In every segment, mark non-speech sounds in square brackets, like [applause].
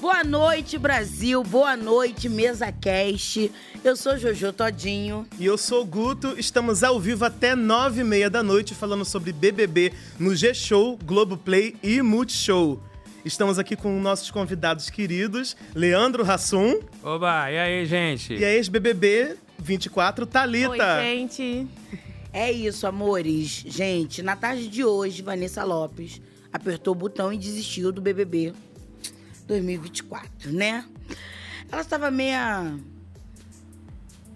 Boa noite, Brasil. Boa noite, Mesa Cast. Eu sou Jojo Todinho. E eu sou o Guto, estamos ao vivo até nove e meia da noite falando sobre BBB no G-Show, Globoplay e Multishow. Estamos aqui com nossos convidados queridos, Leandro Hassum Oba, e aí, gente? e a ex-BBB 24, Thalita. Oi, gente. É isso, amores. Gente, na tarde de hoje, Vanessa Lopes apertou o botão e desistiu do BBB 2024, né? Ela estava meia.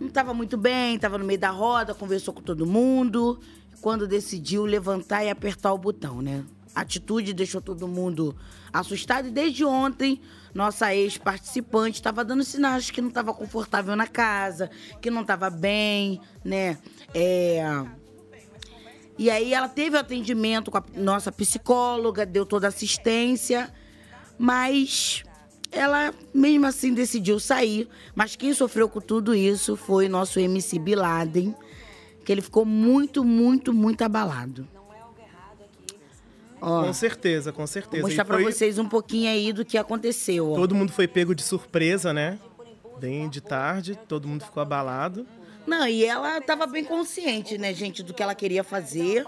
Não estava muito bem, estava no meio da roda, conversou com todo mundo. Quando decidiu levantar e apertar o botão, né? A atitude deixou todo mundo assustado e desde ontem nossa ex-participante estava dando sinais que não estava confortável na casa, que não estava bem, né? É, e aí ela teve o atendimento com a nossa psicóloga, deu toda a assistência, mas ela mesmo assim decidiu sair. Mas quem sofreu com tudo isso foi nosso MC Bin Laden, que ele ficou muito, muito, muito abalado. Ó, Com certeza, com certeza. vou mostrar E pra foi- vocês um pouquinho aí do que aconteceu. ó. Todo mundo foi pego de surpresa, né? Bem de tarde, todo mundo ficou abalado. Não, e ela tava bem consciente, né, gente, do que ela queria fazer.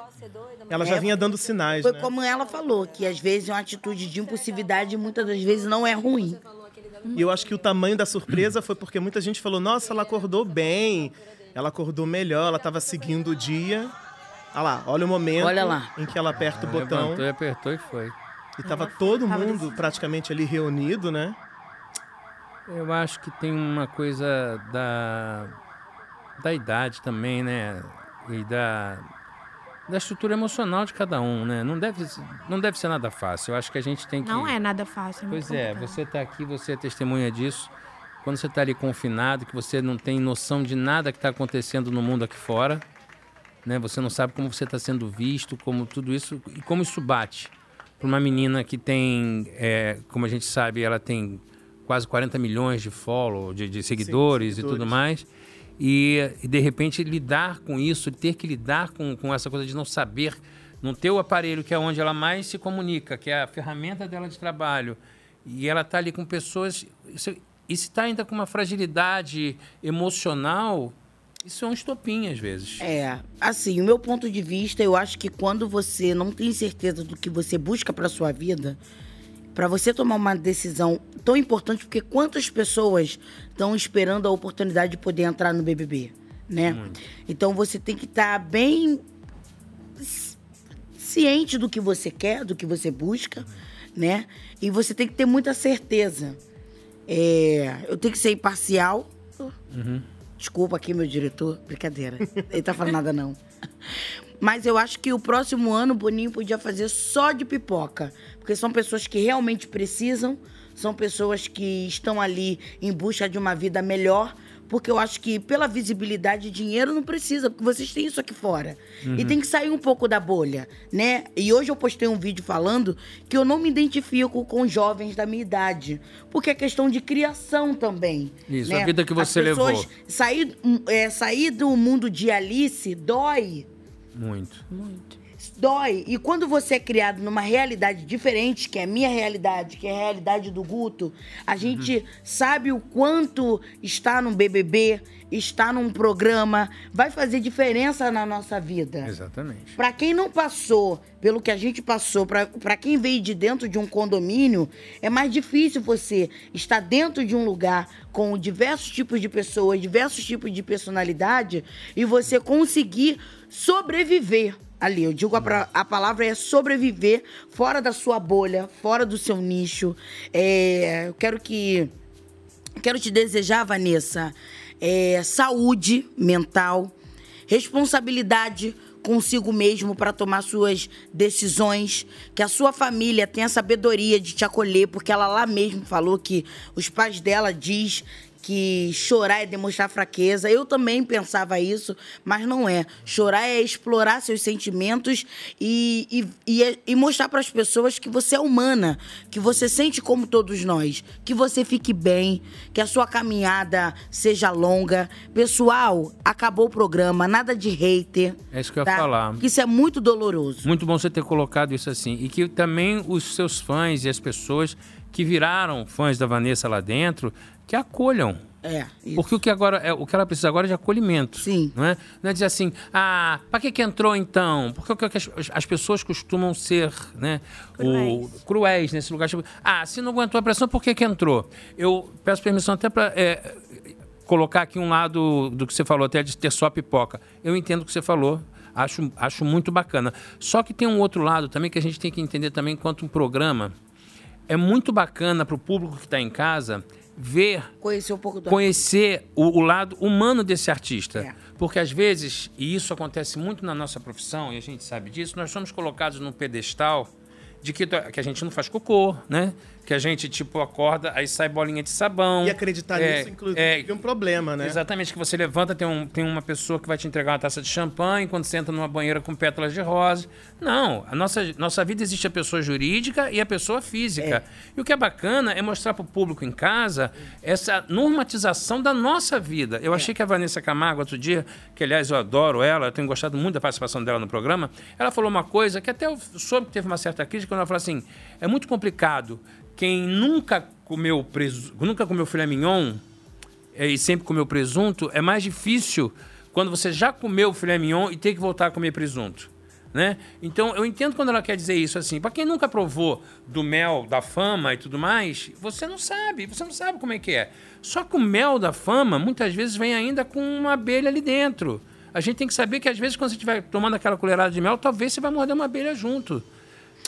Ela já vinha dando sinais, É. Foi né? como ela falou, que às vezes é uma atitude de impulsividade muitas das vezes não é ruim. E eu acho que o tamanho da surpresa foi porque muita gente falou: nossa, ela acordou bem, ela acordou melhor, ela estava seguindo o dia. Olha lá, olha o momento Olha lá. em que ela aperta o botão. Ah, Levantou, e apertou e foi. E tava todo mundo praticamente ali reunido, né? É, Eu acho que tem uma coisa da, da idade também, né? E da, da estrutura emocional de cada um, né? Não deve, não deve ser nada fácil. Eu acho que a gente tem que. Não é nada fácil. muito Pois é, complicado. você tá aqui, você é testemunha disso. Quando você tá ali confinado, que você não tem noção de nada que tá acontecendo no mundo aqui fora, né? Você não sabe como você tá sendo visto, como tudo isso e como isso bate para uma menina que tem, é, como a gente sabe, ela tem quase 40 milhões de follow, de, de seguidores, e tudo seguidores. mais. E, e, de repente lidar com isso, ter que lidar com, com essa coisa de não saber, não ter o aparelho que é onde ela mais se comunica, que é a ferramenta dela de trabalho, e ela está ali com pessoas. isso- e se está ainda com uma fragilidade emocional, isso é um estopim às vezes. É, assim, o meu ponto de vista, eu acho que quando você não tem certeza do que você busca pra sua vida, pra você tomar uma decisão tão importante, porque quantas pessoas estão esperando a oportunidade de poder entrar no BBB, né? Então você tem que estar bem ci- ciente do que você quer, do que você busca, né? E você tem que ter muita certeza. É, eu tenho que ser imparcial. Uhum. Desculpa aqui, meu diretor. Brincadeira. Ele tá falando nada, não. [laughs] Mas eu acho que o próximo ano o Boninho podia fazer só de pipoca. Porque são pessoas que realmente precisam, são pessoas que estão ali em busca de uma vida melhor. Porque eu acho que pela visibilidade, dinheiro não precisa, porque vocês têm isso aqui fora. E tem que sair um pouco da bolha, né? E hoje eu postei um vídeo falando que eu não me identifico com jovens da minha idade. Porque é questão de criação também. Isso, né? a vida que As você pessoas levou. Sair, hum, é, sair do mundo de Alice dói. Muito. Muito. Dói. E quando você é criado numa realidade diferente, que é a minha realidade, que é a realidade do Guto, a gente sabe o quanto está num BBB, está num programa, vai fazer diferença na nossa vida. Exatamente. Pra quem não passou pelo que a gente passou, pra pra quem veio de dentro de um condomínio, é mais difícil você estar dentro de um lugar com diversos tipos de pessoas, diversos tipos de personalidade e você conseguir sobreviver ali. Eu digo a, pra- a palavra é sobreviver fora da sua bolha, fora do seu nicho. É, eu quero que Quero te desejar, Vanessa, é, saúde mental, responsabilidade consigo mesmo para tomar suas decisões, que a sua família tenha sabedoria de te acolher, porque ela lá mesmo falou que os pais dela diz que chorar é demonstrar fraqueza. Eu também pensava isso, mas não é. Chorar é explorar seus sentimentos e, e, e, é- e mostrar para as pessoas que você é humana, que você sente como todos nós, que você fique bem, que a sua caminhada seja longa. Pessoal, acabou o programa, nada de hater. É isso que eu ia falar. Que Isso é muito doloroso. Muito bom você ter colocado isso assim. E que também os seus fãs e as pessoas que viraram fãs da Vanessa lá dentro, que acolham. É. isso. Porque o que, agora, é, o que ela precisa agora é de acolhimento. Sim. Não é, não é dizer assim, ah, pra que que entrou então? Porque o que- o que as, as pessoas costumam ser, né? Cruéis. o- cruéis nesse lugar. Tipo, ah, se não aguentou a pressão, por que que entrou? Eu peço permissão até pra é, colocar aqui um lado do que você falou, até de ter só pipoca. Eu entendo o que você falou. Acho, acho muito bacana. Só que tem um outro lado também que a gente tem que entender também enquanto um programa. É muito bacana pro público que está em casa ver Conhecer um pouco do conhecer o, o lado humano desse artista. É. Porque às vezes, e isso acontece muito na nossa profissão, e a gente sabe disso, nós somos colocados num pedestal de que, to- que a gente não faz cocô, né? Que a gente, tipo, acorda, aí sai bolinha de sabão. E acreditar É, nisso, inclusive, é, é um problema, né? Exatamente, que você levanta, tem, um, tem uma pessoa que vai te entregar uma taça de champanhe quando você entra numa banheira com pétalas de rosa. Não, a nossa, nossa vida existe a pessoa jurídica e a pessoa física. E o que é bacana é mostrar para o público em casa essa normatização da nossa vida. Eu achei que a Vanessa Camargo, outro dia, que aliás eu adoro ela, eu tenho gostado muito da participação dela no programa, ela falou uma coisa que até eu soube que teve uma certa crítica, quando ela falou assim, é muito complicado quem nunca comeu, presu... nunca comeu filé mignon é, e sempre comeu presunto, é mais difícil quando você já comeu filé mignon e tem que voltar a comer presunto. Né? Então eu entendo quando ela quer dizer isso assim. Para quem nunca provou do mel da fama e tudo mais, você não sabe, você não sabe como é que é. Só que o mel da fama muitas vezes vem ainda com uma abelha ali dentro. A gente tem que saber que às vezes quando você estiver tomando aquela colherada de mel, talvez você vai morder uma abelha junto.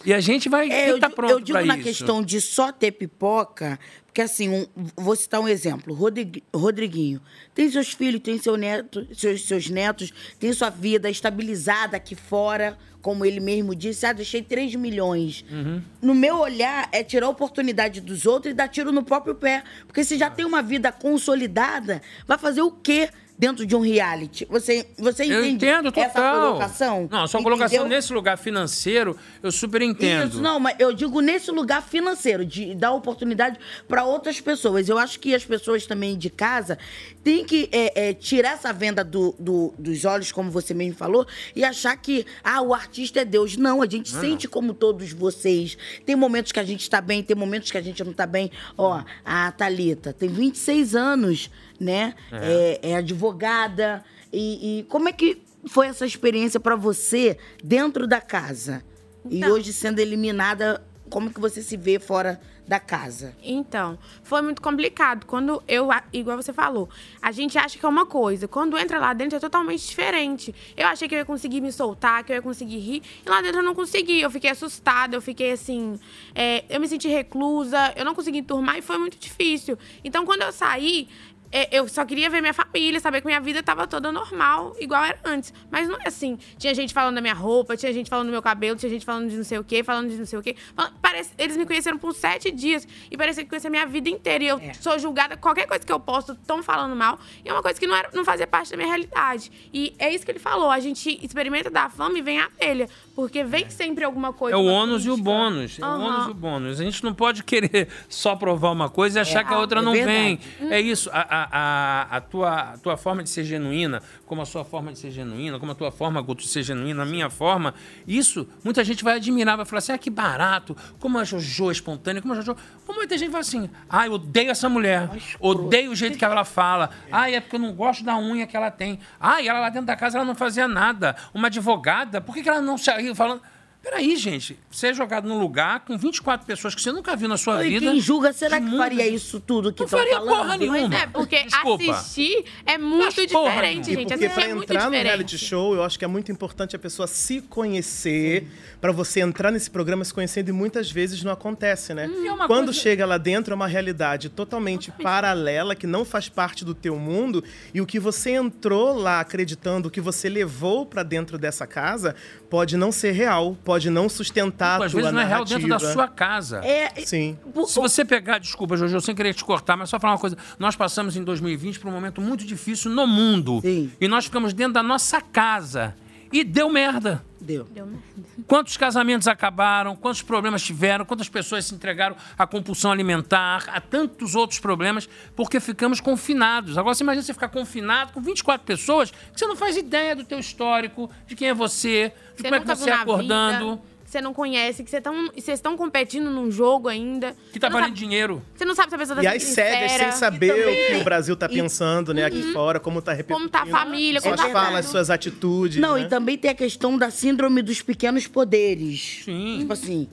E a gente vai É, estar eu, di- pronto eu digo pra na isso. questão de só ter pipoca, porque assim, um- vou citar um exemplo. Rodrig- Rodriguinho tem seus filhos, tem seu neto, seus, seus netos, tem sua vida estabilizada aqui fora, como ele mesmo disse, ah, deixei 3 milhões. Uhum. No meu olhar, é tirar a oportunidade dos outros e dar tiro no próprio pé. Porque se já tem uma vida consolidada, vai fazer o quê? Dentro de um reality. Você, você Eu entende entendo total. essa colocação? Não, sua colocação Entendeu? nesse lugar financeiro, eu super entendo. É Isso, não, mas eu digo nesse lugar financeiro, de dar oportunidade para outras pessoas. Eu acho que as pessoas também de casa têm que é, é, tirar essa venda do- do- dos olhos, como você mesmo falou, e achar que, ah, o artista é Deus. Não, a gente sente como todos vocês. Tem momentos que a gente tá bem, tem momentos que a gente não tá bem. Ó, a Thalita tem 26 anos, né? É, é advogada. E, e como é que foi essa experiência para você dentro da casa? E Então. hoje sendo eliminada, como que você se vê fora da casa? Então, foi muito complicado. Quando eu, a- igual você falou, a gente acha que é uma coisa. Quando entra lá dentro é totalmente diferente. Eu achei que eu ia conseguir me soltar, que eu ia conseguir rir. E lá dentro eu não consegui. Eu fiquei assustada, eu fiquei assim. é, eu me senti reclusa, eu não consegui enturmar e foi muito difícil. Então, quando eu saí. é, Eu só queria ver minha família, saber que minha vida estava toda normal, igual era antes. Mas não é assim. Tinha gente falando da minha roupa, tinha gente falando do meu cabelo, tinha gente falando de não sei o quê, falando de não sei o quê. Fal- Parece, eles me conheceram por sete dias e parecia que conhecia minha vida inteira. E eu É. sou julgada, qualquer coisa que eu posto, estão falando mal. E é uma coisa que não, era, não fazia parte da minha realidade. E é isso que ele falou: a gente experimenta da fama e vem a abelha. Porque vem sempre alguma coisa. É o uma ônus e o crítica. bônus. É o Aham. ônus e o bônus. A gente não pode querer [laughs] só provar uma coisa e achar que a outra é não vem. verdade. É isso. A, a- a- a tua, a tua forma de ser genuína, como a sua forma de ser genuína, como a tua forma, Guto, de ser genuína, a minha forma, isso muita gente vai admirar, vai falar assim: ah, que barato, como a Jojo é espontânea, como a Jojo. Como muita gente fala assim: ah, eu odeio essa mulher, odeio o jeito que ela fala, ah, é porque eu não gosto da unha que ela tem, ah, e ela lá dentro da casa ela não fazia nada, uma advogada, por que, que ela não saiu falando. Peraí, gente, você é jogado num lugar com 24 pessoas que você nunca viu na sua E vida. quem julga, será de que mundo. faria isso tudo que Não estão faria falando? porra nenhuma. Mas é, porque Desculpa. assistir é muito Mas porra, diferente, não. E gente. porque Assistir pra é muito entrar no reality diferente. show, eu acho que é muito importante a pessoa se conhecer, pra você entrar nesse programa se conhecendo e muitas vezes não acontece, né? E é uma Quando coisa- chega lá dentro é uma realidade totalmente paralela que não faz parte do teu mundo e o que você entrou lá acreditando, o que você levou pra dentro dessa casa, pode não ser real, pode não sustentar a Às tua vezes, na real, narrativa. dentro da sua casa. É, Sim. por- Se você pegar, desculpa, Jojo, sem querer te cortar, mas só falar uma coisa. Nós passamos em 2020 por um momento muito difícil no mundo. Sim. E nós ficamos dentro da nossa casa. E deu merda. Deu. Deu merda. Quantos casamentos acabaram, quantos problemas tiveram, quantas pessoas se entregaram à compulsão alimentar, a tantos outros problemas, porque ficamos confinados. Agora você imagina você ficar confinado com 24 pessoas que você não faz ideia do teu histórico, de quem é você, de Você como é que nunca você viu é na acordando, vida, que você não conhece, que você tão- vocês estão competindo num jogo ainda. que tá você, não valendo sabe, dinheiro. você não sabe se a pessoa tá E sendo as cegas, sincera, sem saber também- o que o Brasil tá pensando, né, aqui fora, como tá repetindo. Uhum. como tá a família, como Suas tá falas, suas atitudes. Não, então, né? e também tem a questão da síndrome dos pequenos poderes. Sim. Tipo assim,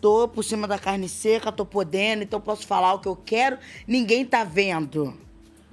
tô por cima da carne seca, tô podendo, então posso falar o que eu quero, ninguém tá vendo.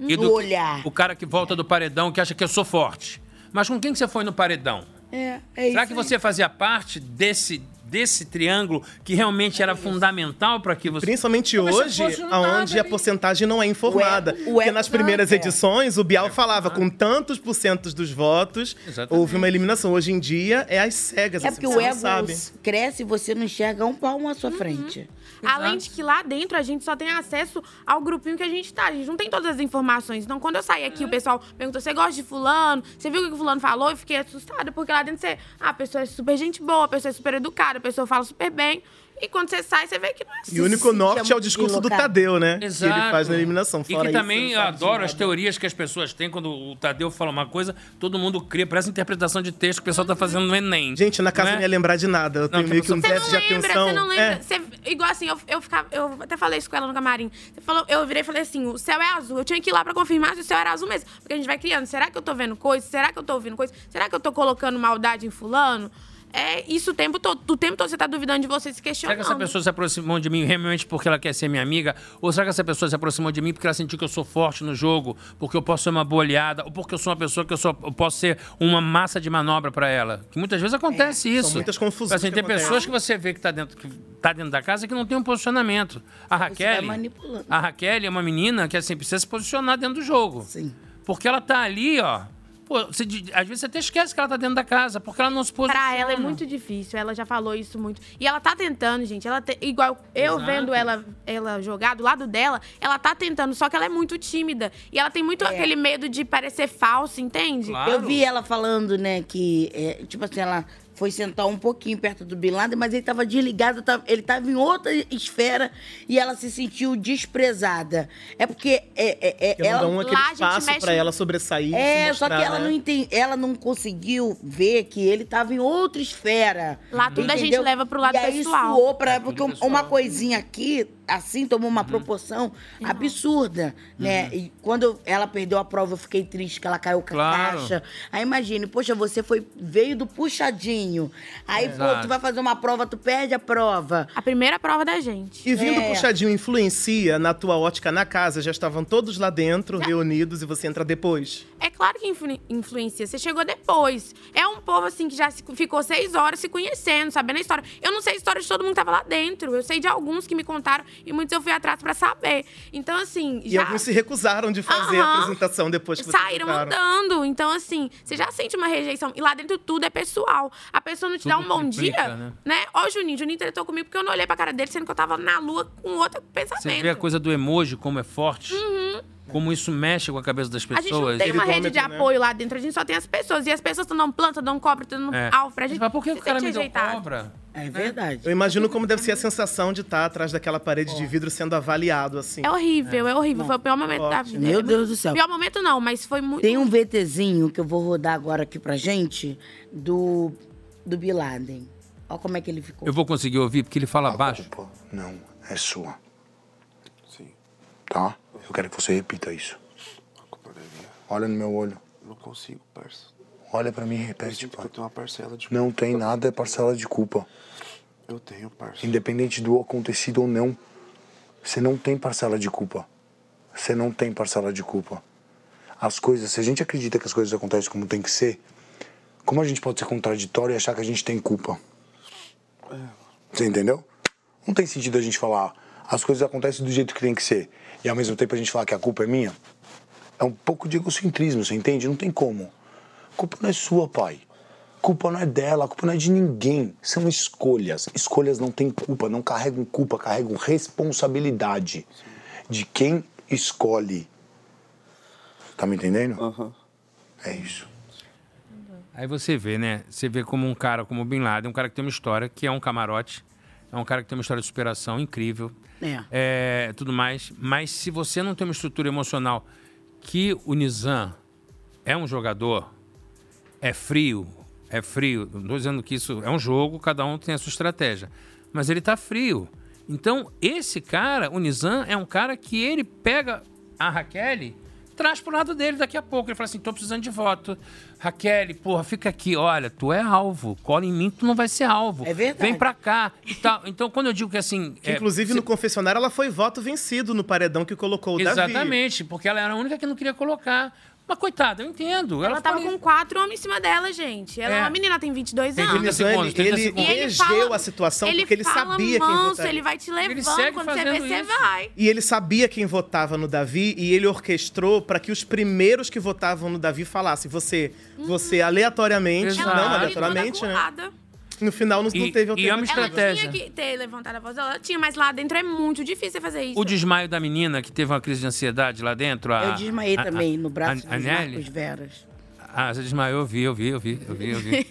E No do- olhar. O cara que volta do paredão que acha que eu sou forte. Mas com quem que você foi no paredão? É, é Será isso que aí. você fazia parte desse, desse triângulo que realmente era fundamental para que você. Principalmente Como se hoje, fosse um onde nada, né? a porcentagem não é informada. O ego- o Porque ego nas não, primeiras é. edições, o Bial falava com tantos por centos dos votos, Ah. Exatamente. houve uma eliminação. Hoje em dia, é as cegas, É assim, porque você o não ego sabe. cresce e você não enxerga um palmo à sua frente. Além Exato. de que lá dentro a gente só tem acesso ao grupinho que a gente tá. A gente não tem todas as informações. Então, quando eu saí Uhum. aqui, o pessoal perguntou: você gosta de fulano? Você viu o que o fulano falou? Eu fiquei assustada, porque lá dentro você. Ah, a pessoa é super gente boa, a pessoa é super educada, a pessoa fala super bem. E quando você sai, você vê que não é assim. E o único sentia norte é o muito discurso do deslocado. Tadeu, né? Exato. Que ele faz na eliminação. E Fora que isso, também não eu sabe de adoro nada. as teorias que as pessoas têm quando o Tadeu fala uma coisa, todo mundo cria, parece interpretação de texto que o pessoal tá fazendo no Enem. Gente, na casa Não não, é? ia lembrar de nada. Eu tenho que meio que um Você déficit não de lembra, atenção. você não lembra. É. Você- igual assim, eu, eu ficava. Eu até falei isso com ela no camarim. Você falou, eu virei e falei assim: o céu é azul. Eu tinha que ir lá pra confirmar se o céu era azul mesmo. Porque a gente vai criando. Será que eu tô vendo coisa? Será que eu tô ouvindo coisa? Será que eu tô colocando maldade em fulano? É isso o tempo todo. O tempo todo você tá duvidando de você se Será questionando. que essa pessoa se aproximou de mim realmente porque ela quer ser minha amiga? Ou será que essa pessoa se aproximou de mim porque ela sentiu que eu sou forte no jogo, porque eu posso ser uma boa aliada, ou porque eu sou uma pessoa que eu, só, eu posso ser uma massa de manobra pra ela? Que muitas vezes acontece isso. É, muitas confusões Assim, que tem acontecem. pessoas que você vê que tá dentro, que tá dentro da casa que não tem um posicionamento. A Raquel, manipulando. a Raquel é uma menina que assim precisa se posicionar dentro do jogo. Sim. Porque ela tá ali, ó. Pô, você de- às vezes você até esquece que ela tá dentro da casa, porque ela não se posiciona. Pra ela é muito difícil, ela já falou isso muito. E ela tá tentando, gente. Ela te- igual eu Exato. vendo ela, ela jogar do lado dela, ela tá tentando, só que ela é muito tímida. E ela tem muito aquele medo de parecer falso, entende? Claro. É. Eu vi ela falando, né, que, é, tipo assim, ela foi sentar um pouquinho perto do Bin Laden, mas ele tava desligado, tava- ele tava em outra esfera e ela se sentiu desprezada. É porque é, é, é, Porque não ela... dá um aquele lá a gente espaço mexe- pra ela sobressair. É, se só que mostrar, ela né? não enten- ela não conseguiu ver que ele tava em outra esfera. Lá tudo a gente leva pro lado e aí pessoal. Suou pra, É, tudo porque um- pessoal. Uhum. uma coisinha aqui, assim, tomou uma proporção Uhum. absurda, né? E quando ela perdeu a prova, eu fiquei triste que ela caiu com Claro. a caixa. Aí imagine, poxa, você foi veio do puxadinho. Aí, pô, Exato. tu vai fazer uma prova, tu perde a prova. A primeira prova da gente. E vindo É. puxadinho influencia na tua ótica na casa, já estavam todos lá dentro, reunidos, e você entra depois. É claro que influ- influencia. Você chegou depois. É um povo, assim, que já se- ficou seis horas se conhecendo, sabendo a história. Eu não sei a história de todo mundo que tava lá dentro. Eu sei de alguns que me contaram e muitos eu fui atrás pra saber. Então, assim. E já... alguns se recusaram de fazer a Aham. apresentação depois que vocês Saíram entraram. andando. Então, assim, você já sente uma rejeição. E lá dentro tudo é pessoal. A pessoa não te dá Tudo um bom implica, dia, né? né? Ó, o Juninho, Juninho tretou comigo porque eu não olhei pra cara dele, sendo que eu tava na lua com outro pensamento. Uhum. Você vê a coisa do emoji, como é forte, como isso mexe com a cabeça das A gente não pessoas. tem uma rede de Perigômetro, né? apoio lá dentro, a gente só tem as pessoas. E as pessoas estão dando planta, dando cobra, estão dando É. alvo pra Você gente. fala, por que se o cara sente me deu rejeitado. cobra? É verdade. Eu imagino como deve ser a sensação de estar atrás daquela parede de vidro sendo avaliado, assim. É horrível, é, horrível. Foi o pior momento da Ótimo. vida. Meu Deus do céu. Pior momento não, mas foi muito. né? Tem um VTzinho que eu vou rodar agora aqui pra gente do, do Bin Laden. Olha como é que ele ficou. Eu vou conseguir ouvir porque ele fala baixo. culpa não é sua. Sim. Tá? Eu quero que você repita isso. A culpa não é minha. Olha no meu olho. Eu não consigo, parça. Olha pra mim e Eu repete, sinto que pai. eu tenho uma parcela de Não tem nada é parcela de culpa. Eu tenho, parça. Independente do acontecido ou não, você não tem parcela de culpa. Você não tem parcela de culpa. As coisas, se a gente acredita que as coisas acontecem como tem que ser, como a gente pode ser contraditório e achar que a gente tem culpa? Você entendeu? Não tem sentido a gente falar as coisas acontecem do jeito que tem que ser e ao mesmo tempo a gente falar que a culpa é minha. É um pouco de egocentrismo, você entende? Não tem como. A culpa não é sua, pai. culpa não é dela, a culpa não é de ninguém. São escolhas. Escolhas não têm culpa, não carregam culpa, carregam responsabilidade de quem escolhe. Tá me entendendo? É isso. Aí você vê, né? Você vê como um cara como o Bin Laden, um cara que tem uma história, que é um camarote, é um cara que tem uma história de superação incrível, É. é, tudo mais. Mas se você não tem uma estrutura emocional que o Nizam é um jogador, é frio, é frio. Não tô dizendo que isso é um jogo, cada um tem a sua estratégia. Mas ele tá frio. Então, esse cara, o Nizam, é um cara que ele pega a Raquel, traz pro lado dele daqui a pouco. Ele fala assim: tô precisando de voto. Raquel, porra, fica aqui, olha, tu é alvo. Cola em mim, tu não vai ser alvo. É verdade. Vem pra cá e tal. Então, quando eu digo que assim. Que, é, inclusive, no confessionário, ela foi voto vencido no paredão que colocou o Davi. Exatamente, porque ela era a única que não queria colocar. Mas coitada, eu entendo. Ela, Ela tava ficou com ali- quatro homens em cima dela, gente. Ela é É. uma menina, tem 22 Tem anos. 30 Elisane, segundos, 30 ele segundos. E ele regeu fala- a situação porque ele fala sabia quem manso, votaria. ele vai te Ele levando. segue Quando você vê, fazendo você isso. vai. E ele sabia quem votava no Davi e ele orquestrou para que os primeiros que votavam no Davi falassem você, você aleatoriamente, Exato. não Uhum. Ela foi toda aleatoriamente, né? acuada. No final não, não E- teve um e é uma alternativa. Ela Estratégia. não tinha que ter levantado a voz dela, ela tinha, mas lá dentro é muito difícil você fazer isso. O desmaio da menina que teve uma crise de ansiedade lá dentro. A, Eu desmaiei a- a- também no braço a, dos a Nelly? Marcos Veras. Ah, você desmaiou, eu vi, eu vi, eu vi, eu vi, [laughs] eu vi.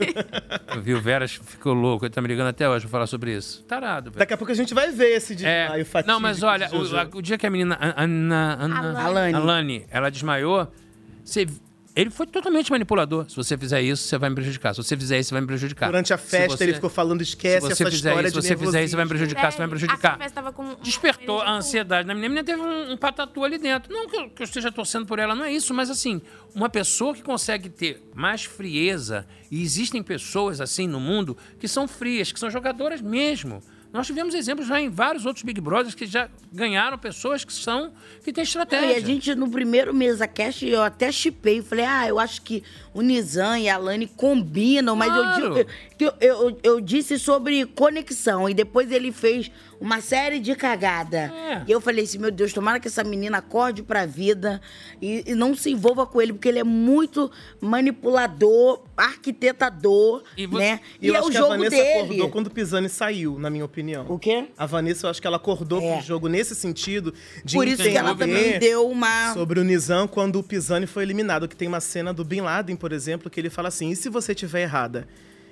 eu vi, o Veras ficou louco, ele tá me ligando até hoje pra falar sobre isso. [laughs] Tarado, velho. Daqui a pouco a gente vai ver esse desmaio É, fatídico não, mas de olha, Jojo. o, a- o dia que a menina. a- Ana- Ana- Alane. Alane, ela desmaiou, você- ele foi totalmente manipulador. Se você fizer isso, você vai me prejudicar. Se você fizer isso, você vai me prejudicar. Durante a Se festa você- ele ficou falando, é Se esquece você essa fizer história isso, de se você fizer isso, vai me nervosismo." prejudicar, você vai me prejudicar. É, A Fernanda tava com Despertou a energia ansiedade na menina. A menina teve um, um patatu ali dentro. Não que eu, que eu esteja torcendo por ela, não é isso, mas assim, uma pessoa que consegue ter mais frieza, e existem pessoas assim no mundo que são frias, que são jogadoras mesmo. Nós tivemos exemplos já em vários outros Big Brothers que já ganharam pessoas que são que têm estratégia. E a gente, no primeiro mesa cast, eu até chipei. Falei, ah, eu acho que o Nizam e a Lani combinam, mas eu, Claro. di- eu, eu, eu- eu disse sobre conexão. E depois ele fez uma série de cagada. É. E eu falei assim, meu Deus, tomara que essa menina acorde pra vida e, e não se envolva com ele, porque ele é muito manipulador, arquitetador, E vo- né? E, E, eu é acho o que a jogo Vanessa dele. acordou quando o Pisani saiu, na minha opinião. O quê? A Vanessa, eu acho que ela acordou É. pro jogo nesse sentido de Por isso que ela entender também deu uma... sobre o Nizam quando o Pisani foi eliminado, que tem uma cena do Bin Laden, por exemplo, que ele fala assim: "E se você tiver errada?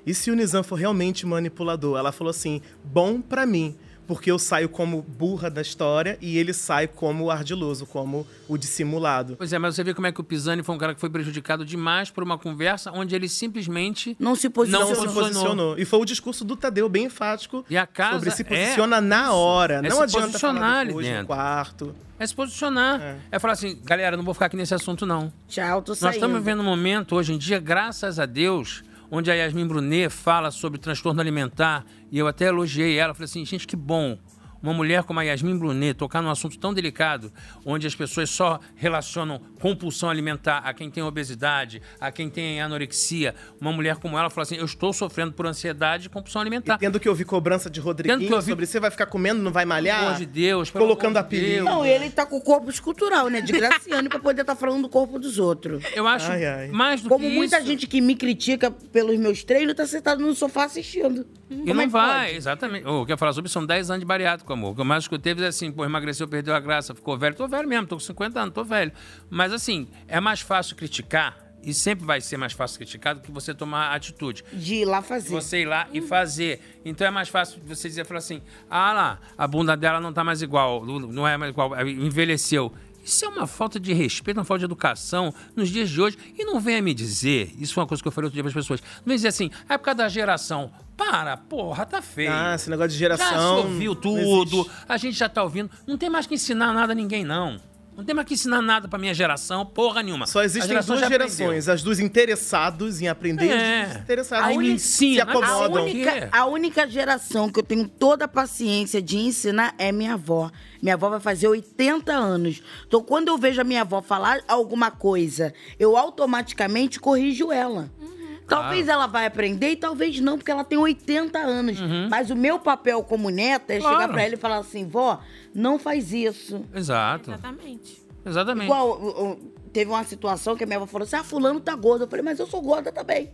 E se o Nizam for realmente manipulador?" Ela falou assim: "Bom pra mim." Porque eu saio como burra da história e ele sai como ardiloso, como o dissimulado. Pois é, mas você vê como é que o Pisani foi um cara que foi prejudicado demais por uma conversa onde ele simplesmente Não se posicionou. não se posicionou. E foi o discurso do Tadeu, bem enfático. E a casa sobre se é posiciona na hora. É não se adianta posicionar falar ali depois, no dentro. quarto. é se posicionar. É. falar assim, galera, não vou ficar aqui nesse assunto, não. Tchau, tô Nós saindo. estamos vivendo um momento hoje em dia, graças a Deus, onde a Yasmin Brunet fala sobre transtorno alimentar e eu até elogiei ela. Falei assim, gente, que bom. Uma mulher como a Yasmin Brunet tocar num assunto tão delicado, onde as pessoas só relacionam compulsão alimentar a quem tem obesidade, a quem tem anorexia. Uma mulher como ela fala assim: eu estou sofrendo por ansiedade e compulsão alimentar. Tendo que ouvir cobrança de Tendo Tá. que Rodriguinho ouvir- sobre você vai ficar comendo, não vai malhar? Pelo amor de Deus, pelo Colocando amor de apelido. Deus. Não, ele tá com o corpo escultural, né? De Graciane, pra poder estar falando do corpo dos outros. Eu acho Ai, ai. mais do Como que muita isso. gente que me critica pelos meus treinos, tá sentado no sofá assistindo. E é não vai, exatamente. O que eu ia falar sobre isso, são 10 anos de bariátrico, amor. O que eu mais escutei é assim, pô, emagreceu, perdeu a graça, ficou velho. Tô velho mesmo, tô com 50 anos, tô velho. Mas assim, é mais fácil criticar, e sempre vai ser mais fácil criticar do que você tomar atitude. De ir lá fazer. Uhum. Você ir lá e fazer. Então é mais fácil você dizer, falar assim, ah lá, a bunda dela não tá mais igual, não- não é mais igual, envelheceu. Isso é uma falta de respeito, uma falta de educação nos dias de hoje. E não venha me dizer, isso foi uma coisa que eu falei outro dia para as pessoas, não venha dizer assim, ah, é por causa da geração. Para, porra, tá feio. Ah, esse negócio de Já se geração. ouviu não tudo, existe. a gente já tá ouvindo. Não tem mais que ensinar nada a ninguém, não. Não tem mais que ensinar nada pra minha geração, porra nenhuma. Só A existem geração duas já aprendeu. gerações, as dos interessados em aprender e É. as dos desinteressados. Aí me que se ensina, mas A Incomodam. acomodam. única, a única geração que eu tenho toda a paciência de ensinar é minha avó. Minha avó vai fazer 80 anos. Então, quando eu vejo a minha avó falar alguma coisa, eu automaticamente corrijo ela. Uhum. Talvez ela vai aprender e talvez não, porque ela tem 80 anos. Mas o meu papel como neta é chegar Uhum. Claro. pra ela e falar assim: vó, não faz isso. Exato, Exatamente. exatamente. Igual, o- o- teve uma situação que a minha avó falou assim: ah, fulano tá gordo. Eu falei, mas eu sou gorda também.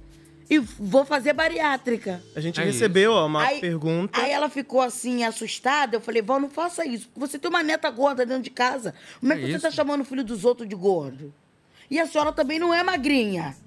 e vou fazer bariátrica. A gente É recebeu ó, uma Aí- pergunta. Aí ela ficou assim, assustada. Eu falei, vó, não faça isso. porque Você tem uma neta gorda dentro de casa. Como é que É você isso? tá chamando o filho dos outros de gordo? E a senhora também não é magrinha.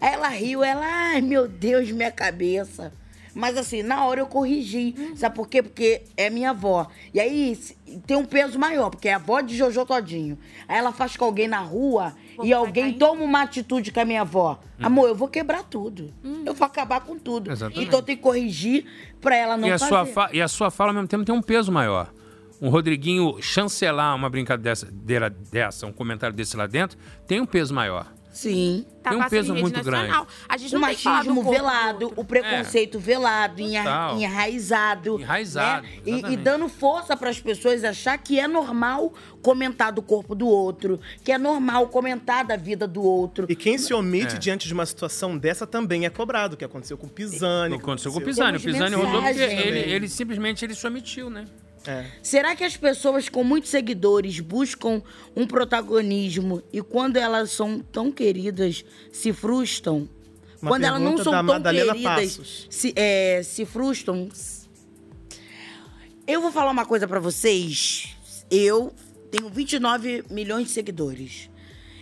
Aí ela riu, ela, ai meu Deus, minha cabeça. Mas assim, na hora eu corrigi. Sabe por quê? Porque é minha avó. E aí se- tem um peso maior, porque é a avó de Jojo Todinho. Aí ela faz com alguém na rua Vou e alguém pagar, hein? toma uma atitude com a minha avó. Hum. Amor, eu vou quebrar tudo. Eu vou acabar com tudo. Exatamente. Então tem que corrigir pra ela não e, a fazer. sua fa- e a sua fala, ao mesmo tempo, tem um peso maior. Um Rodriguinho chancelar uma brincadeira dessa- deira- dessa, um comentário desse lá dentro, tem um peso maior. Sim. Tá Tem um passando peso em rede muito nacional. A gente O não tem que falar do machismo corpo do velado, outro. o preconceito velado, enra- É. Total. enraizado. Enraizado, né? E- E, exatamente. dando força para as pessoas achar que é normal comentar do corpo do outro, que é normal comentar da vida do outro. E quem se omite É. diante de uma situação dessa também é cobrado, o que aconteceu com o Pisani. Não aconteceu com o aconteceu- Pisani. O Temos Pisani rodou porque mensagem. ele, ele simplesmente ele se omitiu, né? É. Será que as pessoas com muitos seguidores buscam um protagonismo e quando elas são tão queridas se frustram? Uma quando elas não pergunta são da tão Madalena queridas Passos. se, é, se frustram? Eu vou falar uma coisa pra vocês. Eu tenho 29 milhões de seguidores.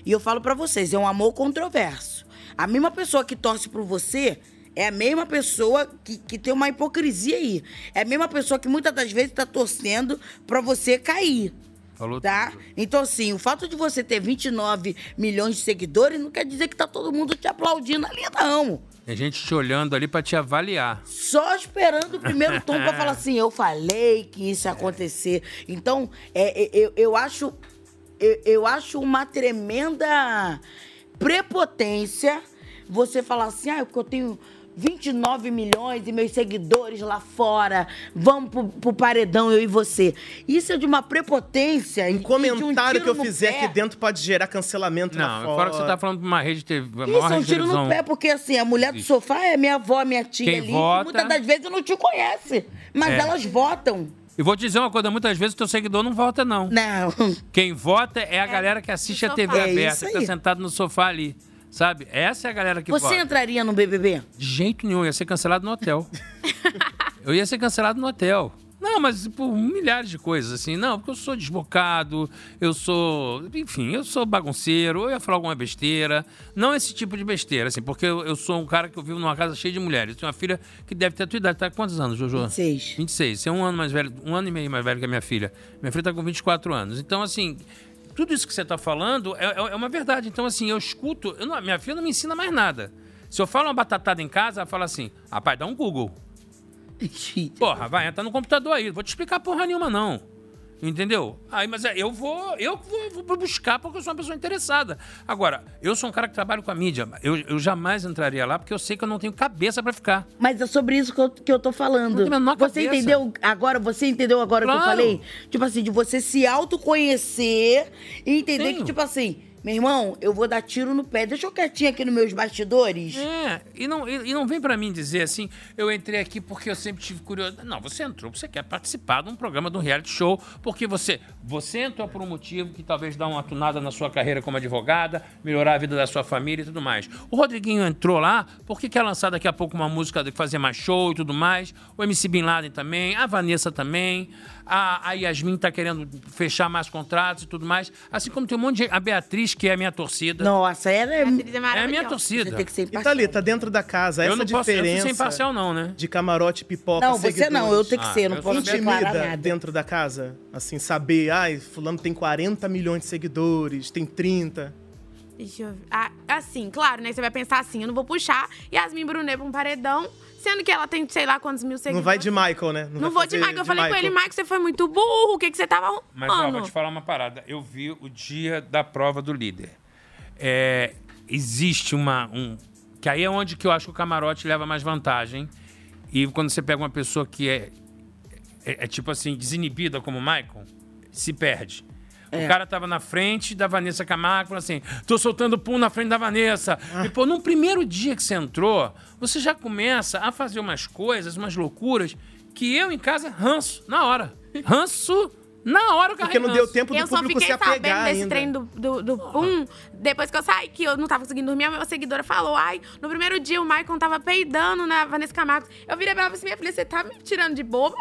E eu falo pra vocês, é um amor controverso. A mesma pessoa que torce por você é a mesma pessoa que, que tem uma hipocrisia aí. É a mesma pessoa que muitas das vezes tá torcendo pra você cair. Falou Tá? tudo. Então, assim, o fato de você ter 29 milhões de seguidores não quer dizer que tá todo mundo te aplaudindo ali, não. Tem gente te olhando ali pra te avaliar. Só esperando o primeiro tom pra falar assim, eu falei que isso ia acontecer. Então, é, é, eu, eu acho eu, eu acho uma tremenda prepotência você falar assim, ah, porque eu tenho 29 milhões e meus seguidores lá fora, vamos pro, pro paredão, eu e você. Isso é de uma prepotência. e- e Um de comentário tiro que eu no fizer pé. aqui dentro pode gerar cancelamento lá Não, fora. fora que você tá falando pra uma rede de TV. a Isso maior é um rede de tiro no televisão. pé, porque assim, a mulher do Existe. sofá é minha avó, minha tia Quem ali, que vota- muitas das vezes não te conhece. Mas É. elas votam. E vou te dizer uma coisa, muitas vezes o teu seguidor não vota, não. Não. Quem vota é a galera que assiste no a TV sofá. É isso aberta, que tá aí. sentado no sofá ali. Sabe? Essa é a galera que Você vota. entraria no BBB? De jeito nenhum, eu ia ser cancelado no hotel. eu ia ser cancelado no hotel. Não, mas por milhares de coisas, assim. Não, porque eu sou desbocado, eu sou. Enfim, eu sou bagunceiro, eu ia falar alguma besteira. Não esse tipo de besteira, assim, porque eu, eu sou um cara que eu vivo numa casa cheia de mulheres. Eu tenho uma filha que deve ter a tua idade. Tá com quantos anos, Jojo? 26. 26. Você é um ano mais velho, um ano e meio mais velho que a minha filha. Minha filha tá com 24 anos. Então, assim, tudo isso que você tá falando é, é- é uma verdade. Então, assim, eu escuto. eu não- minha filha não me ensina mais nada. Se eu falo uma batatada em casa, ela fala assim: rapaz, dá um Google. Porra, vai, entra no computador aí. Vou te explicar porra nenhuma, não. Entendeu? Aí, mas é, eu vou, eu vou, vou buscar porque eu sou uma pessoa interessada. Agora, eu sou um cara que trabalho com a mídia. Eu, eu jamais entraria lá porque eu sei que eu não tenho cabeça pra ficar. [laughs] Mas é sobre isso que eu, que eu tô falando. Não tem a menor você cabeça. entendeu agora? Você entendeu agora o que eu Claro. falei? Tipo assim, de você se autoconhecer e entender Sim. que, tipo assim, meu irmão, eu vou dar tiro no pé. Deixa eu quietinho aqui nos meus bastidores. É, e não, e, e não vem pra mim dizer assim, eu entrei aqui porque eu sempre tive curiosidade. Não, você entrou porque você quer participar de um programa, de um reality show, porque você, você entrou por um motivo que talvez dá uma tunada na sua carreira como advogada, melhorar a vida da sua família e tudo mais. O Rodriguinho entrou lá porque quer é lançar daqui a pouco uma música, de fazer mais show e tudo mais. O MC Bin Laden também, a Vanessa também, a, a Yasmin tá querendo fechar mais contratos e tudo mais. Assim como tem um monte de... A Beatriz, que é a minha torcida. Nossa, ela é. Beatriz É a minha maravilhosa. torcida. Você tem que ser E imparcial. tá ali, tá dentro da casa. Eu essa não posso- eu não diferença sou imparcial não, né? De camarote, pipoca, Não, você não, eu seguidores. tenho que Ah, ser, não eu posso sou declarar intimida nada. dentro da casa? Assim, saber, ai, fulano tem 40 milhões de seguidores, tem 30. Deixa eu ver. Ah, assim, claro, né? Você vai pensar assim, eu não vou puxar Yasmin Brunet pra um paredão, sendo que ela tem sei lá quantos mil seguidores. Não vai de Michael, né? Não vou de fazer Michael. Eu falei com Michael. ele, Michael, você foi muito burro. O que, que você tava arrumando? Mas ó, vou te falar uma parada. Eu vi o dia da prova do líder. É, existe uma. Um, que aí é onde que eu acho que o camarote leva mais vantagem. E quando você pega uma pessoa que é, é, é tipo assim, desinibida como o Michael, se perde. O cara tava na frente da Vanessa Camargo, falou assim: tô soltando pum na frente da Vanessa. E, pô, no primeiro dia que você entrou, você já começa a fazer umas coisas, umas loucuras, que eu em casa ranço na hora. Ranço Na hora o carro É Porque não deu arregança. tempo do eu só público fiquei se apegar sabendo desse ainda. trem do, do, do Pum depois que eu saí, que eu não tava conseguindo dormir. A minha seguidora falou: Ai, no primeiro dia o Maicon tava peidando na Vanessa Camargo. Eu virei pra ela e falei assim: Minha filha, você tá me tirando de boba?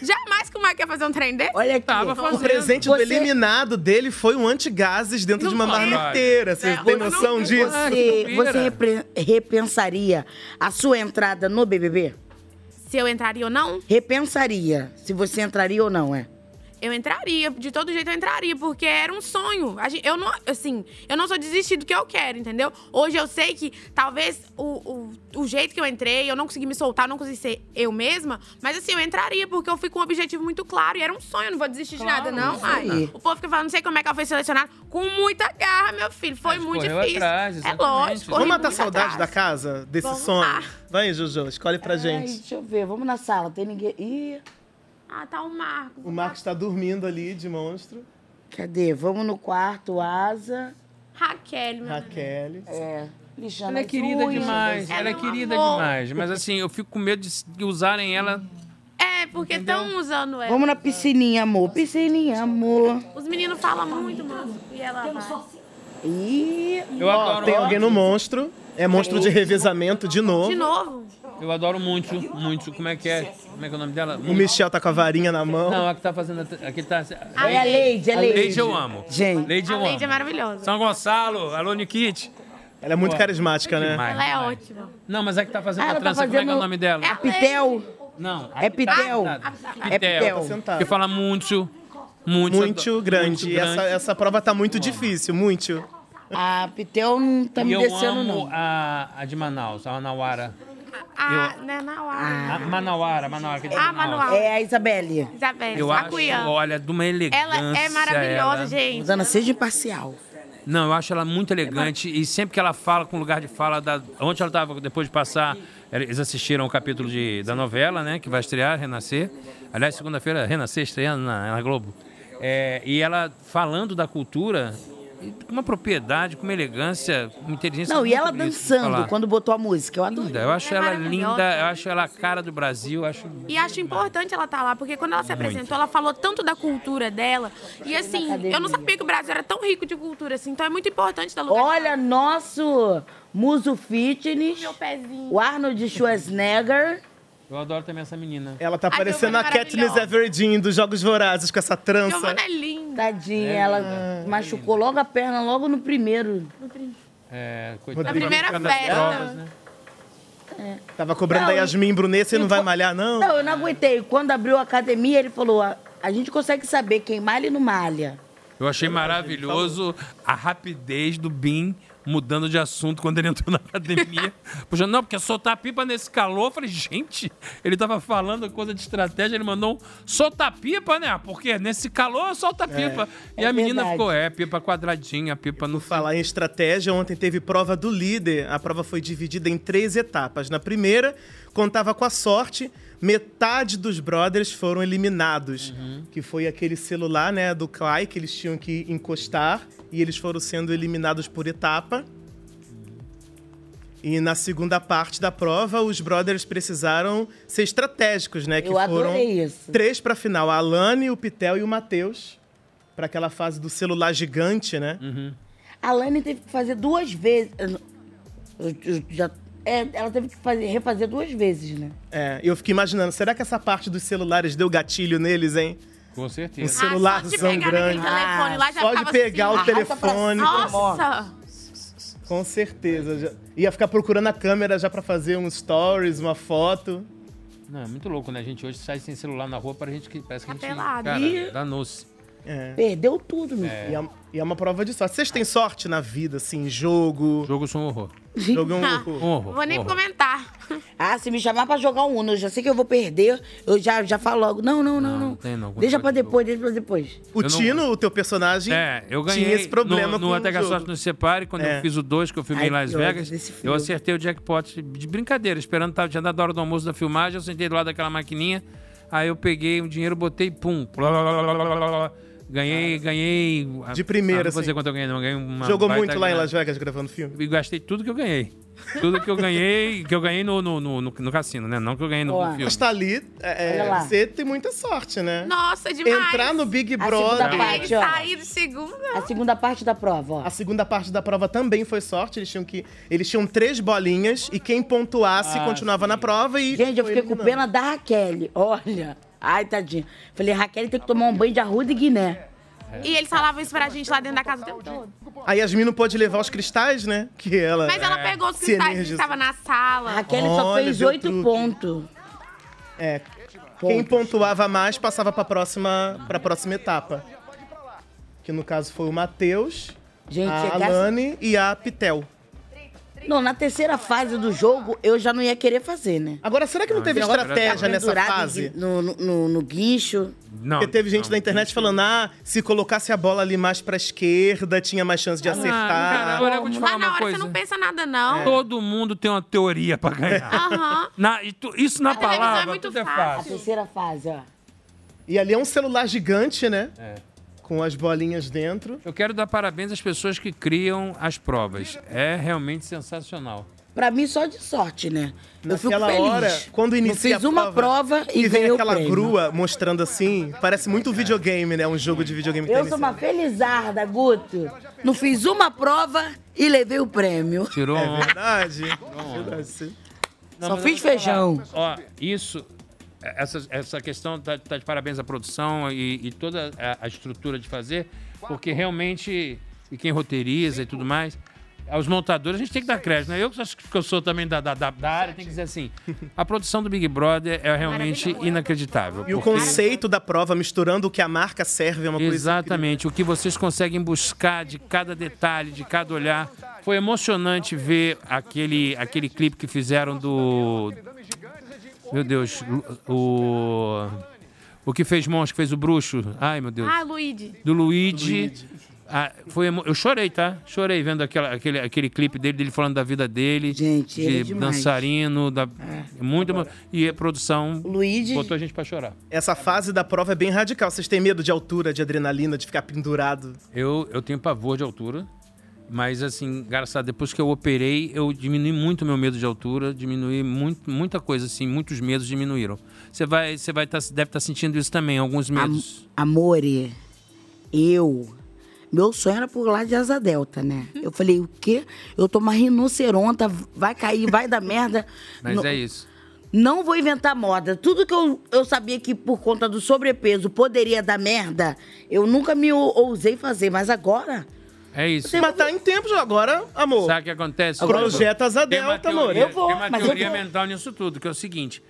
Jamais que o Maicon ia fazer um trem desse. Olha aqui. Tava ó. fazendo. O presente do Você- eliminado dele foi um antigases dentro de uma Não pode. marmiteira. Vocês É, têm eu não noção tenho disso? Ah, Você, que você pira. repre- repensaria a sua entrada no BBB? Se eu entraria ou não, Repensaria se você entraria ou não, é? eu entraria. De todo jeito eu entraria, porque era um sonho. A gen- Eu não, assim, eu não sou desistir do que eu quero, entendeu? Hoje eu sei que talvez o, o, o jeito que eu entrei, eu não consegui me soltar, eu não consegui ser eu mesma. Mas assim, eu entraria, porque eu fui com um objetivo muito claro. E era um sonho, eu não vou desistir de nada, não, isso mãe. aí. O povo fica falando, não sei como é que ela foi selecionada. Com muita garra, meu filho. Foi Mas muito correu difícil. atrás, é exatamente. lógico. corri Vamos matar a muito saudade atrás. da casa, desse Vamos sonho? lá. Vai, Jojo, escolhe pra Ai, gente. deixa eu ver, vamos na sala. Tem ninguém. Ih, Ah, tá o Marcos. O Marcos tá dormindo ali de monstro. cadê? Vamos no quarto, asa. Raquel, meu Raquel. É. Lixando Ela é as querida unhas. demais, ela é Ela é um querida amor. demais. Mas assim, eu fico com medo de s- de usarem ela. É, porque estão usando ela. Vamos na piscininha, amor. Piscininha, amor. Os meninos falam muito, mano. E ela vai. Ih, Eu Ó, adoro, tem alguém no monstro. É monstro de revezamento de novo. De novo. eu adoro muito, muito. Como é que é? Como é que é o nome dela? O Michel tá com a varinha na mão. Não, a que tá fazendo. a- A que tá. é a Leide, é a Leide. Leide eu amo. Gente. Leide A eu Lady é amo. maravilhosa. São Gonçalo, alô Nikit. Ela é muito carismática, né? Demais, Ela é demais. ótima. Não, mas a que tá fazendo Ah, a ela tá trança, como é que é o fazendo- nome dela? É a- Pitel. Não. É Pitel. É Pitel. Sentada. Que fala muito, muito. Muito grande. muito Essa, essa prova tá muito difícil, muito. A Pitel não tá E me eu descendo, amo não. A, a de Manaus, a Manauara. Ah, A, né, na hora. A Manauara, Manauara. que é de A Manaus. Manual. É a Isabelle. Isabelle, Eu acho, Macuiã. olha, de uma elegância. Ela é maravilhosa, ela. gente. Rosana, seja imparcial. Não, eu acho ela É muito elegante e sempre que ela fala com lugar de fala da... ontem ela estava depois de passar, eles assistiram o capítulo de, da novela, né, que vai estrear Renascer. Aliás, segunda-feira Renascer estreando na, na Globo. É, e ela falando da cultura e com uma propriedade, com uma elegância, com uma inteligência. Não, e muito ela bonita de dançando falar. quando botou a música. Eu adorei. Linda, eu acho Ela é ela linda, maravilhosa. eu acho ela a cara do Brasil, eu acho E acho importante ela estar lá, porque quando ela se apresentou, ela falou tanto da cultura dela. E assim, eu não sabia que o Brasil era tão rico de cultura, assim. Então é muito importante da lugar. Olha, nosso Muso Fitness, meu pezinho. o Arnold Schwarzenegger. Eu adoro também essa menina. Ela tá A parecendo a Giovanna é Katniss maravilhosa. Everdeen dos Jogos Vorazes com essa trança. Giovana é linda. Tadinha, ela machucou logo a perna, logo no primeiro. É, coitada. Na primeira Ficando nas festa. provas, né? Tava cobrando É. Não, a Yasmin Brunet, você não vai malhar, não? Não, eu não aguentei. Quando abriu a academia, ele falou: a, a gente consegue saber quem malha e não malha. Eu achei maravilhoso a rapidez do Bin mudando de assunto quando ele entrou na [laughs] academia. Puxando, não, porque soltar pipa nesse calor. Eu falei, gente, ele tava falando coisa de estratégia, ele mandou um soltar pipa, né? Porque nesse calor solta pipa. e É a menina verdade. ficou, é, pipa quadradinha, pipa no fim. Falar em estratégia, ontem teve prova do líder. A prova foi dividida em três etapas. Na primeira, contava com a sorte, metade dos brothers foram eliminados. Uhum. Que foi aquele celular, né, do Clay, que eles tinham que encostar. E eles foram sendo eliminados por etapa. E na segunda parte da prova, os brothers precisaram ser estratégicos, né? Que Eu foram adorei isso. três pra final: a Alane, o Pitel e o Matheus. Pra aquela fase do celular gigante, né? Uhum. A Lani teve que fazer duas vezes. eu não- eu- eu já- é, ela teve que fazer- refazer duas vezes, né? É, eu fiquei imaginando, será que essa parte dos celulares deu gatilho neles, hein? Com Um certeza. Ah, só de celularzão pegar grande. naquele telefone lá já Só de ficava pegar o assim. arrasta pra telefone. cima. Nossa! Com certeza. já- Ia ficar procurando a câmera já pra fazer um stories, uma foto. Não, é muito louco, né? A gente hoje sai sem celular na rua para gente que parece que a gente. Pelado. Cara, danou-se. É. Perdeu tudo, meu filho. E, é, e é uma prova de sorte. Vocês têm sorte na vida, assim, jogo. Jogo sou um horror. Jogo [laughs] é um Um horror. horror. Ah, Vou nem um horror. comentar. Ah, se me chamar pra jogar um Uno, eu já sei que eu vou perder. Eu já, já falo logo. Não, não, não, Não, não. não tem não, Deixa continua pra de depois, deixa pra depois. O Eu não- Tino, o teu personagem, É, eu ganhei tinha esse problema no, no com Até o que a jogo. Sorte Nos Separe, quando É. eu fiz o 2, que eu filmei Ai, em Las que ódio Vegas, desse filme. eu acertei o jackpot de brincadeira, esperando, tava, tinha dado a hora do almoço da filmagem, um eu sentei do lado daquela maquininha, aí eu peguei o dinheiro, botei, pum, blá, blá, blá, blá, blá, blá, blá, blá, Ganhei, ganhei. a- De primeira, ah, Não vou dizer assim. quanto eu ganhei, não. Ganhei uma Jogou baita muito lá em grana. Las Vegas gravando filme? E gastei tudo que eu ganhei. Tudo que eu ganhei, que eu ganhei no, no, no, no- no cassino, né? Não que eu ganhei no, Boa. no filme. Mas tá ali, é, é, Olha lá. é você tem muita sorte, né? Nossa, demais. Entrar no Big segunda Brother. parte. É, sair de segunda. A segunda parte da prova, ó. A segunda parte da prova também foi sorte. Eles tinham que. Eles tinham três bolinhas e quem pontuasse Ah, continuava na prova e. Gente, eu foi fiquei com eliminando. pena da Raquel. Olha. Ai, tadinha. Falei, Raquel tem que tomar um banho de arruda e guiné. E eles falavam isso pra gente lá dentro da casa o tempo todo. A Yasmin não pôde levar os cristais, né? Que ela. Mas ela pegou os É. Se cristais que energizou. estavam na A sala. Raquel só Olha, fez viu o oito truque. pontos. É. Quem pontuava mais passava pra próxima, pra próxima etapa. Que no caso foi o Matheus, Gente, é a chegasse- Alane e a Pitel. Não, na terceira fase do jogo, eu já não ia querer fazer, né? Agora, será que não teve Ferrou- estratégia nessa Pendurado fase? No, no, no- no guincho. Não. Porque teve gente não. na internet falando, ah, se colocasse a bola ali mais pra esquerda, tinha mais chance de Ah, acertar. cara, olha, eu vou te falar Mas na uma hora coisa. É. você não pensa nada, não. Todo mundo tem uma teoria pra ganhar. Aham. Na- e tu- isso na A televisão é palavra, muito tudo é A fácil. terceira fase, ó. E ali é um celular gigante, né? É. Com as bolinhas dentro. Eu quero dar parabéns às pessoas que criam as provas. É realmente sensacional. Pra mim, só de sorte, né? eu fico Naquela feliz. hora, quando inicia eu fiz uma prova e e vem ganhei o aquela prêmio. grua mostrando assim, parece muito videogame, né? Um jogo de videogame que tá Eu sou uma iniciando. felizarda, Guto. Não fiz uma prova e levei o prêmio. Tirou um. É verdade. verdade. sim. Não, Só mas fiz eu vou te feijão. falar. Ó, isso, essa, essa questão tá, tá de parabéns à produção e, e toda a, a estrutura de fazer, porque realmente, e quem roteiriza e tudo mais, aos montadores a gente tem que dar crédito, né? Eu que acho que eu sou também da, da, da- da área, tem que dizer assim, a produção do Big Brother é realmente inacreditável. E o porque- conceito da prova, misturando o que a marca serve, é uma coisa. Exatamente, o que vocês conseguem buscar de cada detalhe, de cada olhar. Foi emocionante ver aquele, aquele clipe que fizeram do. Meu Deus, o. O que fez Monstro, que fez o Bruxo. Ai, meu Deus. Ah, Luigi. Do Luigi. Ah, foi emo- Eu chorei, tá? Chorei vendo aquela, aquele, aquele clipe dele, dele falando da vida dele. Gente, ele é de demais. É. dançarino, da... muito emo- E a produção O Luigi. botou a gente pra chorar. Essa fase da prova é bem radical. Vocês têm medo de altura, de adrenalina, de ficar pendurado? Eu, eu tenho pavor de altura, mas assim, graças a Deus, depois que eu operei, eu diminui muito meu medo de altura, diminui muito, muita coisa, assim, muitos medos diminuíram. Você vai, você vai tá, deve estar sentindo isso também, alguns medos. Amore, é, eu. Meu sonho era pular de asa delta, né? Hum. Eu falei, o quê? Eu tô uma rinoceronta, vai cair, vai dar merda. [laughs] Mas não, é isso. não vou inventar moda. Tudo que eu, eu sabia que por conta do sobrepeso poderia dar merda, eu nunca me ou- ousei fazer. Mas agora, É isso. Mas tá em tempo já agora, amor. Sabe o que acontece? Projeta Asa Tem uma Delta, teoria- amor. Eu vou, Tem uma mas eu teoria vou. mental nisso tudo, que é o seguinte.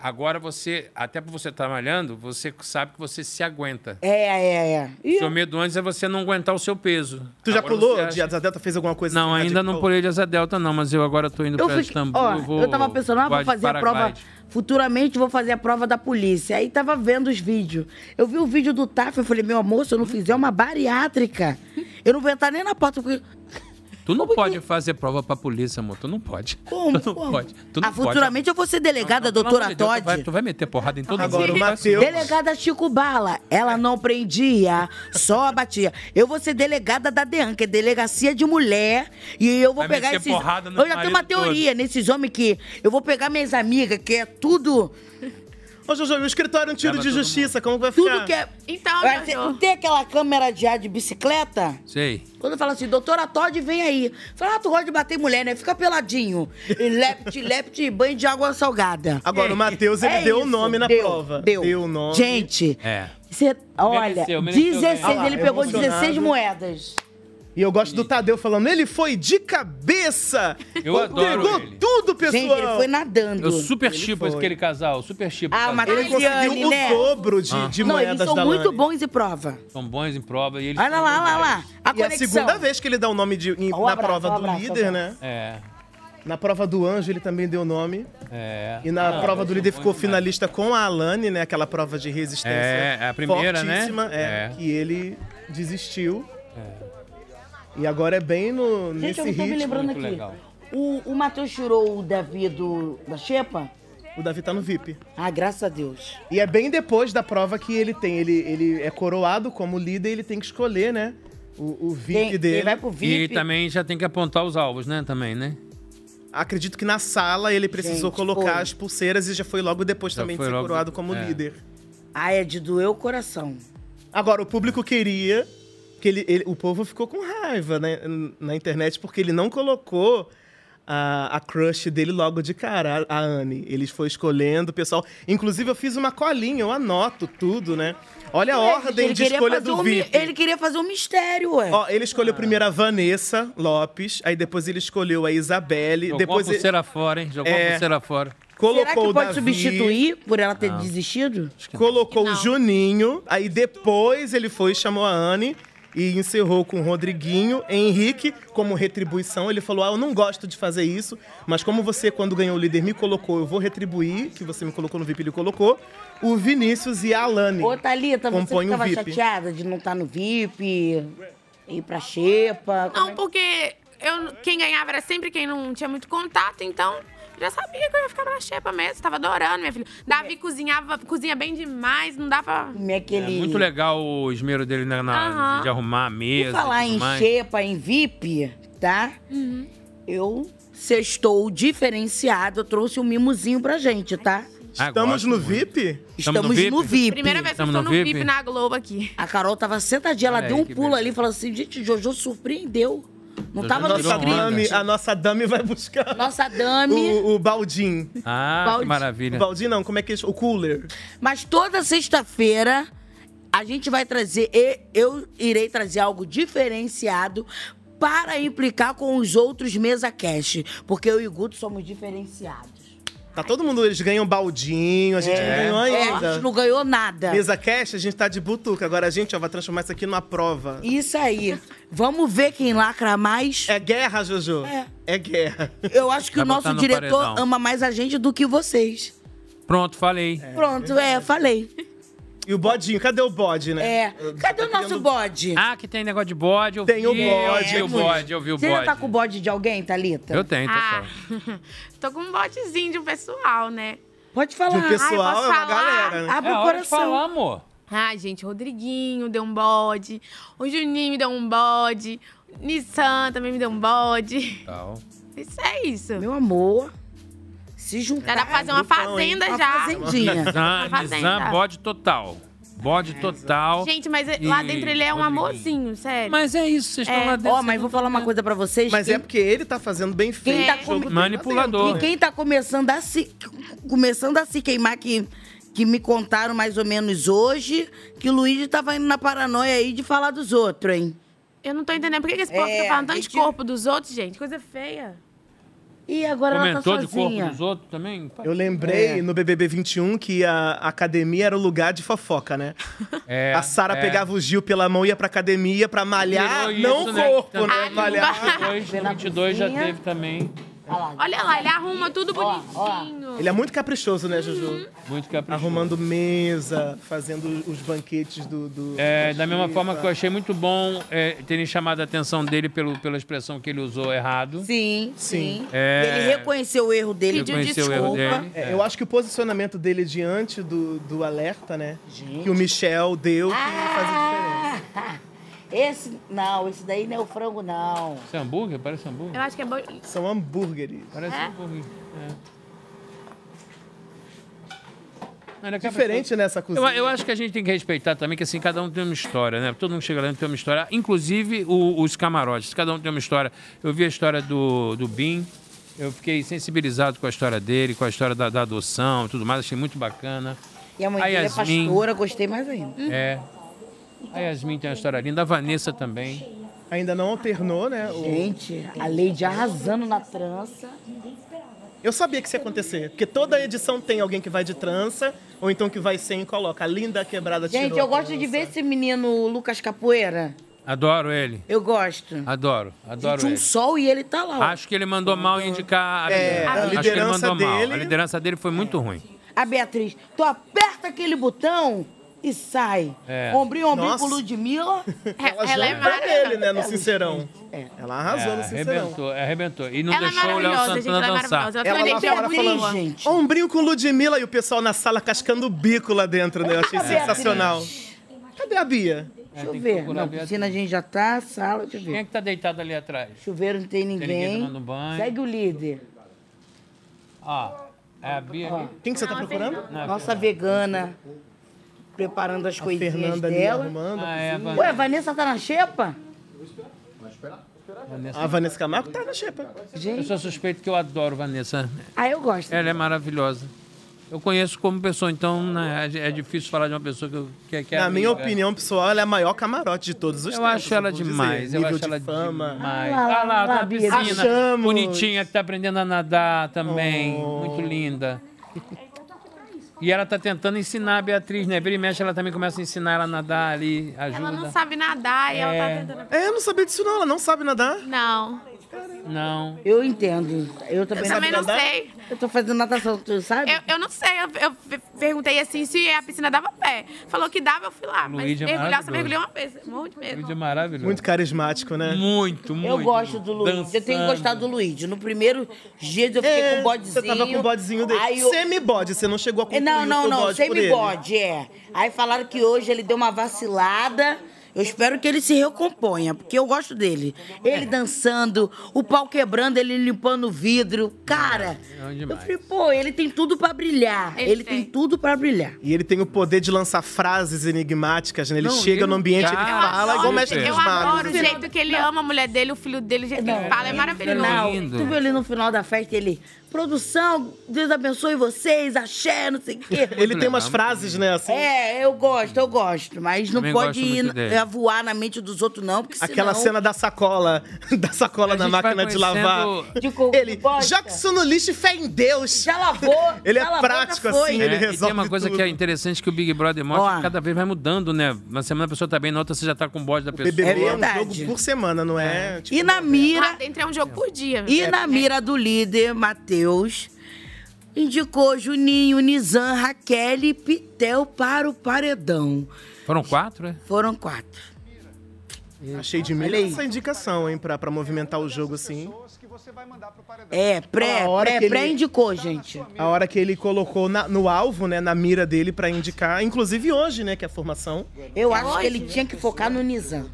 Agora você, até pra você estar malhando, você sabe que você se aguenta. é, é, é. Ih, Seu medo antes é você não aguentar o seu peso. Tu já Agora pulou você acha- de Asa Delta? Fez alguma coisa? Não, assim, ainda radical? não pulei de asa delta, não, mas eu agora tô indo eu, pra fiquei, Istambul. ó, eu, vou, eu tava pensando, ah, voar vou de fazer a prova. paraglide. Futuramente vou fazer a prova da polícia. Aí tava vendo os vídeos. Eu vi o vídeo do TAF, eu falei, meu amor, se eu não fizer é uma bariátrica, eu não vou entrar nem na porta. Porque... Tu não Como é que- pode fazer prova pra polícia, amor. Tu não pode. Como? [laughs] Tu não como? pode. Tu não ah, futuramente eu vou ser pode. delegada, Não, não, doutora pelo amor de Deus, tu vai- Todd. Tu vai meter porrada em todo Agora, mundo. o Matheus. Delegada Chico Bala, ela não prendia, só batia. Eu vou ser delegada da DEAN, que é delegacia de mulher, e eu vou Vai pegar meter esses. porrada no eu já tenho uma marido todo. teoria nesses homens que eu vou pegar minhas amigas, que é tudo, Ô, Jojo, e o escritório é um tiro Leva de todo mundo. justiça. Como vai ficar? tudo que é. Então, Vai ter- Jojo. tem aquela câmera de ar de bicicleta? Sei. Quando fala assim, doutora Todd, vem aí. Fala, ah, tu gosta de bater mulher, né? Fica peladinho. E [laughs] lepte, lepte, banho de água salgada. Agora, o Matheus, ele É deu o isso, nome na deu, prova. Deu. Deu o nome. Gente, É. cê- olha, Mereceu, mereceu 16, ganhar. Ah lá, ele pegou emocionado. 16 moedas. E eu gosto do Tadeu falando, ele foi de cabeça! Eu adoro Pegou ele. tudo, pessoal! Gente, ele foi nadando. Eu super chipo foi. aquele casal. Super chipo. Ah, mas Ele Ai, conseguiu Eliane, o né? dobro de, de Não, eles moedas são da muito Lani. bons em prova. São bons em prova. E eles Olha lá, são olha lá, olha lá. legais. A E é a conexão. segunda vez que ele dá o nome de, em- Ó, o na Um abraço, pró ó, o prova do abraço, ó, líder, o né? É. Na prova do anjo ele também deu o nome. É. E na Ah, prova do são líder bons ficou demais. finalista com a Alane, né? Aquela prova de resistência. É, a primeira, né? fortíssima, É, É. Que ele desistiu. E agora é bem no, Gente, nesse eu não tô me ritmo. lembrando muito aqui. legal. O, o Matheus tirou o Davi do, da Xepa? O Davi tá no VIP. Ah, graças a Deus. E é bem depois da prova que ele tem. Ele, ele é coroado como líder e ele tem que escolher, né? O, o VIP Quem, dele. quem vai pro E ele VIP. tá também já tem que apontar os alvos, né? Também, né? Acredito que na sala ele precisou Gente, colocar foi. as pulseiras e já foi logo depois Já também de foi ser logo- coroado como é. líder. Ah, é de doer o coração. Agora, o público queria que ele, ele- O povo ficou com raiva né, na internet porque ele não colocou a, a crush dele logo de cara, a, a Anne. Ele foi escolhendo o pessoal. Inclusive, eu fiz uma colinha, eu anoto tudo, né? Olha a ordem de queria escolha fazer do um mi- VIP. Ele queria fazer um mistério, ué. Ó, ele escolheu primeiro a Vanessa Lopes, aí depois ele escolheu a Isabelle, Jogou depois a ele pulseira fora, hein? Jogou É. a pulseira fora. colocou Será que o pode Davi, substituir por ela ter desistido? colocou Não. o Juninho, aí depois ele foi e chamou a Anne e encerrou com o Rodriguinho, Henrique, como retribuição, ele falou: "Ah, eu não gosto de fazer isso, mas como você quando ganhou o líder me colocou, eu vou retribuir, que você me colocou no VIP, ele colocou o Vinícius e a Alane". Ô, Thalita, você Compõe um o ficava VIP. chateada de não estar no VIP, ir pra xepa? Como é Não, que- porque eu, quem ganhava era sempre quem não tinha muito contato, então já sabia que eu ia ficar na xepa mesmo. Tava adorando, minha filha. Davi cozinhava, cozinha bem demais, não dá pra. Como é que ele... Muito legal o esmero dele na, na- Aham. de arrumar a mesa. Por falar e tudo em mais. xepa, em VIP, tá? Uhum. Eu sextou diferenciado, eu trouxe um mimozinho pra gente, tá? Ah, Estamos gosto no muito. VIP? Estamos no Estamos no VIP. Primeira vez que eu Tamo tô no no VIP? VIP na Globo aqui. A Carol tava sentadinha, ela Olha deu aí, um que pulo beleza. ali e falou assim: gente, Jojo surpreendeu. Não Jojo tava no tirou Nossa onda. script. dame, a nossa dame vai buscar Nossa dame. o, o Baldin. Ah, Balde. que maravilha. Baldin não, como é que é? isso? O Cooler. Mas toda sexta-feira a gente vai trazer, e- eu irei trazer algo diferenciado para implicar com os outros mesa cash, porque eu e o Guto somos diferenciados. Tá todo mundo, eles ganham baldinho, a gente não ganhou É, a gente ainda. não ganhou nada. Mesa cash, a gente tá de butuca. Agora a gente ó, vai transformar isso aqui numa prova. Isso aí. Vamos ver quem lacra mais. É guerra, Jojo? É. É guerra. Eu acho que Vai o nosso botar no diretor paredão. ama mais a gente do que vocês. Pronto, falei. Pronto, é, falei. E o bodinho, cadê o bode, né? É. Cadê o nosso bode? Ah, que tem negócio de bode. Eu Tem vi, o bode, é Eu vi o bode, eu vi o Você já bode. tá com o bode de alguém, Thalita? Eu tenho, tô Ah, só. [laughs] tô com um botezinho de um pessoal, né? Pode De um falar. Ai, pessoal, posso é uma falar? galera, né? Abre É o hora de coração. falar, amor. Ai, gente, Rodriguinho deu um bode, o Juninho me deu um bode, Nissan também me deu um bode. Tal. Isso é isso. Meu amor, se Dá juntar. Então, pra fazer uma Grupão, hein? fazenda uma já. fazendinha. Nizam, Fazenda. Nizam, bode total. Bode total. tá. É. Gente, mas E lá dentro ele é um Rodriguinho. amorzinho, sério. Mas é isso, vocês estão É. lá Ó, dentro. mas vou falar uma coisa pra vocês. Mas quem, é porque ele tá fazendo bem feito. quem tá o com- jogo dele lá Manipulador. e dentro, né? quem tá começando a se começando a se queimar que que me contaram mais ou menos hoje que o Luigi tava indo na paranoia aí de falar dos outros, hein? Eu não tô entendendo por que que esse povo É, fica falando tanto gente- de corpo dos outros, gente. Coisa feia. E agora Comentou ela tá de corpo sozinha. dos outros também? Eu É. lembrei no BBB 21 que a academia era o lugar de fofoca, né? É, a Sara é. pegava o Gil pela mão, ia pra academia pra malhar, Virou não isso, né? corpo, Tanto né? é que no Malhar. 22, no 22 já teve também. Olha lá. Olha lá, ele arruma tudo bonitinho. Ele é muito caprichoso, né, Juju? Uhum. Muito caprichoso. Arrumando mesa, fazendo os banquetes do. do- É, da mesma forma que eu achei muito bom é, terem chamado a atenção dele pelo, pela expressão que ele usou errado. Sim, sim. É. Ele reconheceu o erro dele, pediu Reconheceu o desculpa. erro dele. É, Eu acho que o posicionamento dele diante do, do alerta, né? Que o Michel deu, que fazia diferença. [laughs] Esse não, esse daí não é o frango não. Isso é hambúrguer? Parece hambúrguer. Eu acho que é bom. São hambúrgueres. Parece É? um pouquinho. É. Olha, cara, Diferente nessa Eu, cozinha. eu acho que a gente tem que respeitar também que assim, cada um tem uma história, né? Todo mundo chega lá dentro tem uma história. Inclusive o- os camarotes, cada um tem uma história. Eu vi a história do, do Bim, eu fiquei sensibilizado com a história dele, com a história da, da adoção e tudo mais, achei muito bacana. E a mãe A dele é Yasmin. pastora, gostei mais ainda. É. A Yasmin tem uma história linda, a Vanessa também. Ainda não alternou, né? o- Gente, a Lady arrasando na trança. Eu sabia que isso ia acontecer, porque toda edição tem alguém que vai de trança, ou então que vai sem e coloca. A linda quebrada Gente, tirou a eu gosto de trança. ver esse menino Lucas Capoeira. Adoro ele, Eu gosto. adoro, adoro Tinha um ele. sol e ele tá lá. ó. Acho que ele mandou mal em indicar a Ariana. É, a Acho que ele liderança mandou mal. A dele- liderança dele foi muito ruim. A Beatriz, tu aperta aquele botão, e sai. É. Ombrinho, ombrinho Nossa. com Ludmilla. Ela, ela é jogou pra maravilhosa. ele, né, no Sincerão. É. Ela arrasou no Sincerão. arrebentou, arrebentou. E não Ela é deixou o Léo maravilhosa, gente. Ela Santana é dançar. maravilhosa. Ela tem Ela uma lá energia fora muito falando, boa. gente. Ombrinho com Ludmilla e o pessoal na sala cascando o bico lá dentro, né? Eu achei Cadê a sensacional. Beatriz? Cadê a Bia? É, Deixa eu tem que ver. procurar Não, ver a- piscina a gente já tá, sala, deixa eu Quem é ver. que tá deitado ali atrás? Chuveiro não tem ninguém. tomando banho. Segue o líder. Ó, é a Bia ali. Quem Ah, que você tá procurando? Não, é a Nossa vegana preparando as A coisinhas Fernanda ali dela. arrumando. Ah, é a Vanessa. Ué, a Vanessa tá na xepa? A Vanessa Camargo tá na xepa. Eu Gente, sou suspeito que eu adoro Vanessa. ah, eu gosto. Ela é maravilhosa. Eu conheço como pessoa, então né, é é difícil falar de uma pessoa que, eu- que, que é Na minha amiga. opinião, pessoal, ela é a maior camarote de todos os Eu tempos, acho ela vou dizer. demais, eu Nível acho de ela fama. demais. Ah, lá, Ah lá, lá, tá na Bia, piscina, achamos. Oh. bonitinha, que tá aprendendo a nadar também, muito linda. E ela tá tentando ensinar a Beatriz, né? Vira e mexe, ela também começa a ensinar ela a nadar ali, Ela não ajuda. sabe nadar e ela tá tentando... É, eu não sabia disso não, ela não sabe nadar. Não, Não. Eu entendo. Eu eu também, também não nadar? sei. Eu tô fazendo natação, tu sabe? Eu, eu não sei, eu, eu pe- perguntei assim se a piscina dava pé. Falou que dava, eu fui lá. Mas Luigi é mergulhar, eu maravilhoso. só mergulhei uma vez. é Morro de medo. Vídeo é maravilhoso. Muito carismático, né? muito, muito. Eu gosto do Luigi. Eu tenho Dançando. gostado do Luigi. No primeiro dia eu fiquei É, com o bodezinho. Você tava com o bodezinho dele. Aí eu- Semi-bode, você não chegou a concluir Não, o não, teu não. bode por ele. Semi-bode, é. Aí falaram que hoje ele deu uma vacilada. Eu espero que ele se recomponha, porque eu gosto dele. Ele dançando, o pau quebrando, ele limpando o vidro. Cara, Não, eu demais. falei, pô, ele tem tudo pra brilhar. Ele, Ele tem. tem. tudo pra brilhar. E ele tem o poder de lançar frases enigmáticas, né? Ele Não, chega ele no ambiente, ele cara, Eu fala, adoro, igual o mestre eu dos adoro o magos. assim. jeito que ele ama a mulher dele, o filho dele, o jeito que ele fala, é maravilhoso. Não, lindo. tu viu ali no final da festa ele, produção, Deus abençoe vocês, axé, não sei o quê. [laughs] Ele tem legal, umas muito frases, né, assim. É, eu gosto, eu gosto, mas não Também pode gosto ir muito dele. é, voar na mente dos outros não, porque Aquela senão... cena da sacola, [laughs] da sacola A na gente vai máquina de lavar. conhecendo- de cocô Ele, bosta. joga isso no lixo e fé em Deus. Já lavou. [laughs] Ele já é lavou, prático, já foi. assim, ele É, e resolve tem uma coisa tudo. que é interessante que o Big Brother mostra, Ó. que cada vez vai mudando, né? Uma semana a pessoa tá bem, na outra você já tá com o bode da pessoa. BBB é, um verdade. jogo por semana, não é? Tipo, E na Lá mira, dentro é um jogo por dia. É. e na mira do líder, Matheus, indicou Juninho, Nizam, Raquel e Pitel para o paredão. Foram quatro, é? Foram quatro. Achei de mim essa indicação, hein, pra, pra movimentar o jogo, assim. É, pré, A hora pré, que ele- pré indicou, gente. A hora que ele colocou na- no alvo, né, na mira dele pra indicar, inclusive hoje, né, que é a formação. Eu É acho que ele tinha né, que focar no Nizam.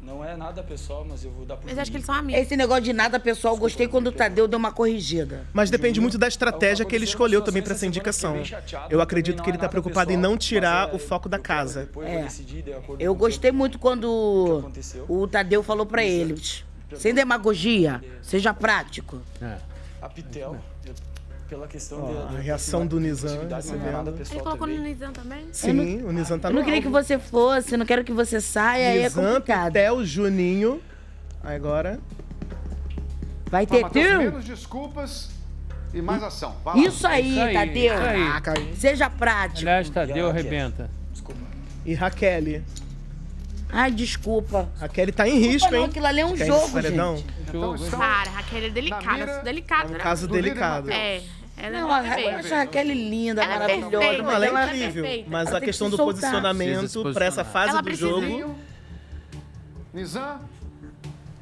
Não é nada pessoal, mas eu vou dar É. Mas eu acho que eles são amigos. Esse negócio de nada, pessoal, gostei quando o Tadeu deu um uma corrigida. Mas depende muito da estratégia que ele escolheu também pra essa indicação. Eu acredito que ele tá preocupado em não tirar o foco da casa. É. Eu gostei muito quando o Tadeu falou pra ele, sem demagogia, É. seja prático. É. A Pitel, pela questão Ó, da- Ah, a da reação do Nizam, proximidade, você não é nada vendo? pessoal Ele colocou também. no Nizam também? Sim, o Nizam tá Eu no não queria que alvo. você fosse, não quero que você saia, aí é Nizam, complicado. Pitel, Juninho. Aí Agora, Vai ter Matheus, teu? menos desculpas e mais ação. Vai lá. Isso aí, Isso aí, Tadeu. isso aí. Caraca, Seja prático. Aliás, Tadeu arrebenta. e Raquel. Ai, desculpa. Raquel tá em risco, Desculpa não, hein? aquilo ali é um Quer ir jogo, nesse paredão? gente. Então, um estão Para, Raquel é Na delicada, mira, eu sou delicado, É um né? caso Do líder delicado. Matheus. É, ela é Não, a, uma eu bebê. acho a Raquel linda, Ela é maravilhosa. perfeita, Não, Mas ela ela, é tá incrível, perfeita. mas Ela a tem questão que se do soltar. Precisa posicionamento se pra essa posicionar. fase Ela do precisa ir. jogo. Nizam,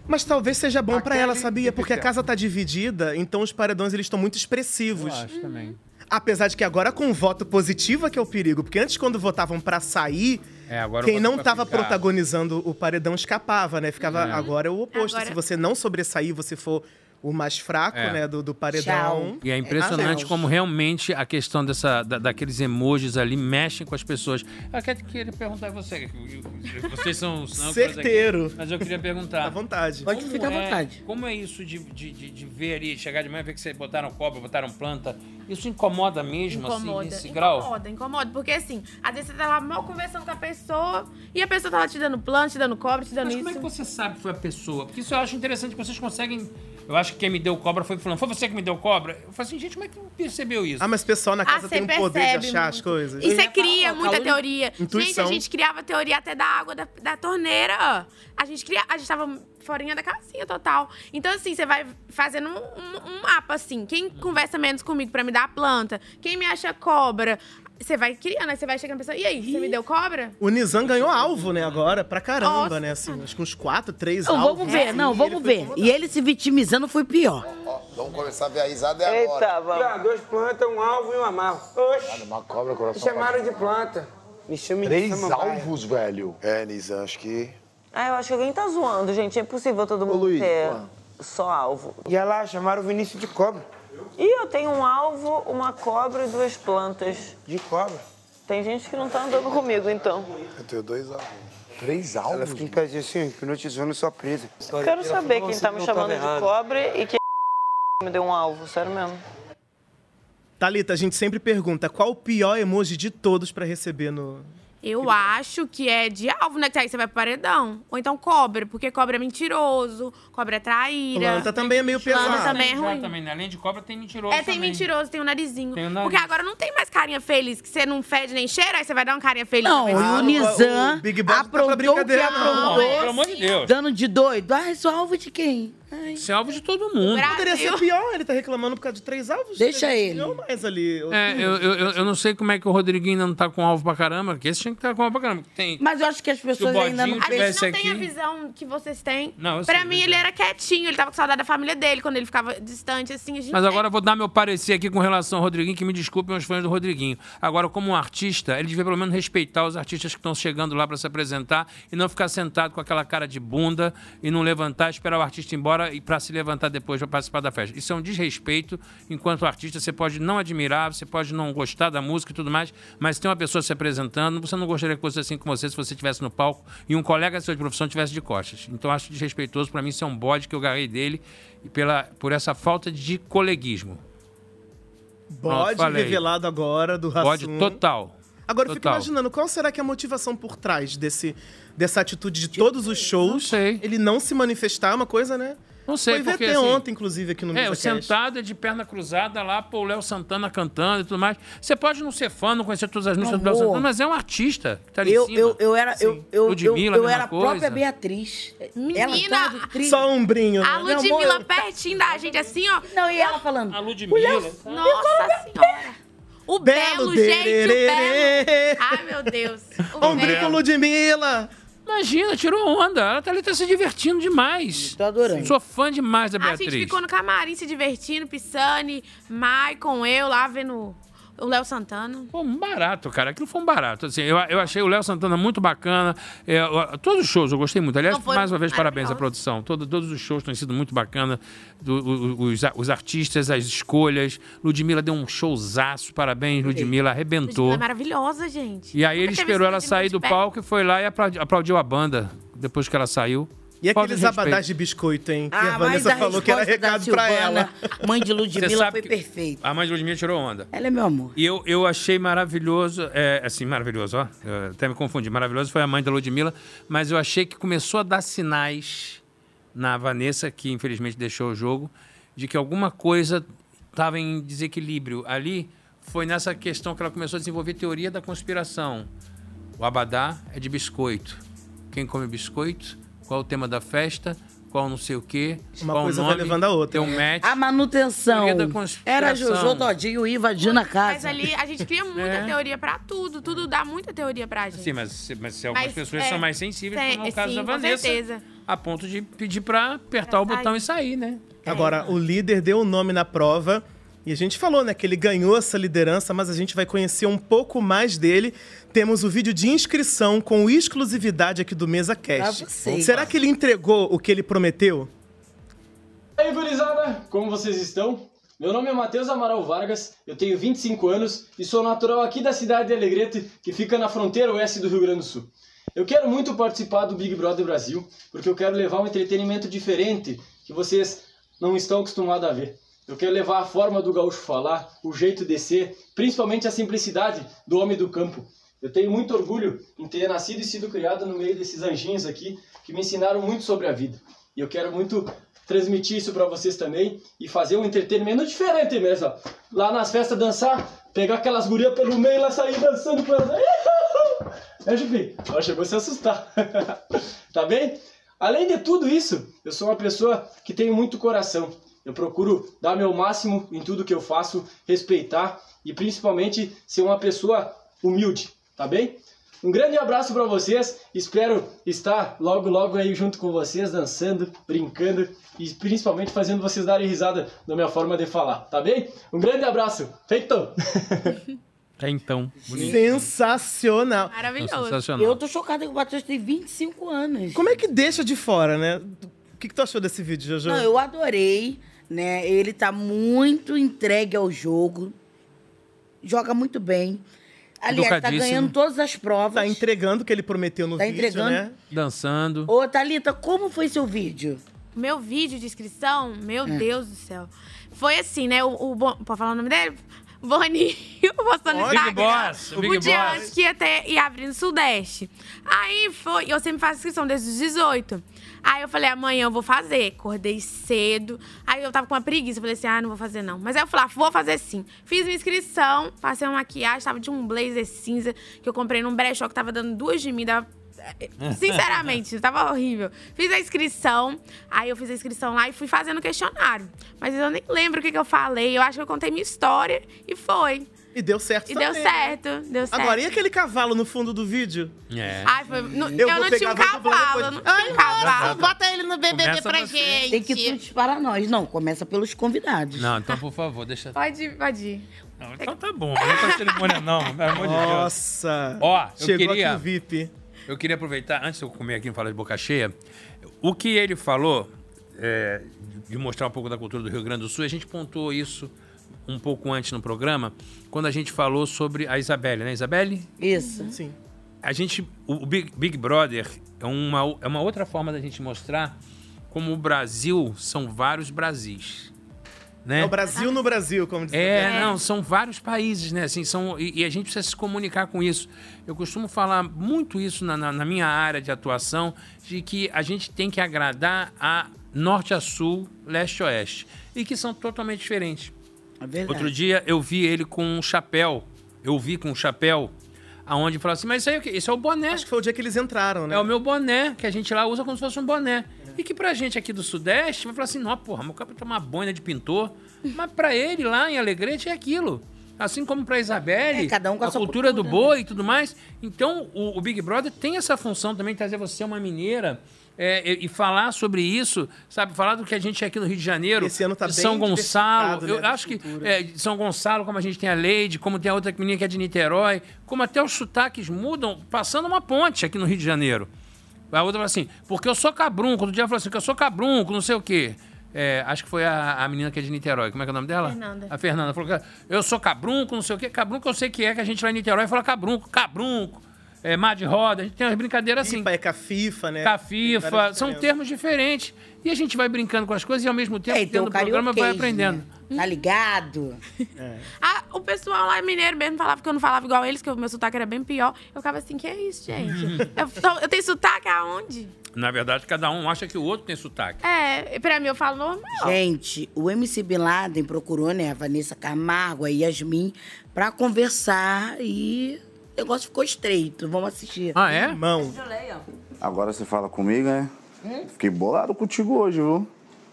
Mas talvez seja bom pra Raquel ela, e sabia? Porque a Pitel. casa tá dividida, então os paredões eles estão muito Eu expressivos. acho também. Apesar de que agora com o voto positivo é que é o perigo, porque antes quando votavam pra sair, É, agora quem eu não boto pra tava ficar. protagonizando o paredão escapava, né? Ficava Uhum. agora é o oposto. Agora- Se você não sobressair, você for o mais fraco, É. né, do, do paredão. E é impressionante Ah, como realmente a questão dessa, da- daqueles emojis ali mexem com as pessoas. Eu quero que ele perguntar a você. Vocês são. são Certeiro. Mas eu queria perguntar. À vontade. Pode Como ficar à é- vontade. Como é isso de, de, de, de ver ali, chegar de manhã e ver que vocês botaram cobra, botaram planta? Isso incomoda mesmo, Incomoda, assim, nesse grau? incomoda, incomoda, porque assim, às vezes você tá lá mal conversando com a pessoa e a pessoa tá lá te dando plano, te dando cobra, te dando Mas isso. como é que você sabe que foi a pessoa? Porque isso eu acho interessante, que vocês conseguem... Eu acho que quem me deu cobra foi fulano. Foi você que me deu cobra? Eu falo assim, gente, como é que percebeu isso? Ah, mas o pessoal na casa Ah, tem um você poder de percebe achar muito. as coisas. E Eu você ia cria falar, ó, muita calor- teoria. Gente, a Intuição. gente criava teoria até da água da, da torneira. A gente cria, a gente tava forinha da casinha total. Então, assim, você vai fazendo um, Uhum. um- um mapa, assim. Quem conversa menos comigo pra me dar a planta? Quem me acha cobra? Você vai criando, aí você vai chegando na pessoa. E aí, você me deu cobra? O Nizam ganhou alvo, né, agora, pra caramba, né? Assim, acho que uns quatro, três Não, alvos. vamos ver, assim, não, e vamos ele foi ver. incomodado. E ele se vitimizando foi pior. Ó, vamos começar a ver a risada é Eita, agora. vamos. Ah, dois plantas, um alvo e um amarro. Oxi. Uma cobra, coração. chamaram de planta. Me chamem Três alvos, velho. É, Nizam, acho que... eu acho que alguém tá zoando, gente. É impossível todo mundo ter só alvo. E olha lá, chamaram o Vinícius de cobra. Ih, eu tenho um alvo, uma cobra e duas plantas. De cobra? Tem gente que não tá andando comigo, então. Eu tenho dois alvos. Três alvos? Ela fica em pé assim, hipnotizando sua presa. Quero saber assim quem tá me chamando de cobra e quem [laughs] me deu um alvo, sério mesmo. Thalita, a gente sempre pergunta qual o pior emoji de todos pra receber no. Eu acho que é de alvo, né? Que aí você vai pro paredão. Ou então cobra, porque cobra é mentiroso, cobra é traíra. Planta também é meio pesado. Planta também é ruim. Também, né? além de cobra, tem tá mentiroso. É, tem também. mentiroso, tem o narizinho. Tem o nariz. Porque agora não tem mais carinha feliz, que você não fede nem cheira, aí você vai dar uma carinha feliz. Não, também. e o Nizam tá aprontou o que tá brincadeira, não. aprontou. Não, pelo amor de Deus. Dando de doido. Ah, isso é alvo de quem? Isso é alvo de todo mundo. Poderia ser pior, ele tá reclamando por causa de três alvos. Deixa Três ele. Não mais ali. É, eu, eu, eu- eu não sei como é que o Rodriguinho ainda não tá com alvo pra caramba, porque esse tinha que estar com alvo pra caramba. Tem... Mas eu acho que as pessoas ainda não A gente tivesse não tem a aqui- visão que vocês têm. Não, eu pra sei, mim, ele era quietinho, ele tava com saudade da família dele quando ele ficava distante, assim. A gente Mas agora eu vou dar meu parecer aqui com relação ao Rodriguinho, que me desculpem os fãs do Rodriguinho. Agora, como um artista, ele devia pelo menos respeitar os artistas que estão chegando lá para se apresentar e não ficar sentado com aquela cara de bunda e não levantar, esperar o artista ir embora e para se levantar depois para participar da festa. Isso é um desrespeito enquanto artista. Você pode não admirar, você pode não gostar da música e tudo mais, mas se tem uma pessoa se apresentando, você não gostaria que fosse assim com você se você estivesse no palco e um colega seu de profissão estivesse de costas. Então acho desrespeitoso, para mim isso é um bode que eu garrei dele e pela, por essa falta de coleguismo. Bode Pronto, falei. revelado agora do Rassum. Bode total. Agora eu fico Total. imaginando qual será que é a motivação por trás desse, dessa atitude de todos os shows. Não sei. Ele não se manifestar é uma coisa, né? Não sei, Foi porque, VT assim, ontem, inclusive, aqui no É, o MesaCast. sentado é de perna cruzada lá, pô, o Léo Santana cantando e tudo mais. Você pode não ser fã, não conhecer todas as músicas do Léo Amor. Santana, mas é um artista que tá ali em Eu, cima. eu, eu era, eu, Sim. eu, eu, Ludmilla, eu mesma era a própria coisa. Beatriz. tá um Menina, Só ombrinho. A né? Ludmilla Meu amor, pertinho da gente, assim, ó. Não, e ela falando. A Ludmilla. Nossa senhora. O belo, gente, o tererê. belo. Ai, meu Deus. [laughs] O Ombrinho com Ludmilla. Imagina, tirou onda. Ela tá ali tá se divertindo demais. Tô adorando. Sou fã demais da A Beatriz. gente ficou no camarim se divertindo, Pisani, Maicon, eu lá vendo o Léo Santana. Pô, um barato, cara. Aquilo foi um barato. Assim, eu, eu achei o Léo Santana muito bacana. É, ó, todos os shows eu gostei muito. Aliás, Não, foram mais uma vez, parabéns à produção. Todo- todos os shows têm sido muito bacana. Do- o- o- os, a- os artistas, as escolhas. Ludmilla deu um showzaço. Parabéns, Ludmilla. Arrebentou. Ela é maravilhosa, gente. E aí ele Nunca teve esperou ela esse nível sair de do pé. palco e foi lá e aplaudi- aplaudiu a banda depois que ela saiu. E Falta aqueles de respeito. abadás de biscoito, hein? Que Ah, a mas Vanessa a falou que era resposta da recado pra ela. Silvana, Mãe de Você Ludmilla sabe foi que- perfeita. A mãe de Ludmilla tirou onda. Ela é meu amor. E eu, eu achei maravilhoso, é, assim, maravilhoso, ó. eu até me confundi. Maravilhoso foi a mãe da Ludmilla, mas eu achei que começou a dar sinais na Vanessa, que infelizmente deixou o jogo, de que alguma coisa estava em desequilíbrio. Ali foi nessa questão que ela começou a desenvolver teoria da conspiração. O abadá é de biscoito. Quem come biscoito? Qual o tema da festa? Qual não sei o quê? Uma qual coisa o vai é um nome? levando a outra. né? Tem um match. A manutenção. Teoria da conspiração. Era Jojo Todinho invadindo a casa. Mas ali a gente cria muita É. teoria pra tudo. Tudo dá muita teoria pra gente. Sim, mas, mas se algumas Mas, pessoas é, são mais sensíveis, tem- como é o caso sim, da com Vanessa. certeza. A ponto de pedir pra apertar o botão e sair, né? É. Agora, o líder deu o nome na prova. E a gente falou, né, que ele ganhou essa liderança, mas a gente vai conhecer um pouco mais dele. Temos o vídeo de inscrição com exclusividade aqui do Mesa Cast. Pra vocês. Será que ele entregou o que ele prometeu? E aí, gurizada, como vocês estão? Meu nome é Matheus Amaral Vargas, eu tenho 25 anos e sou natural aqui da cidade de Alegrete, que fica na fronteira oeste do Rio Grande do Sul. Eu quero muito participar do Big Brother Brasil, porque eu quero levar um entretenimento diferente que vocês não estão acostumados a ver. Eu quero levar a forma do gaúcho falar, o jeito de ser, principalmente a simplicidade do homem do campo. Eu tenho muito orgulho em ter nascido e sido criado no meio desses anjinhos aqui que me ensinaram muito sobre a vida. E eu quero muito transmitir isso para vocês também e fazer um entretenimento diferente mesmo. ó. Lá nas festas dançar, pegar aquelas gurias pelo meio e lá sair dançando com elas. [laughs] É, Jupi, ela chegou a se assustar. [laughs] tá bem? Além de tudo isso, eu sou uma pessoa que tem muito coração. Eu procuro dar meu máximo em tudo que eu faço, respeitar e principalmente ser uma pessoa humilde, tá bem? Um grande abraço para vocês. Espero estar logo logo aí junto com vocês dançando, brincando e principalmente fazendo vocês darem risada da minha forma de falar, tá bem? Um grande abraço. Feito. É então. Bonito. Sensacional. Tá Maravilhoso. Eu tô chocada que o Matheus tem 25 anos. Como é que deixa de fora, né? O que, que tu achou desse vídeo, Jojo? Não, eu adorei, né? Ele tá muito entregue ao jogo. Joga muito bem. Aliás, tá Educadíssimo. ganhando todas as provas. Tá entregando o que ele prometeu no Tá vídeo, entregando. né? Dançando. Ô, Thalita, como foi seu vídeo? Meu vídeo de inscrição, meu É. Deus do céu. Foi assim, né? O, o Bon- pode falar o nome dele? [laughs] Boninho postando Pode, Instagram. boss, o Big dia Boss. antes que ia, ter, ia abrir no Sudeste. Aí foi, eu sempre faço inscrição desde os 18. Aí eu falei, amanhã eu vou fazer. Acordei cedo. Aí eu tava com uma preguiça. Eu falei assim, ah, não vou fazer não. Mas aí eu falei, ah, vou fazer sim. Fiz minha inscrição, passei uma maquiagem, tava de um blazer cinza que eu comprei num brechó que tava dando duas de mim, dava É. [laughs] Sinceramente, tava horrível. Fiz a inscrição, aí eu fiz a inscrição lá e fui fazendo o questionário. Mas eu nem lembro o que, que eu falei. Eu acho que eu contei minha história e foi. E deu certo E também, deu né? certo, deu certo. Ah, Agora, e aquele cavalo no fundo do vídeo? É. Ai, foi. não- Eu eu vou não tinha um pegar, vou dublar cavalo, depois. eu não tinha um cavalo. nossa, ele no BBB Começa pra você. gente. Tem que um tu disparar nós. Não, começa pelos convidados. Não, então, por favor, [laughs] deixa. Pode ir, pode ir. Não, então tá bom, não né? faz cerimônia não, pelo amor de Deus. Nossa. Ó, eu Chegou queria... aqui o VIP. Eu queria aproveitar, antes de eu comer aqui e falar de boca cheia, o que ele falou, é, de mostrar um pouco da cultura do Rio Grande do Sul, a gente pontuou isso um pouco antes no programa, quando a gente falou sobre a Isabelle, né, Isabelle? Isso. Sim. A gente, o o Big, Big Brother é uma, é uma outra forma da gente mostrar como o Brasil são vários Brasis. Né? É o Brasil no Brasil, como diz É, a não, são vários países, né? Assim, são, e, e a gente precisa se comunicar com isso. Eu costumo falar muito isso na, na- na minha área de atuação, de que a gente tem que agradar a norte a sul, leste a oeste, e que são totalmente diferentes. É verdade. Outro dia eu vi ele com um chapéu, eu vi com um chapéu, aonde falava assim, mas isso aí é o quê? Isso é o boné. Acho que foi o dia que eles entraram, né? É o meu boné, que a gente lá usa como se fosse um boné. E que pra gente aqui do Sudeste, vai falar assim, não, porra, meu capa tá uma boina de pintor. Mas pra ele lá em Alegrete é aquilo. Assim como pra Isabelle, cada um com a a sua cultura do cultura, boi e tudo mais. Então, o, o Big Brother tem essa função também, de trazer você uma mineira é, e, e falar sobre isso, sabe? Falar do que a gente é aqui no Rio de Janeiro, Esse ano tá de bem São Gonçalo. diversificado, né, Eu das acho que é, de São Gonçalo, como a gente tem a Leide, como tem a outra menina que é de Niterói, como até os sotaques mudam passando uma ponte aqui no Rio de Janeiro. A outra fala assim, porque eu sou cabrunco. Outro dia ela falou assim, que eu sou cabrunco, não sei o quê. É, acho que foi a, a menina que é de Niterói. Como é que é o nome dela? Fernanda. A Fernanda falou que eu sou cabrunco, não sei o quê. Cabrunco eu sei que é, que a gente lá em Niterói fala cabrunco, cabrunco. É, mar de roda, a gente tem umas brincadeiras assim. FIFA, é cafifa, né? Tem Cafifa, várias são diferenças. termos diferentes. E a gente vai brincando com as coisas e ao mesmo tempo, É, e tem tendo o o programa, vai carioquês, aprendendo. né? Tá ligado? É. Ah, o pessoal lá mineiro mesmo falava que eu não falava igual eles, que o meu sotaque era bem pior. Eu ficava assim, que é isso, [laughs] gente? eu, tô- eu tenho sotaque aonde? Na verdade, cada um acha que o outro tem sotaque. É, pra mim eu falo normal. Gente, o MC Bin Laden procurou, né, a Vanessa Camargo, a Yasmin, pra conversar e o negócio ficou estreito. Vamos assistir. Ah, é? Mão. Agora você fala comigo, né? Hum? Fiquei bolado contigo hoje, viu?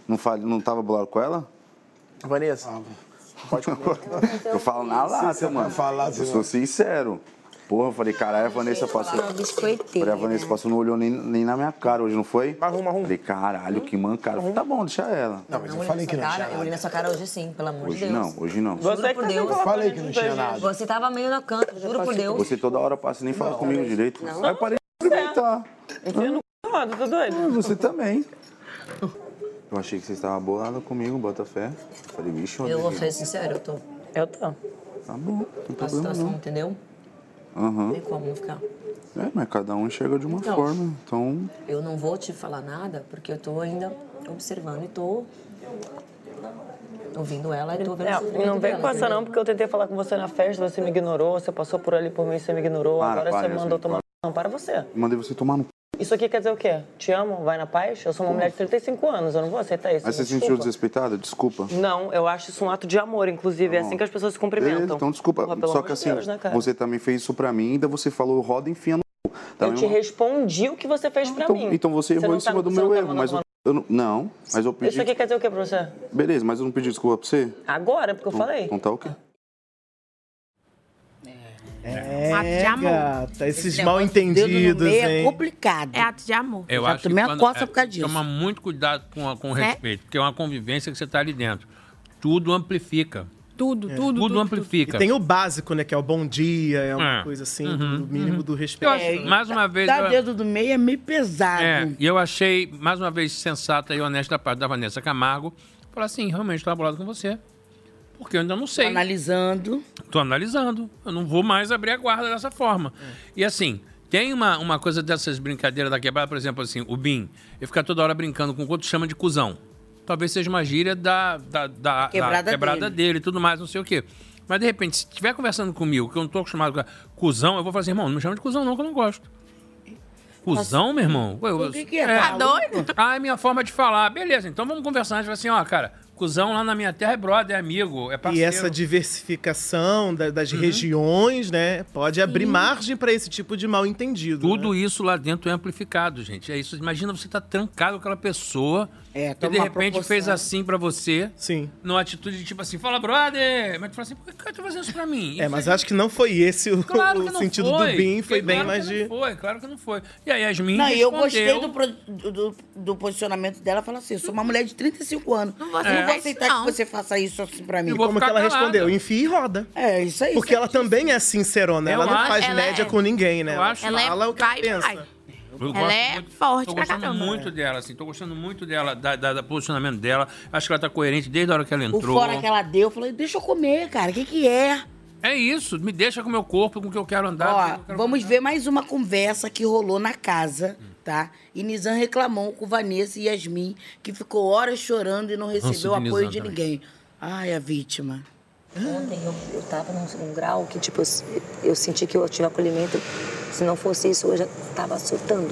Não, fal... não tava bolado com ela? Vanessa, pode Eu falo na lata, Sincero, mano. falar, eu sou sincero. Porra, eu falei, caralho, a Vanessa passou. Falei, a né?" Vanessa passou, não olhou nem, nem na minha cara hoje, não foi? Marrom, marrom. Falei, caralho, que mancada. Eu Falei, tá bom, deixa ela. Não, mas Eu olhei na sua cara- Eu olhei na sua cara hoje sim, pelo amor de Hoje Deus. não, hoje não. Juro tá por Deus. Eu falei que não tinha nada. Você tava meio no canto, juro por Deus. Você toda hora passa e nem fala comigo direito. Aí eu parei de experimentar. Eu não tá Mano, tô doido. você também. Eu achei que você estava bolada comigo, bota fé. Eu falei, bicho, Eu vou ser sincero, eu tô. Eu tô. Tá bom, não tem A problema situação, não. entendeu? Aham. Não tem como não ficar. É, mas cada um enxerga de uma Então. forma. Então, Eu não vou te falar nada porque eu tô ainda observando e tô ouvindo ela e tô vendo o É, sofrimento não vem dela, com essa entendeu? não, porque eu tentei falar com você na festa, você me ignorou, você passou por ali por mim, você me ignorou, Para, agora para, você Yasmin, mandou tomar... para. Não, para você. mandei você tomar no c. Isso aqui quer dizer o quê? Te amo, vai na paz? Eu sou uma mulher de 35 anos, eu não vou aceitar isso. Aí você me se sentiu desculpa. desrespeitada? Desculpa. Não, eu acho isso um ato de amor, inclusive. É assim que as pessoas se cumprimentam. Beleza, então desculpa. Porra, pelo Só amor que de assim, Deus, né, cara? você também fez isso pra mim, ainda você falou roda e enfia no c. Eu Também te tá uma- respondi o que você fez pra mim. Então você errou não em tá- cima do você não meu tá erro, mas eu mandando Eu não, não, mas eu pedi. Isso aqui quer dizer o que pra você? Beleza, mas eu não pedi desculpa pra você? Agora, porque eu Então- falei. Então tá ok. É, Ato de amor. gata, esses Esse mal negócio do dedo no entendidos, meio é hein? complicado. É ato de amor. Eu acho que quando- é, Toma muito cuidado com, a- com o É. respeito, porque é uma convivência que você está ali dentro. Tudo amplifica. Tudo, É. tudo, tudo. Tudo amplifica. E tem o básico, né? Que é o bom dia, é uma É. coisa assim, Uhum, do mínimo do respeito. É, acho- mais uma vez, Dar eu- dedo do meio é meio pesado. É, e eu achei, mais uma vez, sensata e honesta da parte da Vanessa Camargo. Falar assim, realmente estou abalado com você. Porque eu ainda não sei. Analisando. Estou analisando. Eu não vou mais abrir a guarda dessa forma. E assim, tem uma, uma coisa dessas brincadeiras da quebrada, por exemplo, assim, o Bim, ele fica toda hora brincando com o quanto chama de cuzão. Talvez seja uma gíria da, da, da- da Quebrada quebrada dele e tudo mais, não sei o quê. Mas, de repente, se estiver conversando comigo, que eu não estou acostumado com a cuzão, eu vou falar assim, irmão, não me chama de cuzão não, que eu não gosto. Cusão, meu irmão? Ué, eu- O que que é? Tá doido? Ah, é minha forma de falar. Beleza, então vamos conversar. A gente vai assim, ó, cara, cuzão lá na minha terra é brother, é amigo, é E parceiro. essa diversificação da- das Uhum. regiões, né? Pode abrir Sim. margem para esse tipo de né? mal entendido. Tudo isso lá dentro é amplificado, gente. É isso. Imagina você tá trancado com aquela pessoa é, que toma de uma repente proporção. fez assim pra você. Sim. Numa atitude de tipo assim, fala, brother! Mas tu fala assim, por que tu tá fazendo isso pra mim? É, mas eu acho que não foi esse o, Claro o que não sentido foi. do BIM, foi Claro bem que mais não de. Foi, claro que não foi. E aí, Yasmin Não, e eu gostei respondeu. do, pro- do, do- do posicionamento dela. Falar assim, eu sou uma mulher de 35 anos. Não vou aceitar não vou isso, aceitar que você faça isso assim pra mim. E como que ela respondeu? Enfia e roda. É, isso aí. Porque ela também é sincerona, Eu ela não acho- faz ela média é- com ninguém, né? eu acho- Ela é fala o que ela vai, pensa. vai. Eu Ela gosto é muito, forte Tô pra gostando caramba. muito dela, assim. Tô gostando muito dela, da, da- da posicionamento dela. Acho que ela tá coerente desde a hora que ela O entrou. fora que ela deu, eu falei, deixa eu comer, cara. O que que é? É isso. Me deixa com o meu corpo, com o que eu quero andar. com o que eu Ó, quero vamos ver mais uma conversa que rolou na casa, tá? E Nizam reclamou com Vanessa e Yasmin, que ficou horas chorando e não recebeu de apoio Nizam de também. ninguém. Ai, a vítima. Ontem eu, eu tava num, num grau que, tipo, eu, s- eu senti que eu tive acolhimento. Se não fosse isso, eu já tava surtando.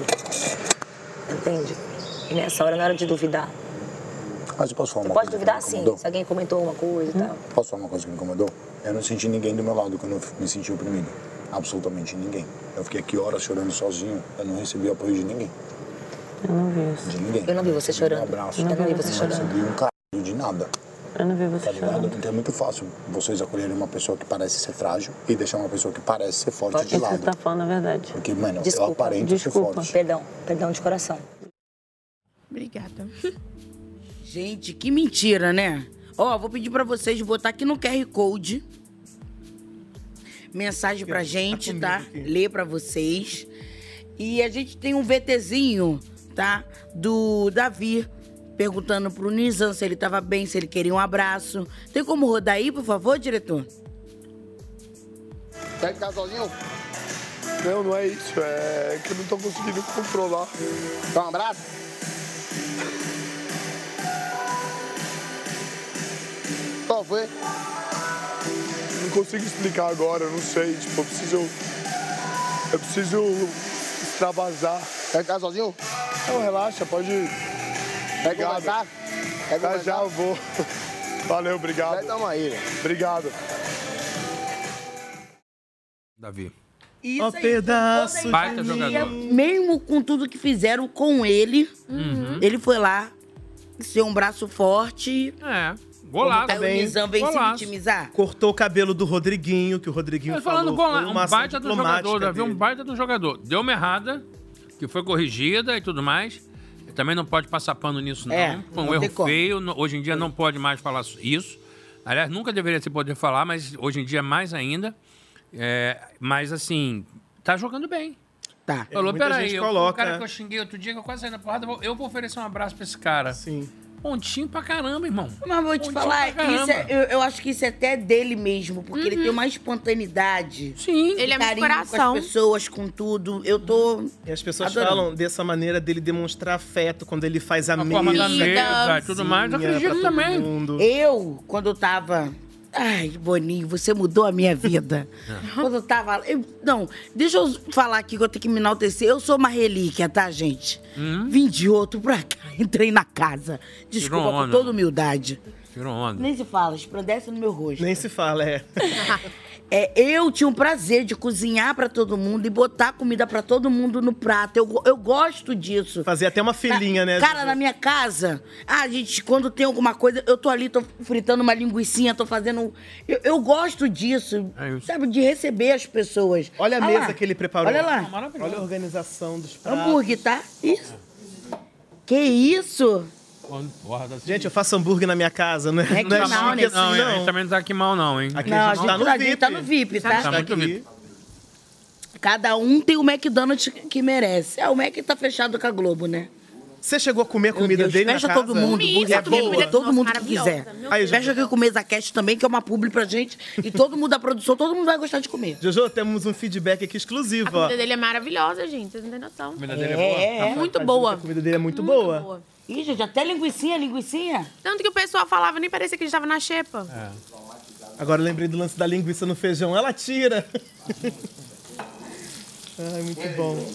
Entende? E nessa hora, na hora de duvidar. Mas eu posso falar Tu uma pode coisa que duvidar me sim, incomodou? se alguém comentou alguma coisa e tal. Posso falar uma coisa que me incomodou? Eu não senti ninguém do meu lado quando eu me senti oprimido. Absolutamente ninguém. Eu fiquei aqui horas chorando sozinho. Eu não recebi apoio de ninguém. Eu não vi isso. De ninguém. Eu não vi você chorando. Um abraço. Eu não vi você Eu chorando. recebi um caralho de nada. Eu não vi você Tá ligado? Então é muito fácil vocês acolherem uma pessoa que parece ser frágil e deixar uma pessoa que parece ser forte de lado. tá falando a verdade. Porque, mano, eu Desculpa, aparento ser desculpa. forte. Perdão, perdão de coração. Obrigada. Gente, que mentira, né? Ó, vou pedir pra vocês botar aqui no QR Code. Mensagem pra gente, tá? Ler pra vocês. E a gente tem um VTzinho, tá? Do Davi perguntando pro Nizam se ele tava bem, se ele queria um abraço. Tem como rodar aí, por favor, diretor? Tá em casa sozinho? Não, não é isso. É que eu não tô conseguindo controlar. Dá um abraço? Qual foi? Não consigo explicar agora, eu não sei. Tipo, eu preciso. Eu preciso extravasar. Tá em casa sozinho? Não, relaxa, pode ir. Obrigado. já, já eu vou. [laughs] Valeu, obrigado. Vai tomar aí. Obrigado. Davi. Isso Ó, pedaço de Baita jogador. Mesmo com tudo que fizeram com ele, Uhum. ele foi lá ser um braço forte. É. Como tá, o Nizam vem se vitimizar. Cortou o cabelo do Rodriguinho, que o Rodriguinho Eu falando falou, gola- foi uma um ação baita do diplomática jogador, Davi, dele. um baita do jogador. Deu uma errada, que foi corrigida e tudo mais. Também não pode passar pano nisso, não. É, Foi não um tem erro como. feio. no- Hoje em dia não pode mais falar isso. Aliás, nunca deveria se poder falar, mas hoje em dia mais ainda. É, mas assim, tá jogando bem. Tá. Falou, É, muita peraí, gente eu- o coloca, cara né? que eu xinguei outro dia, que eu quase saí na porrada, eu vou- eu vou oferecer um abraço pra esse cara. Sim. Pontinho pra caramba, irmão. Mas vou te Pontinho falar, pra isso é- caramba. Uhum. eu, eu acho que isso é até dele mesmo, porque ele tem uma espontaneidade. um Sim, Ele é muito Com coração. as pessoas, com tudo. Eu tô. E as pessoas Adorando. falam dessa maneira dele demonstrar afeto quando ele faz a, mesa. é forma da mesa e tudo mais, eu acredito pra todo também. mundo. Eu, quando eu tava. Ai, Boninho, você mudou a minha vida. É. Quando eu tava. eu- não, deixa eu falar aqui que eu tenho que me enaltecer. Eu sou uma relíquia, tá, gente? Vim de outro pra cá, [laughs] entrei na casa. Desculpa, Hum? Tirou com onda. né? toda humildade. Tirou onda. Nem se fala, esprandece no meu rosto. Nem se fala, é. [laughs] É, eu tinha o prazer de cozinhar pra todo mundo e botar comida pra todo mundo no prato. Eu, go- eu gosto disso. Tá, Fazer até uma filinha, né? Cara, na minha casa, ah, gente, quando tem alguma coisa, eu tô ali, tô fritando uma linguiçinha, tô fazendo. um, Eu, eu gosto disso, sabe, de receber as pessoas. Olha a mesa que ele preparou. Olha Tá lá. Maravilhoso. Olha a organização dos pratos. Hambúrguer, tá? Isso. Que isso? Gente, eu faço hambúrguer na minha casa, né? É que não é não, chique né? assim, Não, a gente não. também não tá aqui mal, não, hein? Aqui Não, a gente tá no VIP, tá no VIP, tá? Tá muito VIP. Cada um tem o McDonald's que merece. É, o Mac tá fechado com a Globo, né? Você chegou a comer a comida dele na Fecha casa? todo mundo, Comi, burger é todo boa. mundo, todo mundo que Maravilhosa, quiser. meu Aí, Deus. Fecha aqui com o Mesa Cast também, que é uma publi pra gente. E todo mundo da produção, todo mundo vai gostar de comer. Jojo, temos um feedback aqui exclusivo, A ó. comida dele é maravilhosa, gente. Vocês não têm noção. A comida dele é boa? É, é. muito Tá boa. dizendo que a comida dele é muito boa. Ih, gente, até linguiçinha, linguiçinha. Tanto que o pessoal falava, nem parecia que a gente tava na xepa. É. Agora eu lembrei do lance da linguiça no feijão. Ela tira. Ai, muito bom.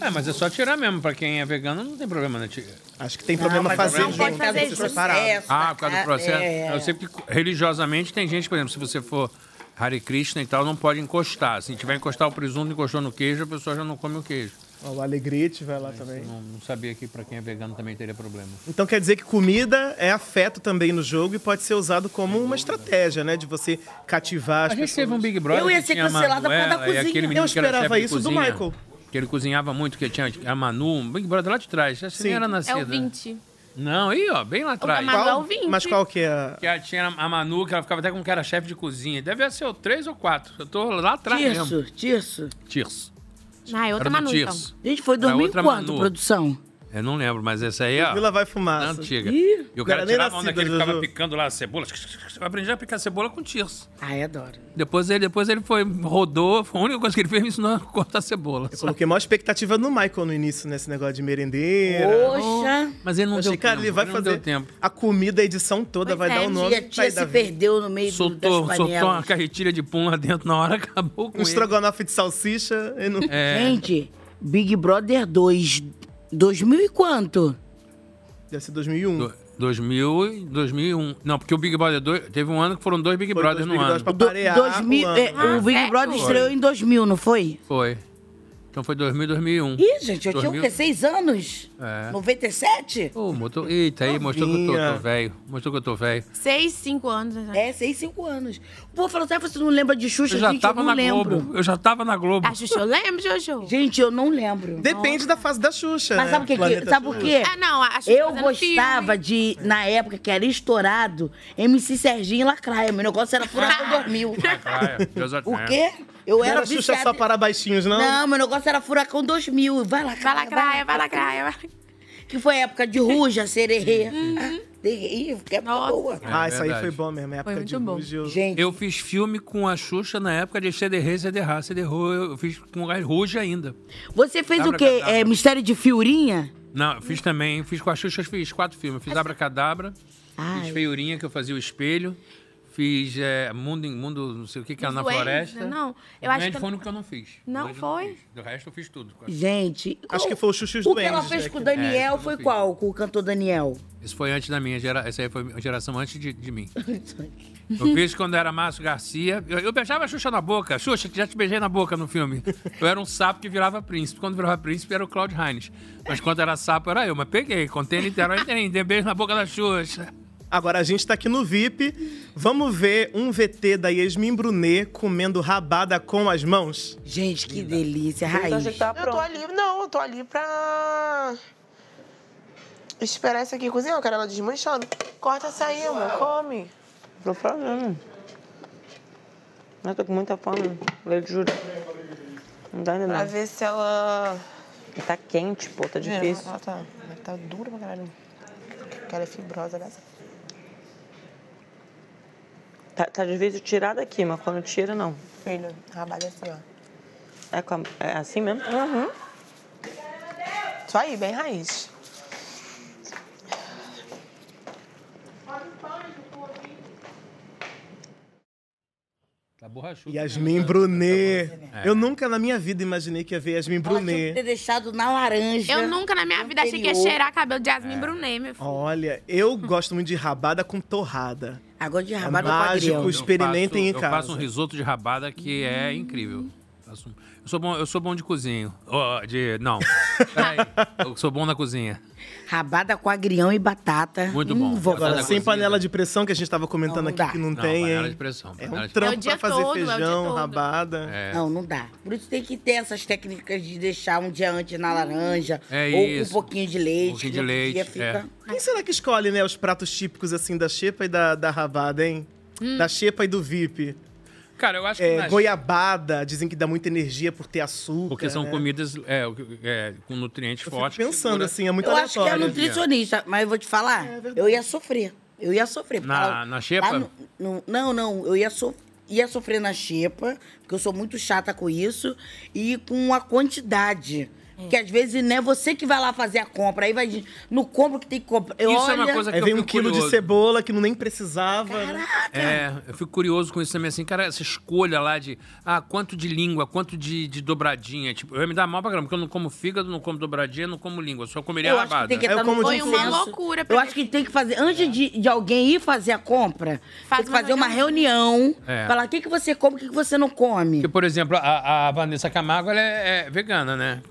É, mas é só tirar mesmo. Pra quem é vegano, não tem problema, né? Tira. Acho que tem problema fazer junto, tem que ser separado. Ah, por causa do processo? É. Eu sei que religiosamente tem gente, por exemplo, se você for Hare Krishna e tal, não pode encostar. Se tiver encostar o presunto, encostou no queijo, a pessoa já não come o queijo. Ó, o Alegrete vai lá também. Não, não sabia que pra quem é vegano também teria problema. Então quer dizer que comida é afeto também no jogo e pode ser usado como uma estratégia, né? De você cativar as A gente pessoas. teve um Big Brother que tinha a Manuela e Aquele menino Eu que era chefe esperava de isso do cozinha, Michael. Que ele cozinhava muito, que tinha a Manu, um Big Brother lá de trás. Essa Sim. nem era É nascida. o 20. Não, aí, ó, bem lá atrás. Manu é o 20. Mas qual que é? Que a- tinha a Manu, que ela ficava até como que era chefe de cozinha. Deve ser o 3 ou 4. Eu tô lá atrás Tirso, mesmo. Tirso. Tirso. Ah, é outra Era do Manu, então. Tirso. Gente, foi É dormir outra quanto, Manu. produção? Eu não lembro, mas essa aí, ó. Vila vai fumar. Antiga. Ih, e o cara não era nem tirava onda nascida, que ele ficava Juju. picando lá a cebola. Eu aprendi a picar cebola com tirso. Ai, Ah, adoro. Depois ele, depois ele foi, rodou. Foi a única coisa que ele fez me ensinou a cortar cebola. Eu coloquei maior expectativa no Michael no início, nesse negócio de merendeira. Poxa. Mas ele não Achei, deu cara, tempo, ele vai ele não fazer deu tempo. a comida, a edição toda, vai dar o nome. A vai tia dar um se vida. perdeu no meio do, das Soltou, soltou uma panelas. carretilha de pum lá dentro na hora, acabou com Um ele. estrogonofe de salsicha. e [laughs] não- É. Gente, Big Brother 2, 2000 e quanto? Deve ser 2001. 2000 e 2001. Não, porque o Big Brother 2, teve um ano que foram dois Big Foram Brothers dois no Big ano. Brothers pra parear. 2000, é, o Big Brother estreou em 2000, não foi? Foi. Então foi 2000 2001. Ih, gente, eu tinha 2000. 16 anos. um. É. 97? Pô, motor... Eita, aí mostrou que eu tô, Novinha. tô velho. Mostrou que eu tô velho. Seis, cinco anos. né? É, 6, 5 anos. O povo falou, até você não lembra de Xuxa? Eu já gente, tava eu não na lembro. Ah, Globo. Eu já tava na Globo. A Xuxa, [laughs] eu lembro, Jojo. Gente, eu não lembro. Depende da fase da Xuxa. Mas né? sabe o que, que Planeta sabe por Xuxa. quê? Ah, não, a Xuxa eu fazendo gostava de, na época que era estourado, MC Serginho e Lacraia. Meu negócio era Furacão 2000. é O quê? Eu Não era, era Xuxa viciada só para baixinhos, não? Não, meu negócio era Furacão 2000. Vai lá, vai lá, craia, vai lá, craia. Que foi a época de Ruja, [laughs] Sererê. Uhum. Ah, Ih, que época boa. Ah, isso aí É verdade. foi bom mesmo. é Época de Ruge. Gente. Eu fiz filme com a Xuxa na época de CDR e CDR. CDR eu fiz com a Ruge ainda. Você fez o quê? Abracadabra. É, Mistério de Fiorinha? Não, eu fiz também. Fiz com a Xuxa, eu fiz quatro filmes. Fiz Abracadabra, fiz Feiurinha, que eu fazia o espelho. Fiz eh, Mundo em Mundo, não sei o que, que era na Duende, floresta. né? Não, eu O acho Duende que eu- foi o único que eu não fiz. Não Duende eu foi? fiz. Do resto eu fiz tudo. Gente. Acho o- que foi o Xuxa e os O que ela Duendes, fez né, com o que- Daniel É, eu foi fiz. qual? Com o cantor Daniel? Isso foi antes da minha geração. Essa aí foi a geração antes de, de [laughs] mim. Eu fiz quando era Márcio Garcia. Eu, eu beijava a Xuxa na boca. Xuxa, já te beijei na boca no filme. Eu era um sapo que virava príncipe. Quando virava príncipe, era o Claudio Heinz. Mas quando era sapo, era eu. Mas peguei, contei literalmente, tem, dei beijo na boca da Xuxa. Agora a gente tá aqui no VIP. Vamos ver um VT da Yasmin Brunet comendo rabada com as mãos? Gente, que delícia, Então, eu tô ali, não, eu tô ali pra esperar isso aqui cozinhar. Eu quero ela desmanchando. Corta essa aí, amor, come. Não tem problema. Eu tô com muita fome, eu juro. Não dá nem Pra nada. ver se ela... Tá quente, pô, tá difícil. Ela tá, ela tá dura pra caralho. Porque ela é fibrosa, graças Tá, tá difícil tirar daqui, mas quando tira, não. Filho, rabada é assim, ó. É, com a- é assim mesmo? Uhum. Só aí, bem raiz. Tá borrachudo. Yasmin Brunet. É. Eu nunca na minha vida imaginei que ia ver Yasmin Tinha que ter Brunet. deixado na laranja. Eu nunca na minha vida achei que ia Anterior. É. cheirar cabelo de Yasmin Brunet, meu filho. Olha, eu gosto muito de rabada com torrada. Água de rabada com mágico, agrião. experimentem eu em faço, casa. Eu faço um risoto de rabada que Hum. é incrível. Faço um- Eu sou bom, eu sou bom de cozinha. Ó, de, [laughs] não. Peraí. Eu sou bom na cozinha. Rabada com agrião e batata. Muito Hum, bom. vou- Agora, Agora, sem cozida. panela de pressão que a gente tava comentando aqui que não, Não, tem, panela hein? de pressão, um É panela um de trampo pressão. É pra o dia fazer todo, é o dia feijão, todo. rabada. É. Não, não dá. Por isso tem que ter essas técnicas de deixar um dia antes Hum, na laranja. É ou isso. com um pouquinho de leite. que no é. outro dia fica- Quem será que escolhe, né, os pratos típicos, assim, da xepa e da, da rabada, hein? Hum. Da xepa e do VIP. Cara, eu acho que. É, nas- goiabada, dizem que dá muita energia por ter açúcar. Porque são né? comidas é, é, com nutrientes fortes. que pensando, segura- assim, é muito É Eu acho que é nutricionista, mas eu vou te falar, eu ia sofrer. Eu ia sofrer. porque Na- lá- na xepa? lá no- no- não, não, eu ia, so- ia sofrer na xepa, porque eu sou muito chata com isso, e com a quantidade. Hum. Porque às vezes não é você que vai lá fazer a compra, aí vai no compro que tem que comprar. Eu Isso é uma olha- coisa que Aí eu vem um fico quilo de curioso. cebola que não nem precisava. né? É, eu fico curioso com isso também, assim, cara, essa escolha lá de, ah, quanto de língua, quanto de, de dobradinha, tipo, eu ia me dar mal pra caramba, porque eu não como fígado, não como dobradinha, não como língua, eu só comeria Eu acho rabada. que tem É, que entrar no Foi uma consenso. É loucura pra Eu acho que tem que fazer, antes de, de alguém ir fazer a compra, tem que fazer uma reunião, É. falar o que, que você come, o que, que você não come. Porque, por exemplo, a, a Vanessa Camargo, ela é, é vegana, né?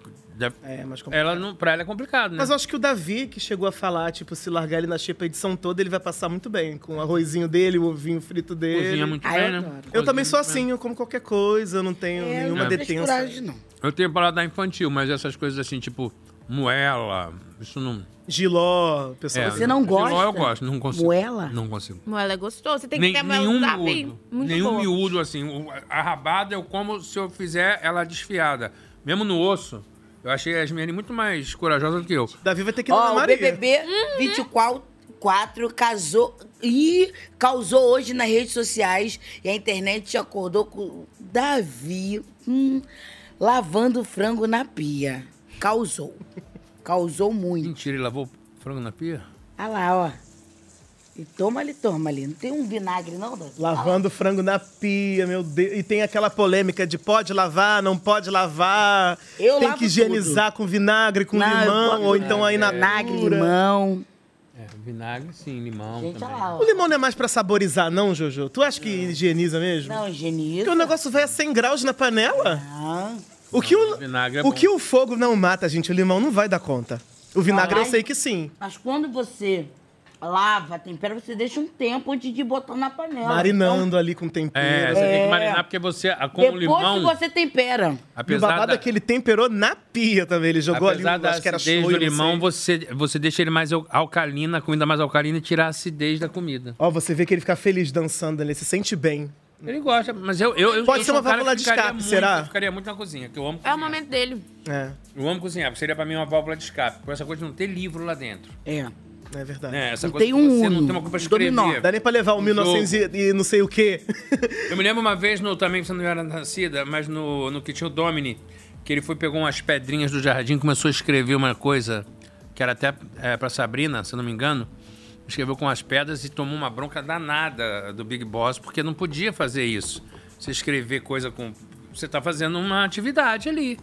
É, mas ela não, pra ela é complicado, né? Mas eu acho que o Davi, que chegou a falar, tipo, se largar ele na xepa a edição toda, ele vai passar muito bem. Com o arrozinho dele, o ovinho frito dele. Cozinha muito Ah, bem, eu né? adoro. Eu também sou assim, eu como qualquer coisa, eu não tenho É, nenhuma não tem detenção. coragem, não. Eu tenho paladar infantil, mas essas coisas assim, tipo, moela, isso não... Giló, pessoal. É, Você não gosta? Giló eu gosto, não consigo. Moela? Não consigo. Moela é gostoso. Você tem que Nem, ter a moela nenhum do Davi. miúdo. Muito nenhum boa. miúdo, assim. O- A rabada eu como se eu fizer ela desfiada. Mesmo no osso. Eu achei a Yasmine muito mais corajosa do que eu. Davi vai ter Ó, o BBB Uhum. 24 casou e causou hoje nas redes sociais e a internet acordou com o Davi hum, lavando frango na pia. Causou. Causou muito. Mentira, ele lavou frango na pia? Olha lá, ó. E toma ali, toma ali. Não tem um vinagre, não, Davi? Lavando frango na pia, meu Deus. E tem aquela polêmica de pode lavar, não pode lavar. Eu tem lavo que higienizar com vinagre, com Não, eu limão, boto ou então aí na vinagre, limão. É, vinagre sim, limão Gente, também. olha lá, ó. O limão não é mais pra saborizar, não, Jojo? Tu acha que higieniza mesmo? Não, higieniza. Porque o negócio vai a 100 graus na panela? O que o, vinagre é o bom. que o fogo não mata, gente, o limão não vai dar conta. O vinagre eu Vai. sei que sim. Mas quando você lava, tempera, você deixa um tempo antes de botar na panela. Marinando ali com tempero. É, você tem que marinar porque você, a- com o Então, Depois limão... que você tempera. E o Apesar babado da- é que ele temperou na pia também. Ele jogou ali, Apesar um- da acho que era acidez shoyu, do não sei. limão, você, você deixa ele mais al- alcalina, a comida mais alcalina e tira a acidez da comida. Ó, você vê que ele fica feliz dançando ali, se sente bem. Ele gosta, mas eu... eu, eu Pode eu ser sou uma um cara válvula que de ficaria escape, muito- será? Eu ficaria muito na cozinha, que eu amo É o momento dele. É. Eu amo cozinhar, porque seria pra mim uma válvula de escape. Por essa coisa de não ter livro lá dentro. É. É verdade. É, essa Não coisa tem que um você Uno, não tem uma culpa de escrever. dominó. Dá nem pra levar o Um 1900 e, e não sei o quê. Eu me lembro uma vez, no, também você não era nascida, mas no, no que tinha o Domini, que ele foi, pegou umas pedrinhas do jardim e começou a escrever uma coisa que era até é, pra Sabrina, se eu não me engano. Escreveu com as pedras e tomou uma bronca danada do Big Boss, porque não podia fazer isso. Você escrever coisa com. Você tá fazendo uma atividade ali.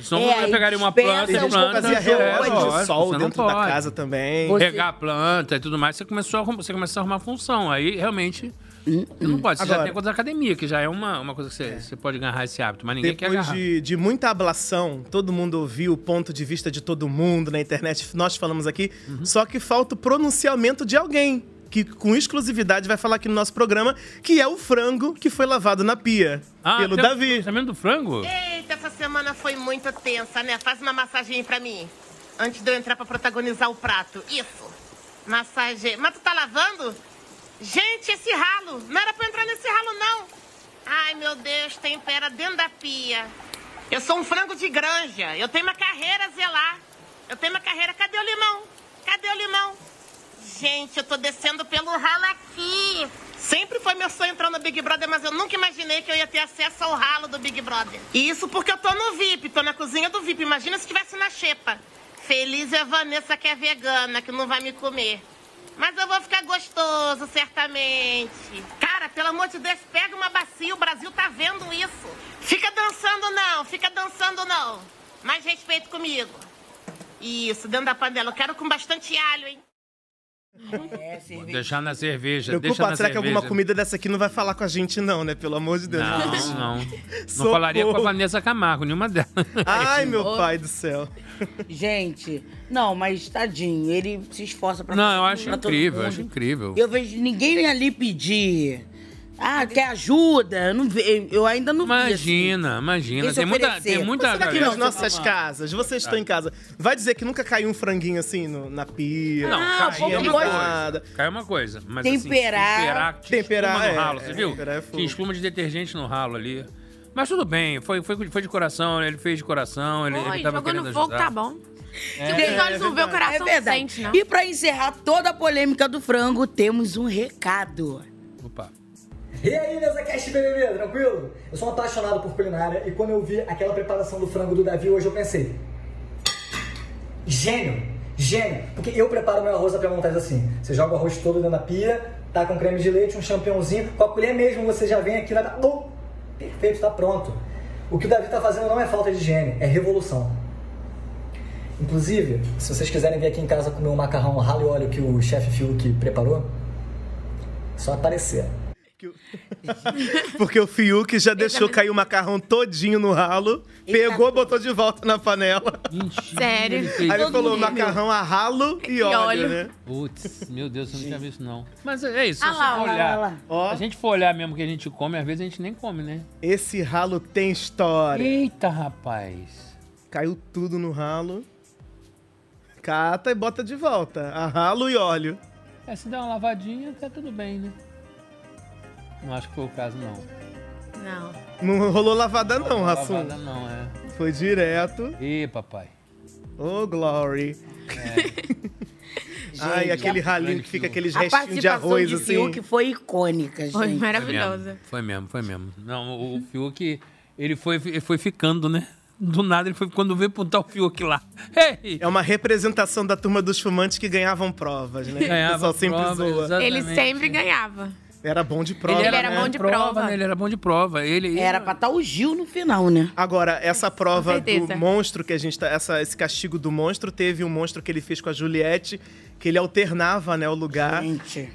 Senão É, você aí pegaria uma dispensa planta, um Tem gente que planta, fazia é, relógio de lógico, sol você não dentro da pode. casa também. Você- Você- Regar a planta e tudo mais, você começou a, arrum- você começa a arrumar função. Aí realmente você não pode. Você já Hum, Agora- tem a coisa da academia, que já é uma, uma coisa que você, você pode agarrar esse hábito, mas ninguém quer Depois agarrar. de, de muita ablação, todo mundo ouviu o ponto de vista de todo mundo na internet, nós falamos aqui, Uhum. só que falta o pronunciamento de alguém que com exclusividade vai falar aqui no nosso programa, que é o frango que foi lavado na pia pelo Ah, tem o Davi. Pensamento do frango? Eita, essa semana foi muito tensa, né? Faz uma massagem pra mim. Antes de eu entrar pra protagonizar o prato. Isso. Massagem. Mas tu tá lavando? Gente, esse ralo. Não era pra eu entrar nesse ralo, não. Ai, meu Deus, tempera dentro da pia. Eu sou um frango de granja. Eu tenho uma carreira a zelar. Eu tenho uma carreira. Cadê o limão? Cadê o limão? Gente, eu tô descendo pelo ralo aqui. Sempre foi meu sonho entrar no Big Brother, mas eu nunca imaginei que eu ia ter acesso ao ralo do Big Brother. E isso porque eu tô no VIP, tô na cozinha do VIP. Imagina se estivesse na xepa. Feliz é a Vanessa que é vegana, que não vai me comer. Mas eu vou ficar gostoso, certamente. Cara, pelo amor de Deus, pega uma bacia, o Brasil tá vendo isso. Fica dançando não, fica dançando não. Mais respeito comigo. Isso, dentro da panela. Eu quero com bastante alho, hein? [laughs] É, cerveja. Deixar na cerveja. Preocupa, deixa na será que é cerveja. alguma comida dessa aqui não vai falar com a gente, não, né? Pelo amor de Deus. Não, [laughs] não. Não Socorro. falaria com a Vanessa Camargo, nenhuma delas. [laughs] Ai, meu pai do céu. Gente, não, mas tadinho, ele se esforça pra Não, eu acho pra todo incrível, eu mundo. acho incrível. Eu assim. vejo ninguém ali pedir. Ah, quer ajuda? Eu, não ve- eu ainda não vi. assim. Imagina, imagina. Esse Tem muita, oferecer. Ah, tem muita Será que tá nas galera- nossas casas, vocês Ah. estão em casa, vai dizer que nunca caiu um franguinho assim no- na pia? Não, na caiu pia, uma empanada? coisa. Caiu uma coisa. Mas, Temperar. Assim, temperar. tinha Temperar, espuma no é, ralo, você é, viu? temperar é tinha fogo. espuma de detergente no ralo ali. Mas tudo bem, foi, foi, foi de coração, ele fez de coração, ele, ele Oi, tava jogou querendo no ajudar. fogo, tá bom. É. Se os olhos não vê, o É coração verdade. sente, né? não. E pra encerrar toda a polêmica do frango, temos um recado. Opa. E aí, mesa Cast BBB, tranquilo? Eu sou um apaixonado por culinária e quando eu vi aquela preparação do frango do Davi hoje eu pensei... Gênio! Gênio! Porque eu preparo meu arroz à piemontese assim. Você joga o arroz todo dentro da pia, tá com creme de leite, um champignonzinho, com a colher mesmo você já vem aqui, tá... Oh, perfeito, tá pronto. O que o Davi tá fazendo não é falta de gênio, é revolução. Inclusive, se vocês quiserem vir aqui em casa comer um macarrão ralo e óleo que o chefe Fiuk preparou, é só aparecer. Porque o Fiuk já deixou cair o macarrão todinho no ralo, tá pegou, botou de volta na panela. Sério. Aí ele falou macarrão a ralo e E óleo, óleo. né? Putz, meu Deus, eu não tinha visto não. Mas é isso, Ah se lá, você for olha olhar. lá, Se a gente for olhar mesmo o que a gente come, às vezes a gente nem come, né? Esse ralo tem história. Eita, rapaz. Caiu tudo no ralo. Cata e bota de volta. A ralo e óleo. É, se der uma lavadinha, tá tudo bem, né? Não acho que foi o caso, não. Não. Não rolou lavada não, rolou Rassum. lavada não, é. Foi direto. Ih, papai. Ô, Glory. Ai, [laughs] Gente, aquele a- ralinho que fica aqueles a restinhos de participação arroz, de assim. Fiuk foi icônica, gente. Foi maravilhosa. Foi mesmo, foi mesmo. Não, o, o Fiuk, ele foi, ele foi ficando, né? Do nada ele foi quando veio apontar o Fiuk lá. Ei! É uma representação da turma dos fumantes que ganhavam provas, [laughs] né? Ganhava o pessoal sempre provas, zoa. Ele sempre ganhava. Era bom de prova. Ele era né? bom de Prova, prova. né? Ele era bom de prova. Ele Era pra estar o Gil no final, né? Agora, essa prova certeza. do monstro que a gente tá. Essa, esse castigo do monstro teve um monstro que ele fez com a Juliette, que ele alternava, né, o lugar.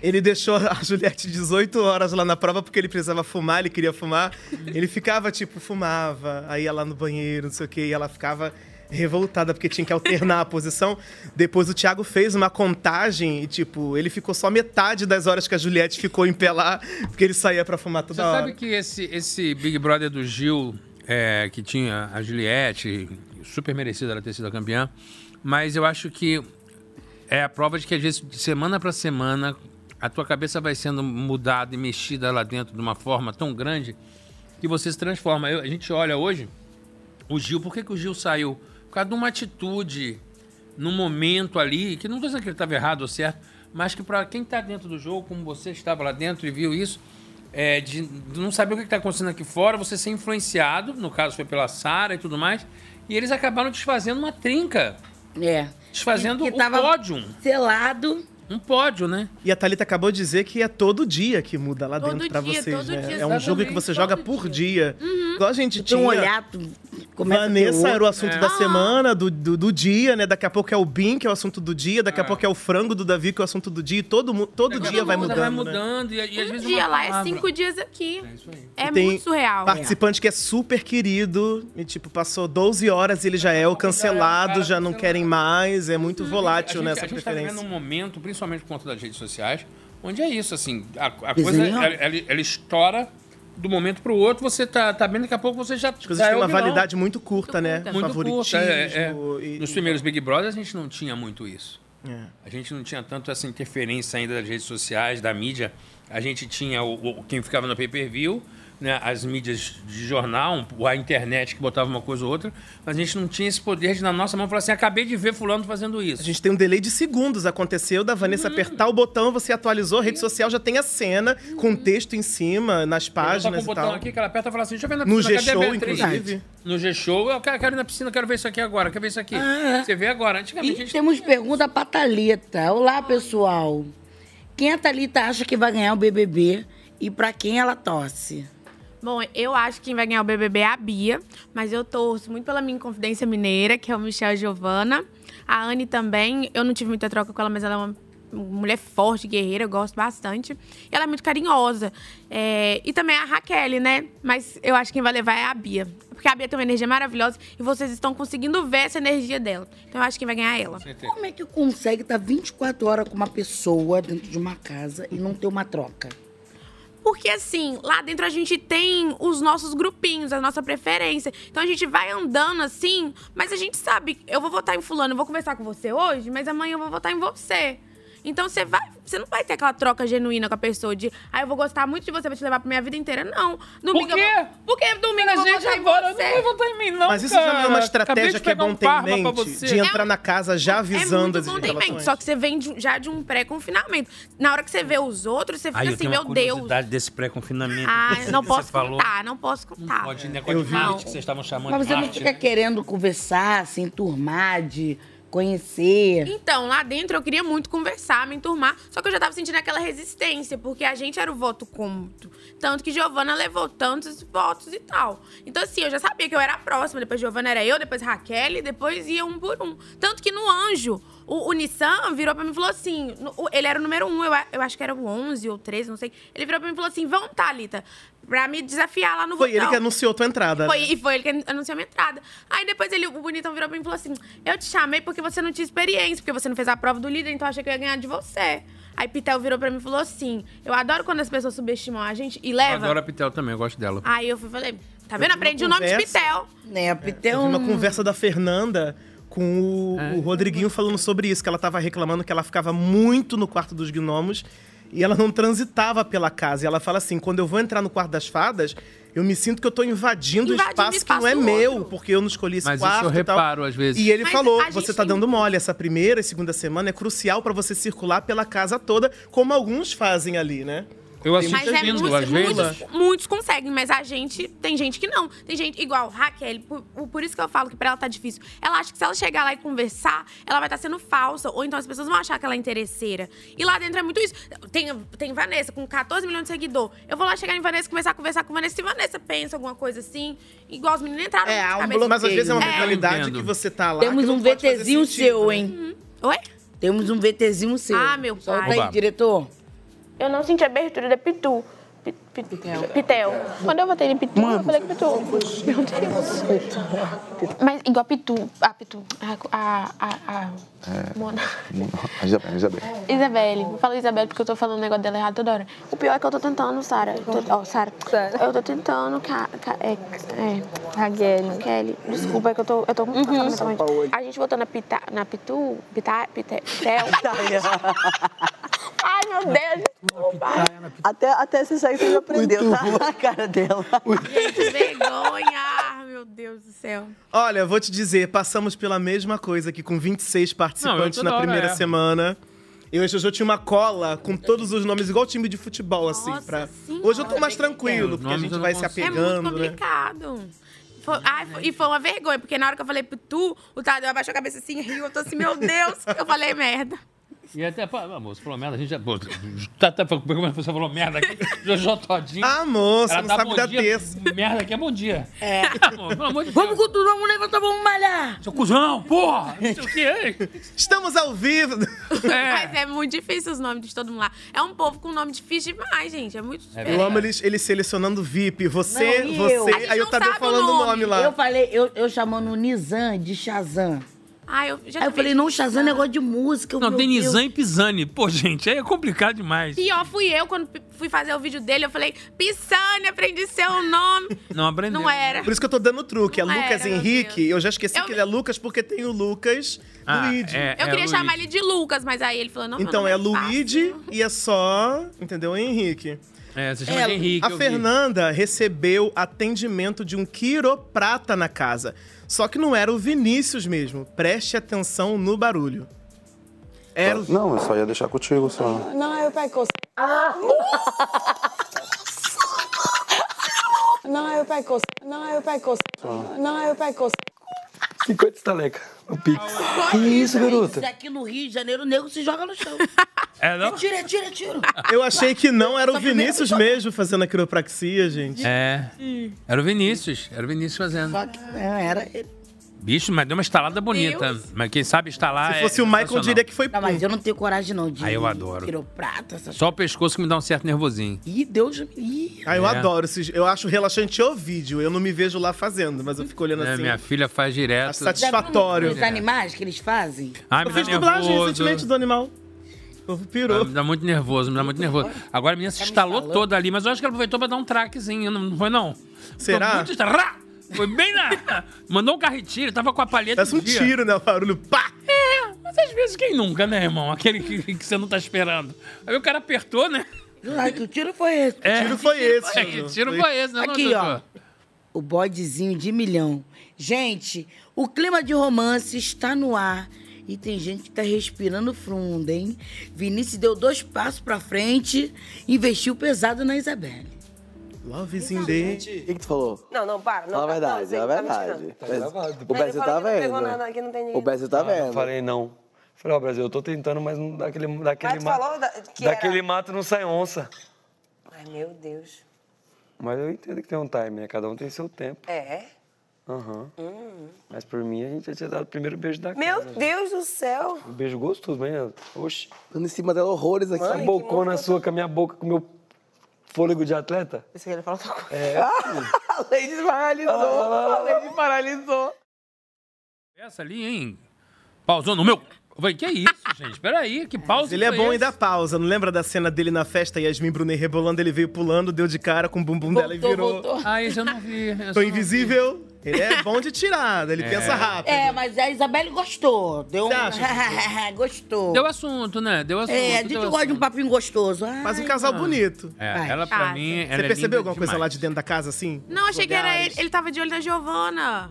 Ele deixou a Juliette 18 horas lá na prova porque ele precisava fumar, ele queria fumar. ele ficava, tipo, fumava, aí ia lá no banheiro, não sei o quê, e ela ficava. Revoltada, porque tinha que alternar a posição. Depois o Thiago fez uma contagem e, tipo, ele ficou só metade das horas que a Juliette ficou em pé lá, porque ele saía pra fumar Você toda hora. sabe que esse, esse Big Brother do Gil, é, que tinha a Juliette, super merecida ela ter sido a campeã, mas eu acho que é a prova de que, às vezes, de semana pra semana, a tua cabeça vai sendo mudada e mexida lá dentro de uma forma tão grande que você se transforma. Eu- a gente olha hoje o Gil, por que, que o Gil saiu? Por causa de uma atitude, num momento ali, que não estou dizendo que ele estava errado ou certo, mas que para quem está dentro do jogo, como você estava lá dentro e viu isso, é, de de não saber o que está acontecendo aqui fora, você ser influenciado, no caso foi pela Sara e tudo mais, e eles acabaram desfazendo uma trinca. É. Desfazendo Que- que o tava Um pódio. Selado. Um pódio, né? E a Thalita acabou de dizer que é todo dia que muda lá Todo dentro pra dia, vocês, todo né? dia, é um exatamente, jogo que você joga por dia. Igual a gente Tem tinha... um olhar, tu começa a ter Vanessa era o outro. Ah. assunto da semana, do, do, do dia, né? Daqui a pouco é o Bin, que é o assunto do dia. Daqui Ah. a pouco é o frango do Davi, que é o assunto do dia. E todo, mu- todo dia vai mudando, Vai né? mudando, e, e às Um vezes dia uma lá é palavra. cinco dias aqui. É, E tem muito surreal. Participante que é super querido e, tipo, passou 12 horas e ele já é o cancelado, já não querem mais. É muito volátil Uhum. a gente, nessa a gente tá vivendo preferência. um momento, principalmente por conta das redes sociais, onde é isso, assim, a, a Vizinho. coisa, ela, ela- ela estoura do momento pro outro, você tá, tá vendo, daqui a pouco você já... é As coisas têm uma validade muito curta, né? muito curta. é, é. Favoritismo e- Nos primeiros Big Brothers a gente não tinha muito isso. É. A gente não tinha tanto essa interferência ainda das redes sociais, da mídia. A gente tinha o, o- quem ficava no pay-per-view, né, as mídias de jornal, um, a internet que botava uma coisa ou outra, mas a gente não tinha esse poder de na nossa mão falar assim, acabei de ver fulano fazendo isso. A gente tem um delay de segundos. Aconteceu da Vanessa apertar o botão, você atualizou, a rede social já tem a cena com texto em cima, nas Tá com páginas o e botão tal. aqui que ela aperta e fala assim, deixa eu ver na No piscina, G-Show, cadê a Beatriz? inclusive. No G-Show, eu quero quero ir na piscina, quero ver isso aqui agora, quero ver isso aqui. Ah, é. Você vê agora, antigamente a E gente... temos pergunta pra Thalita. Olá, pessoal. Quem é a Thalita acha que vai ganhar o BBB e pra quem ela torce? Bom, eu acho que quem vai ganhar o BBB é a Bia, mas eu torço muito pela minha Confidência Mineira, que é o Michel e Giovana. A Anne também, eu não tive muita troca com ela, mas ela é uma mulher forte, guerreira, eu gosto bastante. E ela é muito carinhosa. É, e também a Raquel, né? Mas eu acho que quem vai levar é a Bia. Porque a Bia tem uma energia maravilhosa e vocês estão conseguindo ver essa energia dela. Então eu acho que quem vai ganhar é ela. Como é que consegue estar 24 horas com uma pessoa dentro de uma casa e não ter uma troca? Porque assim, lá dentro a gente tem os nossos grupinhos, a nossa preferência. Então a gente vai andando assim, mas a gente sabe, eu vou votar em fulano, eu vou conversar com você hoje, mas amanhã eu vou votar em você. Então você vai, você não vai ter aquela troca genuína com a pessoa de, ah, eu vou gostar muito de você, vou te levar pra minha vida inteira. Não. Domingo Por quê? Eu vou, porque domingo Minha eu vou gente votar em agora não você. vai votar em mim, não. Mas isso já não é uma cara. estratégia Acabei de que é pegar bom um ter em parma pra mente você. de entrar na casa já avisando É as um muito bom ter em mente, relações. só que você vem de- já de um pré-confinamento. Na hora que você vê os outros, você fica Aí eu assim, tenho uma meu Deus. curiosidade desse pré-confinamento. Ah, que não você posso falou. contar, não posso contar. Não pode, negócio de marketing que vocês estavam chamando Mas de você não marketing, fica né? querendo conversar, se enturmar, de conhecer. Então, lá dentro eu queria muito conversar, me enturmar, só que eu já tava sentindo aquela resistência, porque a gente era o voto cômodo. Tanto que Giovana levou tantos votos e tal. Então, assim, eu já sabia que eu era a próxima, depois Giovana era eu, depois Raquel, e depois ia um por um. Tanto que no Anjo, o, o Nissan virou pra mim e falou assim: no- o- ele era o número um, eu, a- eu acho que era o 11 ou 13, não sei. Ele virou pra mim e falou assim: vamos, Thalita, pra me desafiar lá no Foi ele votão." que anunciou tua entrada. né? Foi, e foi ele que anunciou a minha entrada. Aí depois ele, o bonitão virou pra mim e falou assim: Eu te chamei porque você não tinha experiência, porque você não fez a prova do líder, então eu achei que eu ia ganhar de você. Aí Pitel virou pra mim e falou assim: Eu adoro quando as pessoas subestimam a gente e Eu levam. adoro a Pitel também, eu gosto dela. Aí eu fui, falei, tá Eu vendo? vi uma Aprendi o nome de conversa- Pitel. Né, a É, Eu Pitel. vi uma conversa da Fernanda com o, Ah, o é. Rodriguinho falando sobre isso, que ela tava reclamando que ela ficava muito no quarto dos gnomos e ela não transitava pela casa. E ela fala assim: quando eu vou entrar no quarto das fadas, eu me sinto que eu tô invadindo um Invadindo espaço, espaço que não é do meu, porque eu não escolhi esse Mas isso eu quarto. e tal. reparo, às vezes. E ele Mas falou: a gente você tá tem- dando mole. Essa primeira e segunda semana é crucial para você circular pela casa toda, como alguns fazem ali, né? Eu Tem assisto é muita gente vindo, que às circula. vezes. Muitos conseguem, mas a gente. Tem gente que não. Tem gente, igual Raquel, por, por isso que eu falo que pra ela tá difícil. Ela acha que se ela chegar lá e conversar, ela vai estar sendo falsa. Ou então as pessoas vão achar que ela é interesseira. E lá dentro é muito isso. Tem, tem Vanessa com 14 milhões de seguidor. Eu vou lá chegar em Vanessa, conversar, conversar com Vanessa. Se Vanessa pensa alguma coisa assim, igual os meninos entraram. É, há muito um cabeça- bloqueio. Mas às vezes é uma mentalidade Entendo. que você tá lá. Temos que não um pode fazer VTzinho sentido, seu, né? hein? Uhum. Oi? Temos um VTzinho seu. Ah, meu pai. Solta aí, Oba. diretor. Eu não senti a abertura da Pitu. Pi- pi- Pitel. Quando eu votei em Pitu, eu falei Pitu. Meu Deus. Mas igual a Pitu. A Pitu. A. A. A. a Mona. É, Isabel, Isabel. Isabelle. Eu falo Isabelle porque eu tô falando o negócio dela errado toda hora. O pior é que eu tô tentando, Sara. Eu tô- Ó, Sara. Eu tô tentando. Ca, ca, é, é, Raquel. Kelly. Desculpa, é que eu tô. Eu tô com A gente votou na, pita, na Pitu. Pita, pita, Pitel. [laughs] Ai, meu Deus. [laughs] Desculpa. Até, até esse sair você já aprendeu, tá? A cara dela. Gente, vergonha! Meu Deus do céu. Olha, vou te dizer, passamos pela mesma coisa aqui com 26 participantes toda na hora primeira erro. semana. Eu e a Jojo tinha uma cola com todos os nomes, igual time de futebol, assim. pra... Hoje eu tô mais tranquilo, porque a gente vai se É muito apegando, né? complicado. Foi- ai, foi- e foi uma vergonha, porque na hora que eu falei pro tu, o Tadeu abaixou a cabeça assim, riu. Eu tô assim, meu Deus, eu falei merda. E até, pá, ah, moço, falou merda, a gente já. Pô, tá, tá, como você falou merda aqui? [laughs] Jojó Todinho. Ah, moço, Ela não dá sabe bom dar dia, terça. [laughs] Merda aqui é bom dia. É. Pelo amor de Vamos com tudo, vamos levantar, vamos malhar. Seu cuzão, porra! Não sei o que, hein? Estamos ao vivo. Mas é muito difícil os nomes de todo mundo lá. É um povo com nome difícil demais, gente. É muito difícil. eu amo eles, eles selecionando VIP. Você, Não, e eu? você. Aí eu tava falando o nome lá. Eu falei, eu, eu chamando o Nizam de Shazam. Ah, eu já Aí eu falei, não, Shazam é negócio de música. eu- Não, meu tem Deus. Nizam e Pisani. Pô, gente, aí é complicado demais. Pior fui eu, quando p- fui fazer o vídeo dele, eu falei, Pisani, aprendi seu nome. Não aprendeu. Não era. Por isso que eu tô dando truque. É Não Lucas era, meu Henrique. Eu já esqueci que ele é Lucas porque tem o Lucas Ah, Luigi. é- eu queria chamar ele de Lucas, mas aí ele falou, não, meu Então nome tá." é fácil. Luigi e é só, entendeu? Henrique. É, você chama de Henrique. A eu vi. Fernanda recebeu atendimento de um quiroprata na casa. Só que não era o Vinícius mesmo. Preste atenção no barulho. Era o... Não, eu só ia deixar contigo, só. Não, eu pego. Ah! Não, eu pego. Não, eu pego. Não, eu pego. 50 estaleca no um Pix. Que isso, garota? Isso é aqui no Rio de Janeiro, o nego se joga no [laughs] chão. É, não? Tira, tira, tira. Eu achei que não era o Só primeiro- Vinícius mesmo fazendo a quiropraxia, gente. É. Era o Vinícius. Era o Vinícius fazendo. Não, era ele. Bicho, mas deu uma estalada bonita. Mas quem sabe estalar. Se é fosse o Michael, eu sensacional. diria que foi Não, mas eu não tenho coragem, não. De Ah, eu adoro. Tá Quiroprata, essas Só o pescoço que me dá um certo nervosinho. Tipo Ih, Deus. Ih. Ah, eu É. adoro esses. Eu acho relaxante o vídeo. Eu não me vejo lá fazendo, mas eu fico olhando É, Né? assim. Minha filha faz direto. Acho satisfatório. Os animais que eles fazem? Ah, me Eu dá fiz dublagem nervoso. recentemente do animal. O povo pirou. Ah, me dá muito nervoso, me dá muito nervoso. Agora a menina Tá se estalou toda ali, mas eu acho que ela aproveitou pra dar um traquezinho, não não foi não? Será? Ficou muito estra- Rá! Foi bem [laughs] na... Mandou um carretilho, tava com a palheta Parece um dia. tiro, né? O barulho, pá! É, mas às vezes quem nunca, né, irmão? Aquele que, que você não tá esperando. Aí o cara apertou, né? Ai, que o tiro foi esse. É. Que tiro foi esse, É, que Dudu? tiro foi esse, né, Aqui, Dudu? ó. O bodezinho de milhão. Gente, o clima de romance está no ar. E tem gente que tá respirando fundo, hein? Vinícius deu dois passos pra frente, investiu pesado na Isabelle. Lovezinho dele. O que, que tu falou? Não, não, para. Não, Fala a tá- verdade, não, fala a tá mentindo. verdade. Mas gravado. O Brasil Ele tá falou que não pegou vendo. nada, que não tem O ninguém. Brasil tá Ah, vendo. não falei não. Falei, ó, Brasil, eu tô tentando, mas não, daquele, daquele, Mas Ah, tu falou da- que daquele era... mato não sai onça. Ai, meu Deus. Mas eu entendo que tem um time, né? Cada um tem seu tempo. É? Aham. Hum. Mas por mim, a gente já tinha dado o primeiro beijo da Meu casa. né? Deus do céu. Um beijo gostoso, hein? Oxi. Dando em cima dela horrores aqui. Mano, a bocona sua com a minha boca, com o meu fôlego de atleta. Isso que ele falou outra coisa. É. [laughs] Ah, A Lady paralisou. A Lady paralisou. Essa ali, hein? Pausou no meu... Eu falei, que isso, gente? Peraí, que pausa Ele é foi bom essa? e dá pausa. Não lembra da cena dele na festa, Yasmin Brunet rebolando, ele veio pulando, deu de cara com o bumbum dela e virou. Ah, isso eu não vi. Tô invisível. Ele é bom de tirada, ele É. pensa rápido. É, mas a Isabelle gostou. Deu um... Você acha? [laughs] gostou. Deu assunto, né? Deu assunto. É, a gente deu gosta de um papinho gostoso. Faz um casal bonito. É, ela pra mim, ela Você é percebeu linda alguma coisa demais. lá de dentro da casa, assim? Não, achei que era Lugares. ele. Ele tava de olho na Giovana.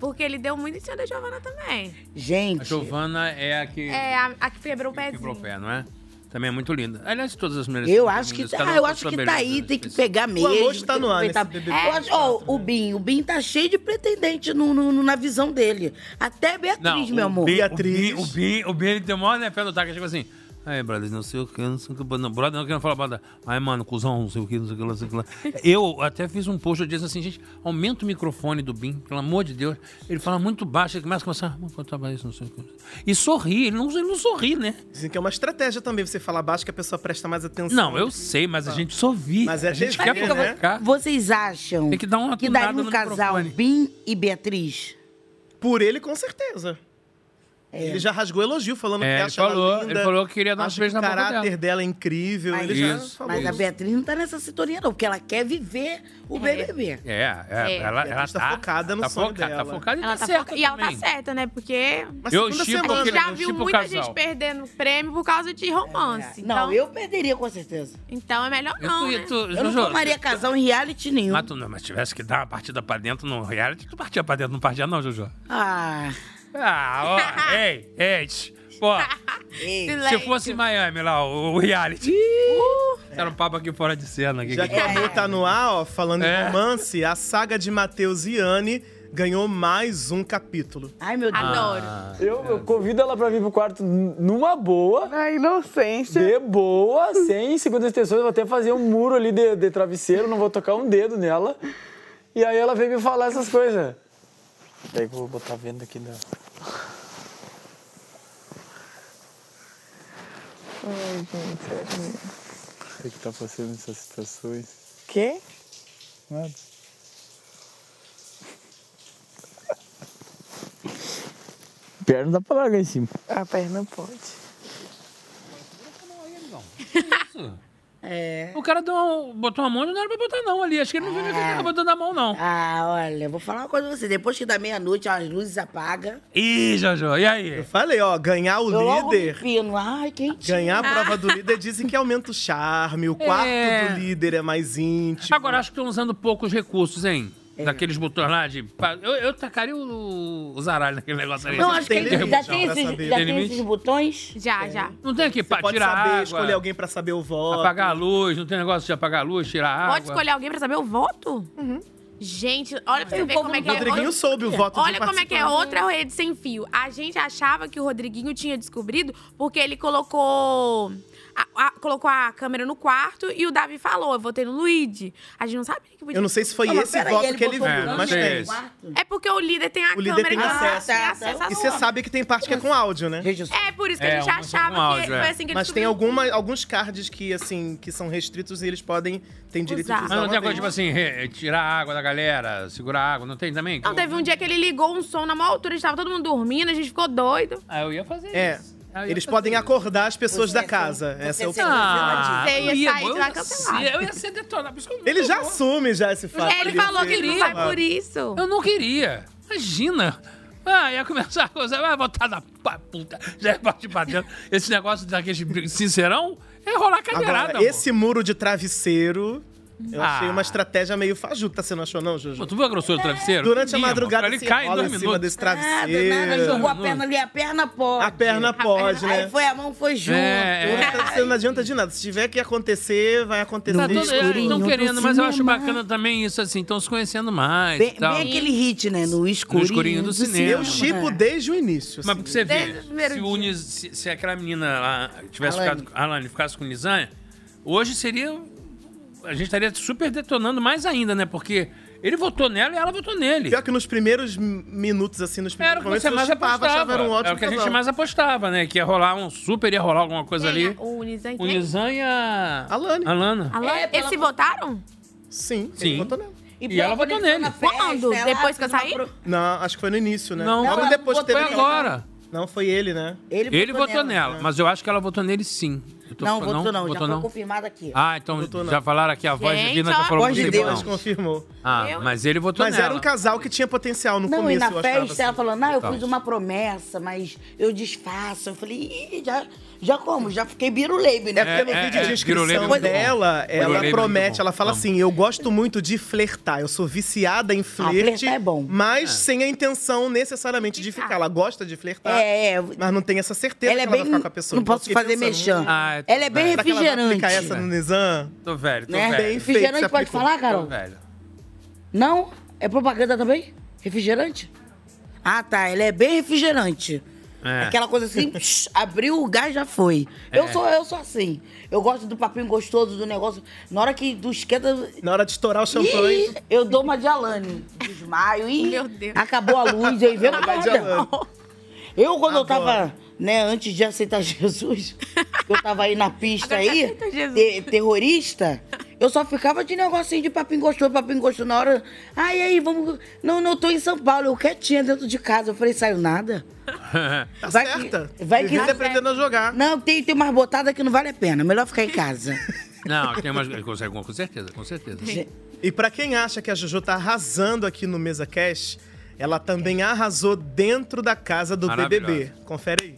Porque ele deu muito em cima da Giovana também. A Gente. Giovana é a que É, a, a que quebrou o quebrou o pezinho. pé, não é? Também é muito linda. Aliás, todas as mulheres Eu são acho que lindas, tá, cada uma eu com acho sua que tá beleza. aí, tem que pegar mesmo. amor tá tem no que ar nesse aproveitar. BBB. Eu acho- ó, o Bin, o Bin tá cheio de pretendente no- no- no- na visão dele. Até Beatriz, Não, meu o amor. Bi- O Bi, o Bi, o Bi, ele tem o maior né, fé no taco. Chega assim. Aí, brother, não sei o que, não sei o que. Não, brother, não quero falar brother. Aí, mano, cuzão, não sei o que, não sei o que, lá, não sei o que lá. Eu até fiz um post, eu disse assim, gente, aumenta o microfone do Bim, pelo amor de Deus. Ele fala muito baixo, ele começa a começar. "Ah, quanto tava isso, não sei o que. E sorri, ele não, ele não sorri, né? Dizem que é uma estratégia também você falar baixo que a pessoa presta mais atenção. Não, eu sei, mas a gente só vi. Mas é a gente TV, quer né? provocar. Vocês acham Tem que dar uma que tunada daria um tá no casal microfone. Bin e Beatriz? É. Por ele, com certeza. Ele já rasgou elogio falando um É, que ele acha ela falou, linda. ele falou que queria dar uns acha beijos que na O boca caráter dela. dela. é incrível. ele já falou. Mas a Beatriz não tá nessa sintonia, não, porque ela quer viver o BBB. É, é, É. ela, ela tá tá, focada no tá sonho focada, dela. Tá focada e Ela tá, tá certa foca- E ela tá também. certa, né? Porque. Mas Eu segunda chipo semana, a gente aquele- já eu viu chipo o muita casal. gente perdendo prêmio por causa de romance. É. Não, então, eu perderia com certeza. então é melhor Eu não. tô- eu né? tô- Eu não Jojo, tomaria casal em reality nenhum. Mas, tu, não- mas tivesse que dar uma partida pra dentro no reality, tu partia pra dentro, não partia não, Jojo. Ah. Ah, [laughs] ó, ei, ei, tch, pô. ah, Se fosse em Miami lá, o, o reality. Era um papo aqui fora de cena. Aqui, Já que o amor tá no ar, ó, falando É. em romance, a saga de Matheus e Anne ganhou mais um capítulo. Ai, meu Deus. Adoro. Ah, Eu, eu convido ela pra vir pro quarto n- numa boa. Na inocência. De boa, [laughs] sem segundas intenções. Eu Vou até fazer um muro ali de, de travesseiro, não vou tocar um dedo nela. E aí ela vem me falar essas coisas. Daí que eu vou botar a venda aqui né? da. Ai, gente. O que que tá passando nessas situações? Quê? Nada. Perna dá pra largar em cima. A perna pode. [laughs] É. O cara deu uma- botou uma mão e não era pra botar não ali. Acho que ele não viu nem que ele tava botando a mão, não. Ah, olha, vou falar uma coisa pra você. Depois que dá meia-noite, as luzes apagam. Ih, Jojo, e aí? Eu falei, ó, ganhar o eu logo me líder. pino. Ai, quem Ganhar Ah, a prova do líder dizem que aumenta o charme, o quarto É. do líder é mais íntimo. Agora acho que estão usando poucos recursos, hein? É. Daqueles botões lá de. pá, Eu, eu tacaria o, o zaralho naquele negócio ali. Não, acho que ele né, já Tem tem esses, limite? já Tem tem limite? esses botões. Já, já. Não tem aqui, pá, Pode tirar saber, água. escolher alguém pra saber o voto. Apagar a luz, não tem negócio de apagar a luz, tirar água. Pode escolher alguém pra saber o voto? Gente, olha pra Uhum. E você o ver povo como é não que é. Rodriguinho outra- soube o voto de Olha como é que é participante. outra rede sem fio. A gente achava que o Rodriguinho tinha descobrido porque ele colocou a, a- colocou a câmera no quarto e o Davi falou: Eu votei no Luigi. A gente não sabia que podia. Eu não sei se foi mas esse peraí, voto que ele botou viu, no mas quarto? Ah, tá. tem. É porque o líder tem a O líder câmera tem que acesso. tem acesso à E você sua. sabe que tem parte que é com áudio, né? É por isso que a gente achava que é. foi assim que ele Mas tem alguma, alguns cards que, assim, que são restritos e eles podem... Tem direito de Usar. usar Mas não tem uma uma coisa tipo vez. assim, re- tirar a água da galera, segurar a água, não tem também? Não, teve um dia que ele ligou um som na maior altura, a gente tava todo mundo dormindo, a gente ficou doido. Ah, eu ia fazer É. Eles podem acordar as pessoas da casa. Essa é o ser assim. Ah, cancelado. Você ia sair de lá cancelado. É, Eu ia ser detonado, por isso que eu não Ele já vou. assume já esse fato. Ele falou que não vai por isso. Eu não queria. Imagina. Ah, ia começar a coisa, vai botar na pa- puta, já ia partir pra dentro. Esse negócio daquele sincerão é rolar cadeirada, Agora, amor. esse muro de travesseiro, eu Ah. achei uma estratégia meio fajuta, você não achou não, Juju? Tu viu a grossura do travesseiro? Durante a Ih, amor, madrugada, ele se cai em rola dois em cima minutos. desse Ah, Nada, nada, jogou a perna ali, a perna pode. A perna pode, né? Aí foi a mão, foi junto. É, Muro de travesseiro não adianta de nada. Se tiver que acontecer, vai acontecer. Tá todo- é, estão querendo, mas eu acho bacana também isso, assim, estão se conhecendo mais. Bem- e tal. bem aquele hit, né? No Então, escurinho, do, cinema. Eu chipo É. desde o início. assim. Mas porque você Desde vê, se, o Nis- se, se aquela menina lá tivesse Alane. ficado, Alane, ficasse com o Nizanha, hoje seria. A gente estaria super detonando mais ainda, né? Porque ele votou nela e ela votou nele. Pior que nos primeiros m- minutos, assim, nos Era primeiros o que momentos, você mais eu chipava, achava apostava. era um ótimo Era o que a gente casal. mais apostava, né? Que ia rolar um super, ia rolar alguma coisa ali. O Nizan O Nizan e a. Alane. Alana. Alô, eles se É, votaram? Sim, Sim. E E ela votou nele. Quando? Depois que eu saí? Não, acho que foi no início, né? Não, Logo ela depois votou teve aquela- agora. Não, foi ele, né? Ele, votou nela, mas eu acho que ela votou nele sim. Eu tô- Não, votou não, já foi confirmado aqui. Ah, então Votou já não. falaram aqui, a voz Gente, divina ó. já falou Voz de você Deus tá não. confirmou. Ah, mas ele votou Mas nela. era um casal que tinha potencial no Não, começo, e na eu festa achava. assim. ela falou, não, eu Então. fiz uma promessa, mas eu desfaço. Eu falei, Ih, já, já como? Já fiquei biruleibe, né? É porque no vídeo de inscrição Birulei é muito bom. dela, Birulei é ela muito promete, bom. ela fala assim: eu gosto muito de flertar, eu sou viciada em flerte, flertar é bom. mas sem a intenção necessariamente de ficar. Ela gosta de flertar, É, é. mas não tem essa certeza Ela que é ela vai bem- ficar com a pessoa. não Então, eu posso fiquei fazer pensando, mexã. hum, Ah, eu tô Ela é bem será que ela vai refrigerante. aplicar essa no Nizam? Tô velho, tô Né? velho. Refrigerante Você pode aplicou. falar, Carol? Tô velho. Não? É propaganda também? Refrigerante? Ah, tá. Ele é bem refrigerante. É. Aquela coisa [laughs] assim, psh, abriu o gás já foi. Eu, É. sou, eu sou assim. Eu gosto do papinho gostoso, do negócio. Na hora que do esquenta. Na hora de estourar o champanhe. Ih, eu dou uma de Alane. Desmaio e. Meu Deus. Acabou a luz, eu [laughs] invento Uma de nada. Tá Eu, quando eu tava, né, antes de aceitar [laughs] Jesus, eu tava aí na pista aí, te- terrorista, eu só ficava de negocinho de papinho gostoso, papinho gostoso na hora. Ai, aí, vamos. Não, não, eu tô em São Paulo, eu quietinha dentro de casa. Eu falei, saiu nada. Tá Vai que- certa. Vai que. Devia ter aprendido a jogar. Não, tem, tem umas botadas que não vale a pena. Melhor ficar em casa. Não, tem umas. Consegue, com certeza, com certeza. E pra quem acha que a Juju tá arrasando aqui no Mesa Cash, ela também arrasou dentro da casa do Maravilhosa. BBB. Confere aí.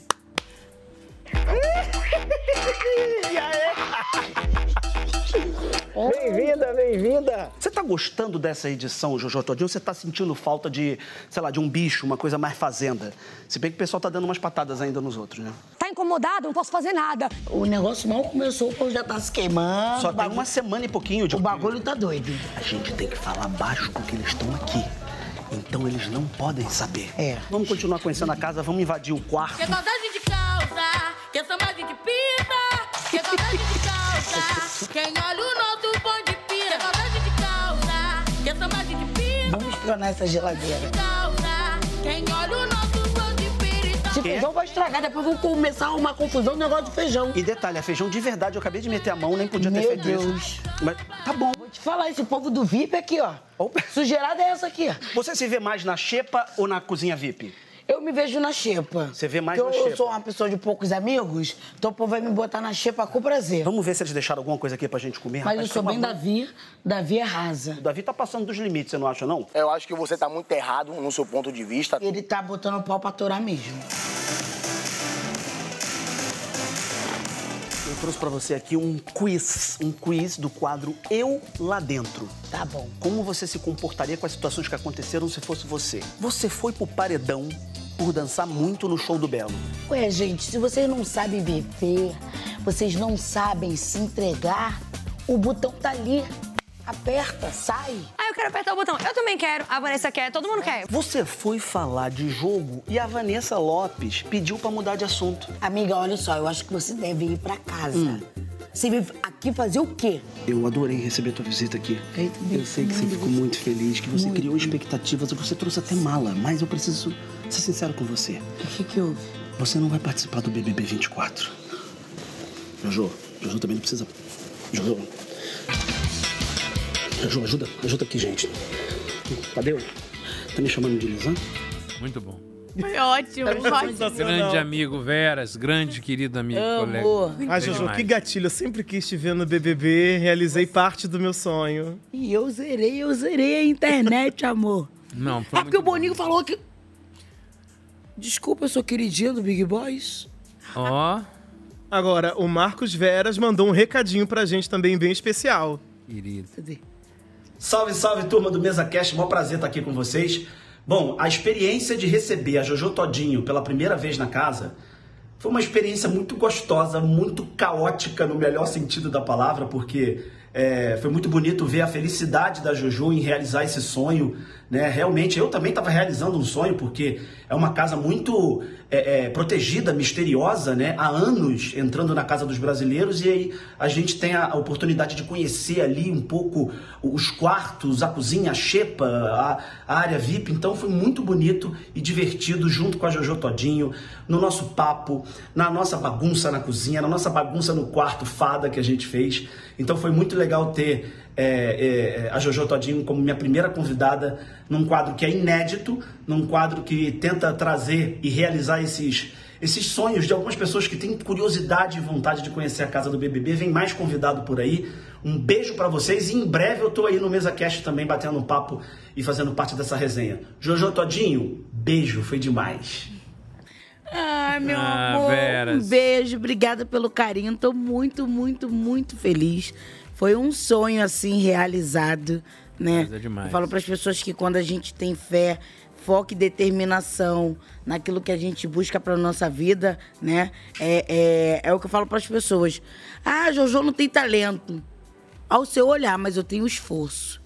E Bem-vinda, bem-vinda! Você tá gostando dessa edição, Jojo Todinho? Você tá sentindo falta de, sei lá, de um bicho, uma coisa mais fazenda? Se bem que o pessoal tá dando umas patadas ainda nos outros, né? [laughs] Tá incomodado? Não posso fazer nada. O negócio mal começou, o povo já tá se queimando. Só o tem uma semana e pouquinho de. O bagulho tá doido. A gente tem que falar baixo porque eles estão aqui. Então eles não podem saber. É. Vamos continuar conhecendo a casa, vamos invadir o quarto. Quer saudade de calça, quer saudade de pita, quer saudade de é calça. Quem olha o nosso pão de pira, quer saudade de calça, quer saudade de pita, Vamos espionar essa geladeira. calça. Quem olha o nosso pão de pira, Esse Tipo, feijão vai estragar, depois vão começar uma confusão no negócio de feijão. E detalhe, é feijão de verdade, eu acabei de meter a mão, nem podia ter Meu feito Deus. isso. Mas tá bom. Vou te falar, esse povo do VIP aqui, ó. Sugerada é essa aqui. Você se vê mais na xepa ou na cozinha VIP? Eu me vejo na xepa. Você vê mais Porque eu, na eu xepa. sou uma pessoa de poucos amigos, então o povo vai me botar na xepa com prazer. Vamos ver se eles deixaram alguma coisa aqui pra gente comer, Mas eu rapaz, sou foi bem uma- Davi, Davi é arrasa. O Davi tá passando dos limites, você não acha, não? Eu acho que você tá muito errado no seu ponto de vista. Ele tá botando o pau pra torar mesmo. Eu trouxe pra você aqui um quiz, um quiz do quadro Eu Lá Dentro. Tá bom. Como você se comportaria com as situações que aconteceram se fosse você? Você foi pro paredão por dançar muito no show do Belo. Ué, gente, se vocês não sabem beber, vocês não sabem se entregar, o botão tá ali. Aperta, sai. Ah, eu quero apertar o botão. Eu também quero. A Vanessa quer, todo mundo quer. Você foi falar de jogo e a Vanessa Lopes pediu pra mudar de assunto. Amiga, olha só, eu acho que você deve ir pra casa. Hum. Você veio aqui fazer o quê? Eu adorei receber tua visita aqui. Eu sei que você ficou muito feliz, que você criou expectativas, você trouxe até mala, mas eu preciso ser sincero com você. O que, que houve? Você não vai participar do BBB 24. Jojo, Jojo também não precisa. Jojo. Jojo, ajuda, ajuda aqui, gente. Tadeu, tá me chamando de Lisan? Muito bom. Foi ótimo, um foi ótimo. Grande amigo, Veras. Grande querido amigo, colega. Ah, Bem Jojo, demais. que gatilho. Eu sempre quis te ver no BBB, realizei parte do meu sonho. E eu zerei, eu zerei a internet, [laughs] amor. Não, foi É porque o Boninho falou que. Desculpa, eu sou queridinha do Big Boys. Ó. Agora, o Marcos Veras mandou um recadinho pra gente também bem especial. Querido. Salve, salve, turma do Mesa Cast. Mó prazer estar aqui com vocês. Bom, a experiência de receber a Jojo Todinho pela primeira vez na casa foi uma experiência muito gostosa, muito caótica no melhor sentido da palavra, porque é, foi muito bonito ver a felicidade da Jojo em realizar esse sonho. Né? Realmente, eu também estava realizando um sonho, porque é uma casa muito é, é, protegida, misteriosa, né? há anos entrando na casa dos brasileiros, e aí a gente tem a, a oportunidade de conhecer ali um pouco os quartos, a cozinha, a xepa, a, a área VIP. Então foi muito bonito e divertido junto com a Jojo Todinho, no nosso papo, na nossa bagunça na cozinha, na nossa bagunça no quarto fada que a gente fez. Então foi muito legal ter é, é, a Jojo Todinho como minha primeira convidada num quadro que é inédito, num quadro que tenta trazer e realizar esses esses sonhos de algumas pessoas que têm curiosidade e vontade de conhecer a casa do BBB. Vem mais convidado por aí. Um beijo pra vocês e em breve eu tô aí no Mesa Cast também batendo um papo e fazendo parte dessa resenha. Jojo Todinho, beijo, foi demais. Ai, meu Ah, amor. Veras. Um beijo, obrigada pelo carinho. Tô muito, muito, muito feliz. Foi um sonho, assim, realizado, né? Mas é demais. Eu falo para as pessoas que quando a gente tem fé, foco e determinação naquilo que a gente busca para nossa vida, né? É, é, é o que eu falo para as pessoas. Ah, Jojo não tem talento. Ao seu olhar, mas eu tenho esforço.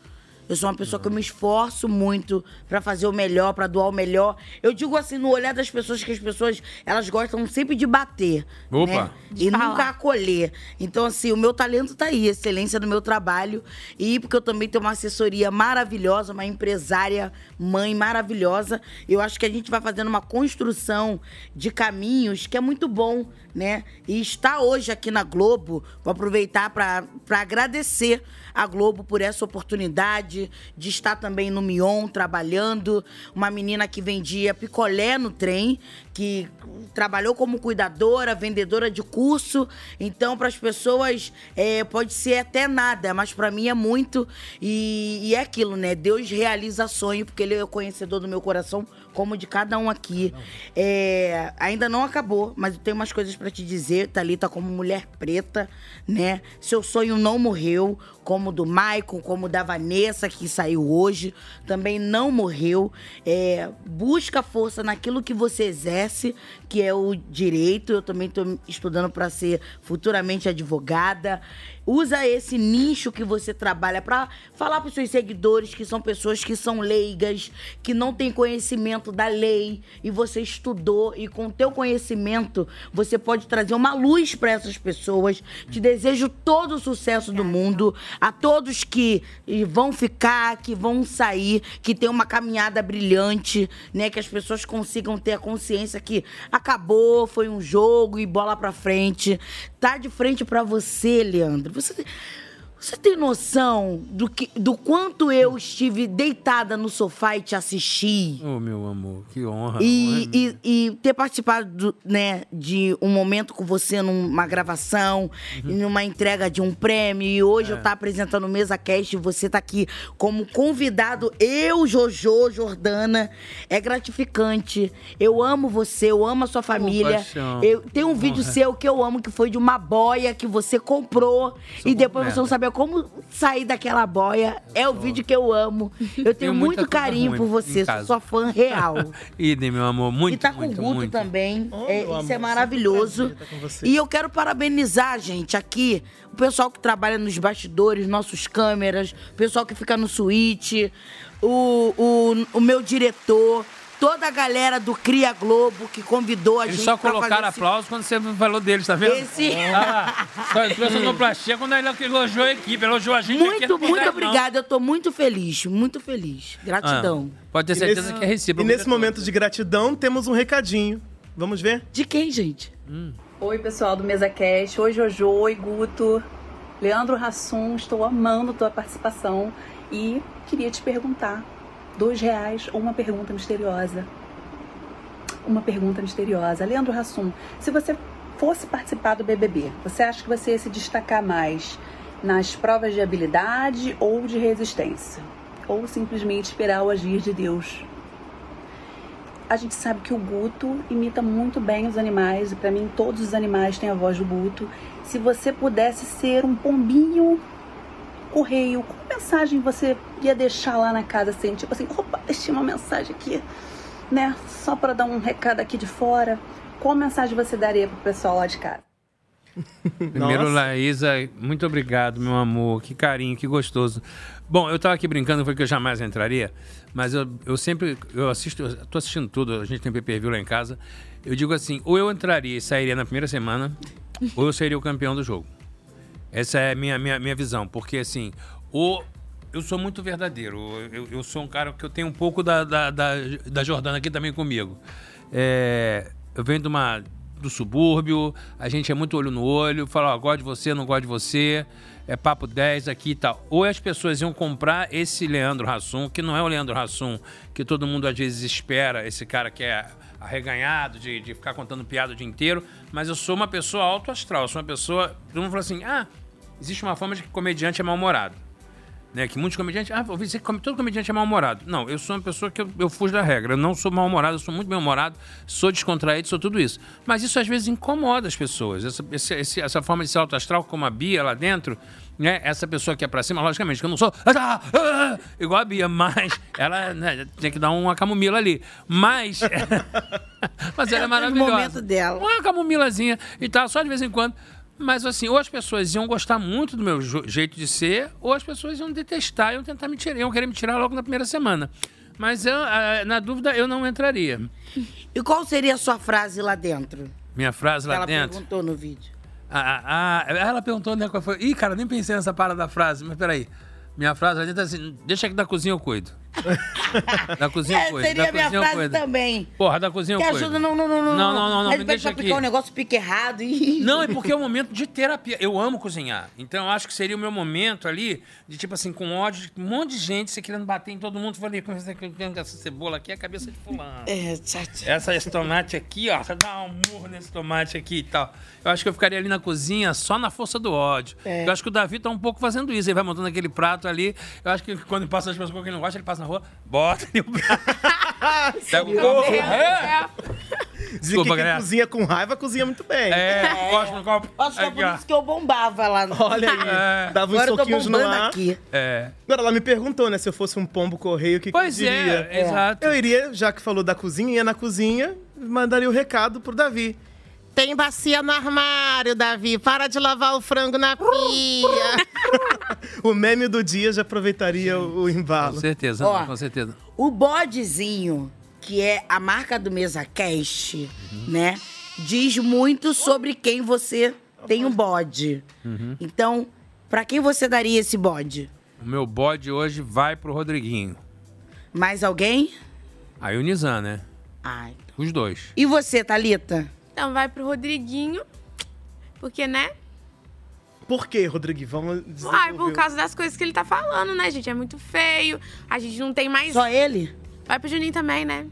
Eu sou uma pessoa que eu me esforço muito para fazer o melhor, para doar o melhor. Eu digo assim, no olhar das pessoas, que as pessoas, elas gostam sempre de bater. Opa. né? De E falar. nunca acolher. Então, assim, o meu talento tá aí, excelência no meu trabalho. E porque eu também tenho uma assessoria maravilhosa, uma empresária, mãe maravilhosa. Eu acho que a gente vai fazendo uma construção de caminhos que é muito bom, né? E estar hoje aqui na Globo, vou aproveitar para agradecer a Globo por essa oportunidade de estar também no Mion trabalhando. Uma menina que vendia picolé no trem, que trabalhou como cuidadora, vendedora de curso. Então, para as pessoas, é, pode ser até nada, mas para mim é muito. E, e é aquilo, né? Deus realiza sonho, porque Ele é o conhecedor do meu coração, como de cada um aqui. É, ainda não acabou, mas eu tenho umas coisas para te dizer, Thalita, como mulher preta, né? Seu sonho não morreu, como o do Maicon, como o da Vanessa, que saiu hoje, também não morreu. É, busca força naquilo que você exerce, que é o direito. Eu também estou estudando para ser futuramente advogada. Usa esse nicho que você trabalha para falar para seus seguidores que são pessoas que são leigas, que não têm conhecimento da lei e você estudou e com o teu conhecimento você pode trazer uma luz para essas pessoas. Te desejo todo o sucesso do mundo a todos que eh, vão ficar, que vão sair, que tem uma caminhada brilhante, né, que as pessoas consigam ter a consciência que acabou, foi um jogo e bola pra frente. Tá de frente pra você, Leandro. Você você tem noção do, que, do quanto eu estive deitada no sofá e te assisti? Ô, meu amor, que honra. é honra E, e- e ter participado do- né, de um momento com você numa gravação, e numa entrega de um prêmio, e hoje É. eu tá apresentando o Mesa Cast, e você tá aqui como convidado, eu, Jojo, Jordana, é gratificante. Eu amo você, eu amo a sua família. paixão. eu, tem um vídeo Honra. seu que eu amo, que foi de uma boia que você comprou, e depois você merda. não sabia é como sair daquela boia. É o vídeo que eu amo. Eu tenho muita muito coisa carinho ruim por em você. Sou casa. sua fã real. [laughs] Idem, meu amor. Muito, e tá com muito, o Guto muito. também. É, meu isso é amor, maravilhoso. você. E eu quero parabenizar, gente, aqui, o pessoal que trabalha nos bastidores, nossos câmeras, o pessoal que fica no suíte, o, o, o meu diretor, toda a galera do Cria Globo que convidou a Eles gente. só pra fazer colocaram esse- aplauso quando você falou deles, tá vendo? Esse- Ah, lá. só entrou sonoplastia quando ele elogiou a equipe, elogiou a gente. aqui, Muito, não muito fizeram, obrigada. Eu tô muito feliz, muito feliz. Gratidão. Ah, pode ter E certeza nesse- que é recíproco. E nesse momento de gratidão, temos um recadinho. Vamos ver? De quem, gente? Oi, pessoal do MesaCast. Oi, Jojo. Oi, Guto. Leandro Rassum, estou amando tua participação e queria te perguntar: dois reais ou uma pergunta misteriosa? Uma pergunta misteriosa. Leandro Rassum, se você fosse participar do BBB, você acha que você ia se destacar mais nas provas de habilidade ou de resistência? Ou simplesmente esperar o agir de Deus? A gente sabe que o Guto imita muito bem os animais, e pra mim todos os animais têm a voz do Guto. Se você pudesse ser um pombinho correio, qual mensagem você ia deixar lá na casa assim? Tipo assim, opa, deixei uma mensagem aqui, né? Só pra dar um recado aqui de fora. Qual mensagem você daria pro pessoal lá de casa? Primeiro, Laísa, muito obrigado, meu amor. Que carinho, que gostoso. Bom, eu tava aqui brincando, foi que eu jamais entraria, mas eu, eu sempre, eu assisto, eu tô assistindo tudo, a gente tem pay-per-view lá em casa. Eu digo assim, ou eu entraria e sairia na primeira semana, ou eu seria o campeão do jogo. Essa é a minha, minha, minha visão, porque assim, ou eu sou muito verdadeiro, eu, eu sou um cara que eu tenho um pouco da, da, da, da Jordana aqui também comigo. É, eu venho de uma, do subúrbio, a gente é muito olho no olho, fala, ó, gosto de você, não gosto de você, é papo 10 aqui e tal. Ou as pessoas iam comprar esse Leandro Hassum, que não é o Leandro Hassum, que todo mundo às vezes espera, esse cara que é arreganhado, de, de ficar contando piada o dia inteiro, mas eu sou uma pessoa alto astral, eu sou uma pessoa. Todo mundo fala assim, ah, existe uma fama de que comediante é mal-humorado. Né, que muitos comediantes. Ah, ouvi dizer que come- todo comediante é mal-humorado. Não, eu sou uma pessoa que eu, eu fujo da regra. Eu não sou mal-humorado, eu sou muito bem-humorado, sou descontraído, sou tudo isso. Mas isso às vezes incomoda as pessoas. Essa, esse- esse- essa forma de ser alto astral, como a Bia lá dentro, né? Essa pessoa que é pra cima, logicamente, que eu não sou. ah, tá, ah, igual a Bia, [laughs] mas ela né, tem que dar uma camomila ali. Mas. [laughs] Mas ela é maravilhosa. momento dela. Uma camomilazinha e tal, só de vez em quando. Mas assim, ou as pessoas iam gostar muito do meu jo- jeito de ser, ou as pessoas iam detestar, iam tentar me tirar, iam querer me tirar logo na primeira semana. Mas eu, ah, na dúvida, eu não entraria. E qual seria a sua frase lá dentro? Minha frase lá Ela dentro. perguntou no vídeo. Ah, ah, ah, ela perguntou, né? Qual foi? Ih, cara, nem pensei nessa parada da frase, mas peraí. Minha frase lá dentro é assim: deixa que da cozinha [laughs] eu cuido. da cozinha eu É, cuido. seria da a minha cozinha eu frase cuido. também. Porra, da cozinha Que eu cuido. ajuda, não, não, não, não. Não, não, não, não Aí me ele pede deixa pra aqui. aplicar um negócio, pique errado [laughs] e... [laughs] Não, é porque é um momento de terapia. Eu amo cozinhar. Então, eu acho que seria o meu momento ali, de tipo assim, com ódio, de um monte de gente, você querendo bater em todo mundo. Eu Falei, "Com essa- com essa cebola aqui é a cabeça de fulano. É, tchau, tchau. Essa, esse tomate aqui, ó, você dá um murro nesse tomate aqui e tal. Eu acho que eu ficaria ali na cozinha só na força do ódio. É. Eu acho que o Davi tá um pouco fazendo isso. Ele vai montando aquele prato ali. Eu acho que quando passa as pessoas que ele não gosta, ele passa na rua, bota ali [laughs] o prato. Pega o Meu copo. Deus do É. Dizem que Desculpa, quem galera. cozinha com raiva, cozinha muito bem. É, gosto no copo. Nossa, é Aqui, por ó. isso que eu bombava lá. No... Olha aí, dava uns [laughs] Agora eu tô soquinhos no bombando ar. aqui. É. Agora, ela me perguntou, né, se eu fosse um pombo correio, o que, Pois que eu é, diria. é. exato. Eu iria, já que falou da cozinha, ia na cozinha, mandaria o recado pro Davi. Tem bacia no armário, Davi. Para de lavar o frango na pia. O meme do dia já aproveitaria o o embalo. Com certeza, né? Ó. com certeza. O bodezinho, que é a marca do Mesa Uhum. Cast, né? Diz muito sobre quem você tem um bode. Uhum. Então, pra quem você daria esse bode? O meu bode hoje vai pro Rodriguinho. Mais alguém? Aí o Nizam, né? Ai. Os dois. E você, Thalita? Então vai pro Rodriguinho, porque, né? Por quê, Rodrigo? Vamos dizer. Ai, por causa das coisas que ele tá falando, né, gente? É muito feio, a gente não tem mais... Só ele? Vai pro Juninho também, né?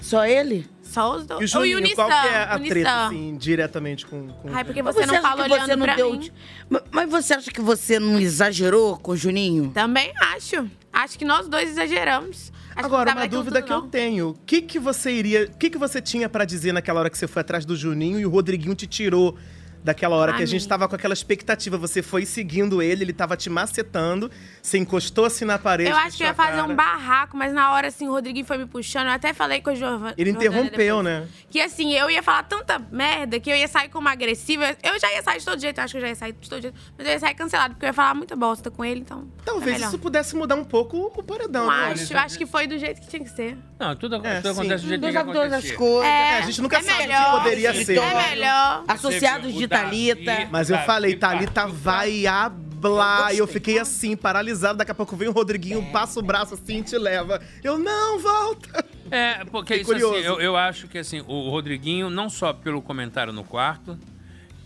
Só ele? Só os dois. E o Juninho, Unissan, qual que é a Unissan. treta, assim, diretamente com... com... Ai, porque Mas você, não acha fala que você olhando não pra deu mim. de- Ma- Mas você acha que você não exagerou com o Juninho? Também acho. Acho que nós dois exageramos. Acho que não Agora, tava uma daquilo dúvida tudo, que eu não. tenho. O que, que você iria. O que, que você tinha pra dizer naquela hora que você foi atrás do Juninho e o Rodriguinho te tirou daquela hora que a Amém. gente tava com aquela expectativa. Você foi seguindo ele, ele tava te macetando, você encostou assim na parede. Eu acho que eu ia fechou a fazer um cara. barraco, mas na hora, assim, o Rodriguinho foi me puxando. Eu até falei com a Giovana. Ele interrompeu, né? Que assim, eu ia falar tanta merda que eu ia sair como agressiva. Eu já ia sair de todo jeito, eu acho que eu já ia sair de todo jeito. Mas eu ia sair cancelado, porque eu ia falar muita bosta com ele, então. Talvez isso pudesse mudar um pouco o paredão. Não, né? acho, eu acho que foi do jeito que tinha que ser. Não, tudo, É, tudo sim. acontece do jeito que Deus sabe todas as acontece. coisas. É, a gente nunca é sabe o que melhor. poderia É ser. melhor. Associados de Thalita. Mas eu Tá, falei, Thalita vai hablar. E eu fiquei assim, paralisado. Daqui a pouco vem o Rodriguinho, É. passa o braço assim e te leva. Eu, não, volta! É, porque Fiquei isso, assim, curioso. eu, eu acho que assim, o Rodriguinho, não só pelo comentário no quarto,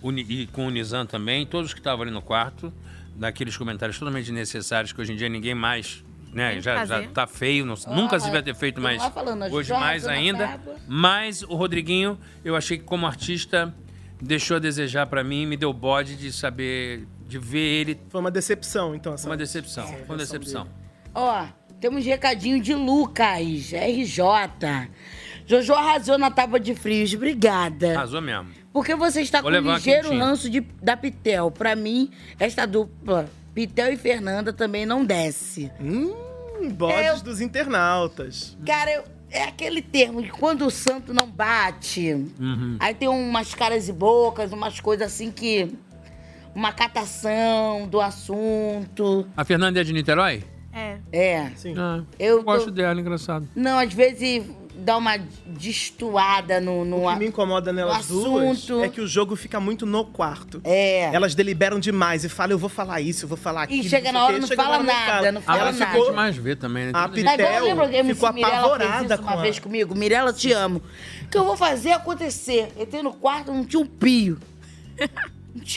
o Ni- e com o Nizam também, todos que estavam ali no quarto, daqueles comentários totalmente desnecessários que hoje em dia ninguém mais. Né, que já, já fazer. tá feio, não- Ah, nunca se vai ter feito, mas lá falando, as hoje jogas mais na ainda. tábua. Mas o Rodriguinho, eu achei que como artista, deixou a desejar pra mim, me deu bode de saber, de ver ele. Foi uma decepção, então. Essa uma decepção, foi uma decepção. Ó, temos recadinho de Lucas, RJ. Jojo arrasou na tábua de frios, obrigada. Arrasou mesmo. Porque você está Vou com levar um uma ligeiro quentinha. ranço de, da Pitel. Pra mim, esta dupla, Pitel e Fernanda, também não desce. Hum, bodes dos internautas. Cara, eu- é aquele termo de quando o santo não bate. Uhum. Aí tem umas caras e bocas, umas coisas assim que. Uma catação do assunto. A Fernanda é de Niterói? Ah. É. É. Sim. eu gosto tô- dela, engraçado. Não, às vezes dá uma destoada no, no O que me incomoda nelas o duas assunto. é que o jogo fica muito no quarto. É. Elas deliberam demais e falam, eu vou falar isso, eu vou falar aquilo. chega na sei o hora, quê. não Chega na fala hora, nada, não fala Ela nada. ficou- mais ver também, né? A Tá igual lembra Pitel que a MC ficou Mirella fez apavorada isso com uma a... vez comigo. Mirella, te amo. O que eu vou fazer é acontecer? Entrei no quarto, não tinha um pio.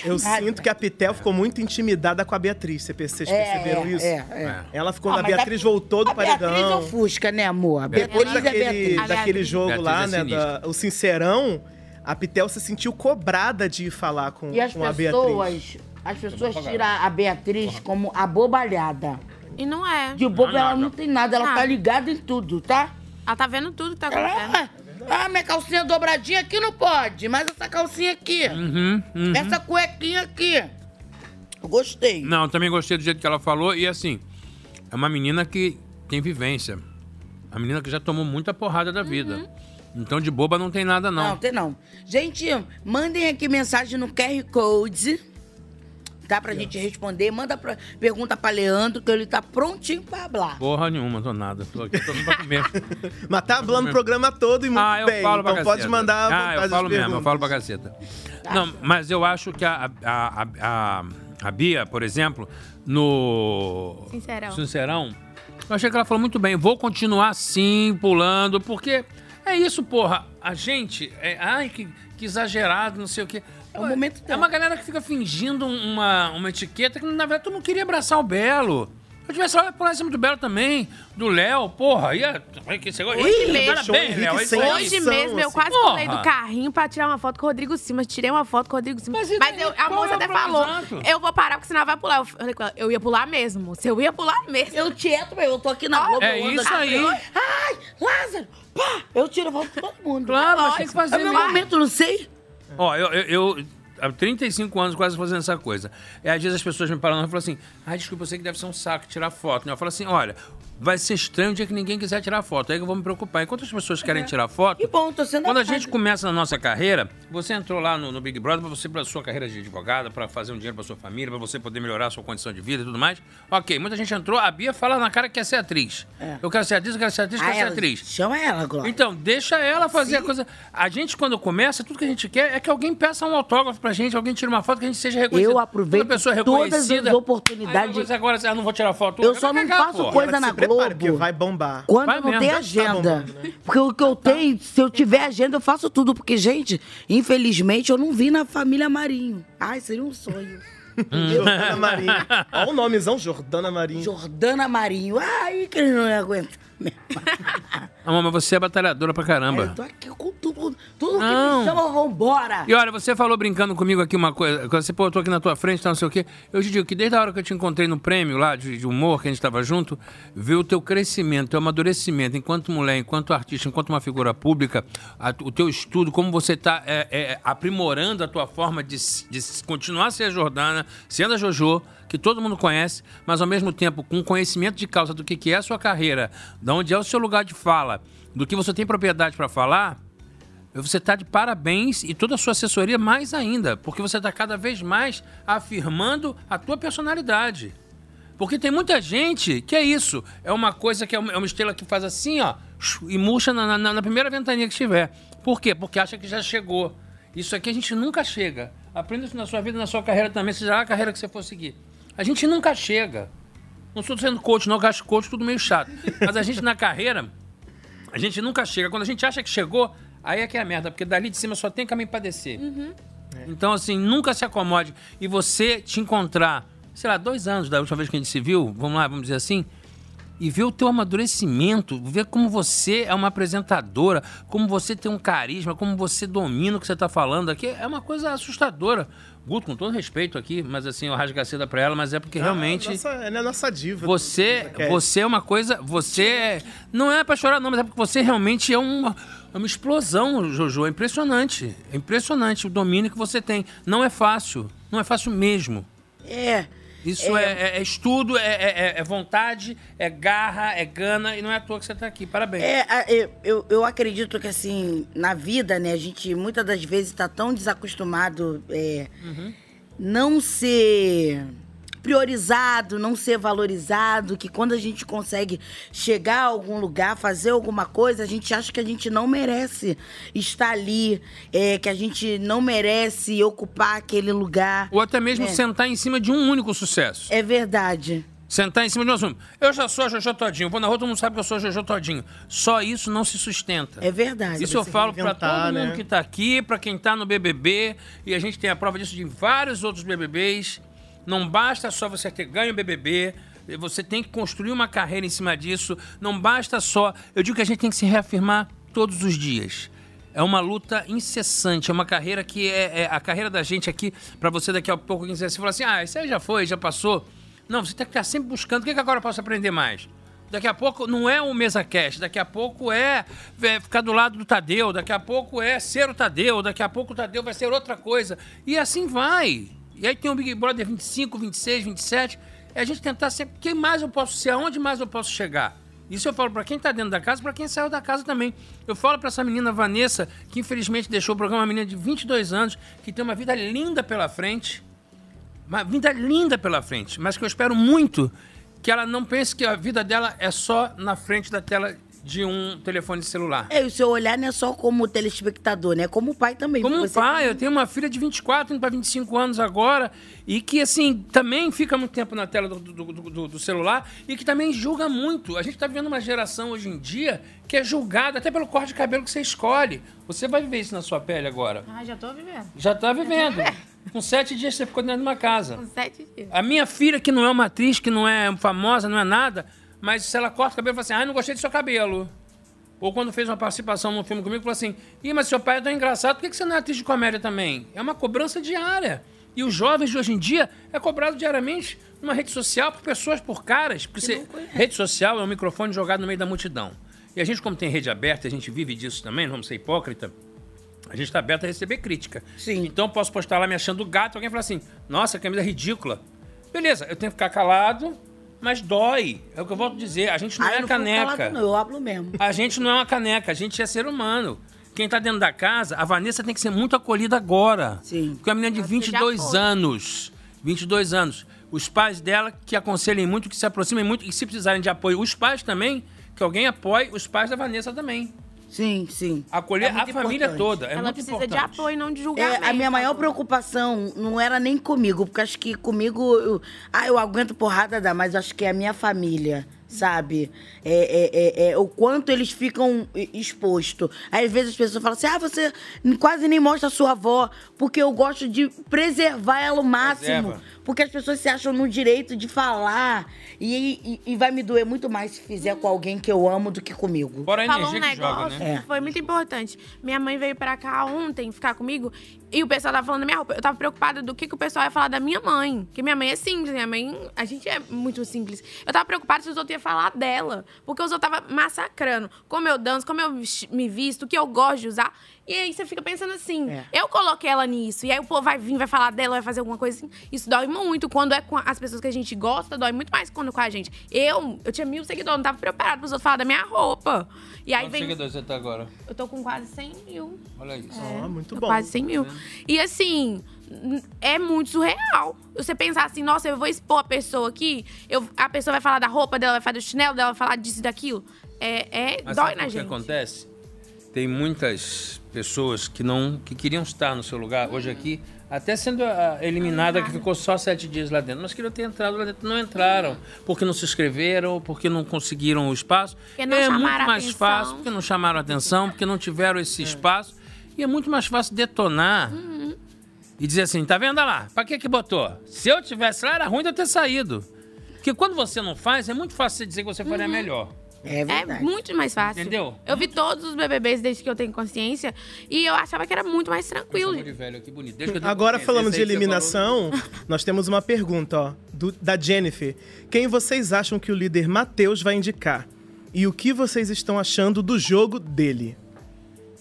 Eu sinto que a Pitel ficou muito intimidada com a Beatriz. Você perce- Vocês É, perceberam é, isso? é, é. Ela ficou Ah, na mas a- Beatriz, voltou do a paredão. Beatriz é o Fusca, né, amor? A Depois Beatriz é a daquele, Beatriz. daquele jogo Beatriz lá, é né? sinistra. da- o Sincerão, a Pitel se sentiu cobrada de ir falar com, E as com a Beatriz. pessoas, as pessoas tiram a Beatriz como abobalhada. E não é. Ah, De bobo ela não tem nada, ela tá ligada em tudo, tá? Ela tá vendo tudo que tá Ela- acontecendo. Ah, minha calcinha dobradinha aqui não pode, mas essa calcinha aqui, Uhum, uhum. essa cuequinha aqui. Gostei. Não, eu também gostei do jeito que ela falou. E assim, é uma menina que tem vivência. A menina que já tomou muita porrada da Uhum. vida. Então de boba não tem nada, não. Não, tem não. Gente, mandem aqui mensagem no QR Code. Tá pra gente responder. Manda pra, pergunta pra Leandro, que ele tá prontinho pra falar. Porra nenhuma, tô nada. Tô aqui, tô pra [laughs] comer. Mas tá hablando o programa todo e muito ah, eu bem. Falo pra então pode caceta. mandar à Ah, vontade eu as falo mesmo, eu perguntas. falo pra caceta. Não, mas eu acho que a, a, a, a, a Bia, por exemplo, no... Sincerão. Sincerão, eu achei que ela falou muito bem. Vou continuar assim, pulando, porque é isso, porra. A gente, é, ai, que, que exagerado, não sei o quê. É, uma galera que fica fingindo uma, uma etiqueta que, na verdade, tu não queria abraçar o Belo. Se eu tivesse lá, eu ia pular em cima do Belo também, do Léo, porra. Ia, olha que negócio- Hoje Ih, mesmo, parabéns, Léo. é isso aí. né? hoje mesmo eu quase Porra. pulei do carrinho pra tirar uma foto com o Rodrigo Simas. Tirei uma foto com o Rodrigo Simas. Mas, eu- a qual é moça o até problema? falou: Exato. eu vou parar, porque senão vai pular. Eu falei com ela, eu ia pular mesmo. Se eu ia pular mesmo. Eu te entro, eu tô aqui na Globo, É eu ando isso aqui. aí. Ai, Lázaro, pá, eu tiro a volta de todo mundo. Claro, mas tem que fazer É meu mesmo. momento, não sei? Ó, eu, eu, eu há 35 anos quase fazendo essa coisa. E às vezes as pessoas me param e falam assim: ai, desculpa, eu sei que deve ser um saco tirar foto. né? Eu falo assim: olha, vai ser estranho o dia que ninguém quiser tirar foto. Aí que eu vou me preocupar. Enquanto as pessoas querem tirar foto. Quando a gente começa na nossa carreira, você entrou lá no, no Big Brother para você, para sua carreira de advogada, para fazer um dinheiro para sua família, para você poder melhorar a sua condição de vida e tudo mais. Ok, muita gente entrou, a Bia fala na cara que quer ser atriz. Eu quero ser atriz, eu quero ser atriz, eu Ah, quero ser ela- atriz. Chama ela, Glória. Então, deixa Ah, ela fazer a coisa. A gente, quando começa, tudo que a gente quer é que alguém peça um autógrafo pra gente, alguém tire uma foto, que a gente seja reconhecido. Eu aproveito Quando a pessoa é todas as reconhecida, oportunidades. Aí, mas agora, assim, ah, não vou tirar foto. Eu vai só não cagar, faço porra. coisa na Globo. vai bombar. Quando Vai não mesmo, Tá né? tem já está agenda. Porque o que eu Tá. tenho, se eu tiver agenda, eu faço tudo. Porque, gente, infelizmente, eu não vi na família Marinho. Ai, seria um [laughs] sonho. Hum. Jordana Marinho. Olha o nomezão, Jordana Marinho. Jordana Marinho. Ai, que ele não ia aguentar. mesmo. Ah, mas você é batalhadora pra caramba. Tudo que Não. me chama, vambora. E olha, você falou brincando comigo aqui uma coisa. quando Você, pô, eu tô aqui na tua frente, tá, não sei o quê. Eu te digo que desde a hora que eu te encontrei no prêmio lá de, de humor, que a gente tava junto, ver o teu crescimento, teu amadurecimento enquanto mulher, enquanto artista, enquanto uma figura pública, a- o teu estudo, como você tá é, é, aprimorando a tua forma de, s- de s- continuar a ser a Jordana, sendo a JoJo, que todo mundo conhece, mas ao mesmo tempo com conhecimento de causa do que, que é a sua carreira, de onde é o seu lugar de fala, do que você tem propriedade para falar. Você está de parabéns e toda a sua assessoria mais ainda, porque você está cada vez mais afirmando a tua personalidade. Porque tem muita gente que é isso. É uma coisa que é uma, é uma estrela que faz assim, ó, e murcha na, na- na primeira ventania que estiver. Por quê? Porque acha que já chegou. Isso aqui a gente nunca chega. Aprenda isso na sua vida, na sua carreira também, seja lá a carreira que você for seguir. A gente nunca chega. Não estou sendo coach, não, que eu acho coach tudo meio chato. Mas a gente na carreira, a gente nunca chega. Quando a gente acha que chegou, aí é que é a merda, porque dali de cima só tem caminho pra descer. Então, assim, nunca se acomode. E você te encontrar, sei lá, dois anos da última vez que a gente se viu, vamos lá, vamos dizer assim, e ver o teu amadurecimento, ver como você é uma apresentadora, como você tem um carisma, como você domina o que você tá falando aqui, é uma coisa assustadora. Guto, com todo respeito aqui, mas assim, eu rasgo a seda pra ela, mas é porque realmente... Ah, Nossa, ela é a nossa diva. Você, Cat. você é uma coisa. Você é- não é pra chorar, não, mas é porque você realmente é uma, é uma explosão, Jojo. É impressionante. É impressionante o domínio que você tem. Não é fácil. Não é fácil mesmo. É. Isso é, é- é estudo, é, é- é- é vontade, é garra, é gana, e não é à toa que você tá aqui. Parabéns. É, a- eu- eu, eu acredito que assim, na vida, né, a gente muitas das vezes tá tão desacostumado é, Uhum. não ser priorizado, não ser valorizado, que quando a gente consegue chegar a algum lugar, fazer alguma coisa, a gente acha que a gente não merece estar ali, é, que a gente não merece ocupar aquele lugar. Ou até mesmo É. sentar em cima de um único sucesso. É verdade. Sentar em cima de um assunto. Eu já sou a Jojo Todinho. Vou na rua, todo mundo sabe que eu sou a Jojo Todinho. Só isso não se sustenta. É verdade. Isso eu falo pra todo mundo né? que tá aqui, pra quem tá no BBB, e a gente tem a prova disso de vários outros BBBs. Não basta só você ter ganho o BBB, você tem que construir uma carreira em cima disso. Não basta só. Eu digo que a gente tem que se reafirmar todos os dias. É uma luta incessante, é uma carreira que é, é a carreira da gente aqui, pra você daqui a pouco quem quiser, você falar assim: "Ah, isso aí já foi, já passou". Não, você tem que estar sempre buscando. O que, é que agora eu posso aprender mais? Daqui a pouco não é o mesa cast, daqui a pouco é, é ficar do lado do Tadeu, daqui a pouco é ser o Tadeu, daqui a pouco o Tadeu vai ser outra coisa. E assim vai. E aí tem o Big Brother 25, 26, 27. É a gente tentar sempre quem mais eu posso ser, aonde mais eu posso chegar. Isso eu falo pra quem tá dentro da casa, pra quem saiu da casa também. Eu falo pra essa menina Vanessa, que infelizmente deixou o programa, uma menina de 22 anos, que tem uma vida linda pela frente. Uma vida linda pela frente, mas que eu espero muito que ela não pense que a vida dela é só na frente da tela de um telefone celular. É, e o seu olhar não é só como telespectador, né? Como pai também. Como um Você- pai, eu tenho uma filha de 24, indo para 25 anos agora, e que, assim, também fica muito tempo na tela do, do- do- do- do celular e que também julga muito. A gente tá vivendo uma geração hoje em dia que é julgada até pelo corte de cabelo que você escolhe. Você vai viver isso na sua pele agora. Ah, já tô vivendo. Já tá vivendo. Com sete dias você ficou dentro de uma casa. Com sete dias. A minha filha, que não é uma atriz, que não é famosa, não é nada, mas se ela corta o cabelo, fala assim, ah, não gostei do seu cabelo. Ou quando fez uma participação num filme comigo, falou assim, ih, mas seu pai é tão engraçado, por que que você não é atriz de comédia também? É uma cobrança diária. E os jovens de hoje em dia é cobrado diariamente numa rede social por pessoas, por caras. Porque você- rede social é um microfone jogado no meio da multidão. E a gente, como tem rede aberta, a gente vive disso também, não vamos ser hipócrita. A gente está aberto a receber crítica. Sim. Então eu posso postar lá me achando gato, alguém fala assim: nossa, a camisa é ridícula. Beleza, eu tenho que ficar calado, mas dói. É o que eu volto a dizer. A gente não Ah, eu é não fico caneca. calada, não, eu hablo mesmo. A gente não é uma caneca, a gente é ser humano. Quem tá dentro da casa, a Vanessa tem que ser muito acolhida agora. Sim. Porque é uma menina de 22 anos. 22 anos. Os pais dela que aconselhem muito, que se aproximem muito e se precisarem de apoio, os pais também, que alguém apoie os pais da Vanessa também. Sim, sim. Acolher É a muito família importante. toda. É Ela muito precisa de importante. apoio. Apoio, não de É, julgamento. a minha maior preocupação não era nem comigo, porque acho que comigo. eu- ah, eu aguento porrada dar, mas acho que é a minha família. sabe? É, é, é, é o quanto eles ficam e- exposto. Às vezes as pessoas falam assim: ah, você n- quase nem mostra a sua avó, porque eu gosto de preservar ela ao máximo. Preserva. Porque as pessoas se acham no direito de falar. E, e, e vai me doer muito mais se fizer com alguém que eu amo do que comigo. É. Falou um negócio né? que foi muito importante. Minha mãe veio pra cá ontem ficar comigo e o pessoal tava falando da minha roupa. Eu tava preocupada do que, que o pessoal ia falar da minha mãe. Porque minha mãe é simples, minha mãe. A gente é muito simples. Eu tava preocupada se os outros iam falar dela. Porque os outros tava massacrando. Como eu danço, como eu vis- me visto, o que eu gosto de usar. E aí você fica pensando assim, É. eu coloquei ela nisso. E aí o povo vai vir, vai falar dela, vai fazer alguma coisa assim. Isso dói muito. Quando é com as pessoas que a gente gosta, dói muito mais quando com a gente. Eu, eu tinha mil seguidores, não tava preparada pros outros falar da minha roupa. E aí Quantos vem. um seguidores você tá agora? Eu tô com quase 100 mil. Olha isso. É, muito tô Quase 100 Tá mil. E assim, n- é muito surreal. Você pensar assim, nossa, eu vou expor a pessoa aqui, eu, a pessoa vai falar da roupa dela, vai falar do chinelo dela, vai falar disso e daquilo. É, é Mas dói sabe na o que gente. acontece? Tem muitas pessoas que não que queriam estar no seu lugar Uhum. hoje aqui, até sendo a eliminada que ficou só sete dias lá dentro, mas queriam ter entrado lá dentro, não entraram, porque não se inscreveram, porque não conseguiram o espaço. Porque não é chamaram muito a mais atenção. fácil, porque não chamaram a atenção, porque não tiveram esse espaço, e é muito mais fácil detonar Uhum. e dizer assim, tá vendo Olha lá? Pra que que botou? Se eu tivesse lá, era ruim de eu ter saído. Porque quando você não faz, é muito fácil você dizer que você faria Uhum. melhor. É É muito mais fácil. Entendeu? Eu vi todos os BBBs desde que eu tenho consciência e eu achava que era muito mais tranquilo. de velho aqui bonito. Desde que eu tenho Agora, consciência, falando esse de aí que você eliminação, nós temos uma pergunta, ó, do- da Jennifer. Quem vocês acham que o líder Matheus vai indicar? E o que vocês estão achando do jogo dele?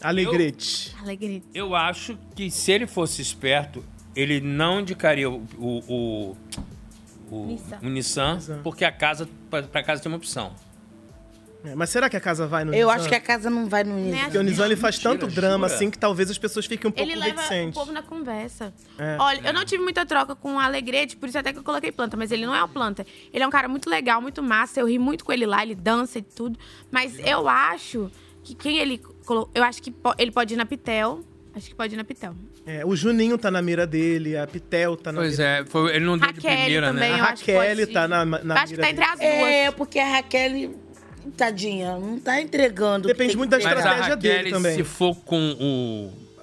Alegrete. Alegria. Eu acho que se ele fosse esperto, ele não indicaria o, o, o, o- Nissan. o Nissan, porque a casa, pra, pra casa tem uma opção. É, mas será que a casa vai no Eu Nizam? acho que é a casa não vai no Né, Nizam. Porque o Nizam ele faz tanto drama assim que talvez as pessoas fiquem um pouco assim, Ele leva o reticentes. povo na conversa. É. Olha, eu não tive muita troca com o Alegrete, por isso até que eu coloquei planta, mas ele não é uma planta. Ele é um cara muito legal, muito massa. Eu ri muito com ele lá, ele dança e tudo. Mas eu acho que quem ele colocou. Eu acho que po- ele pode ir na Pitel. Acho que pode ir na Pitel. É, o Juninho tá na mira dele, a Pitel tá na Pois mira é, foi, ele não deu de Raquel primeira, né? também, A eu acho que pode Raquel tá na, na Acho que tá entre as duas. É, porque a Raquel, tadinha, não tá entregando. Depende muito Mas a Raquel, se for com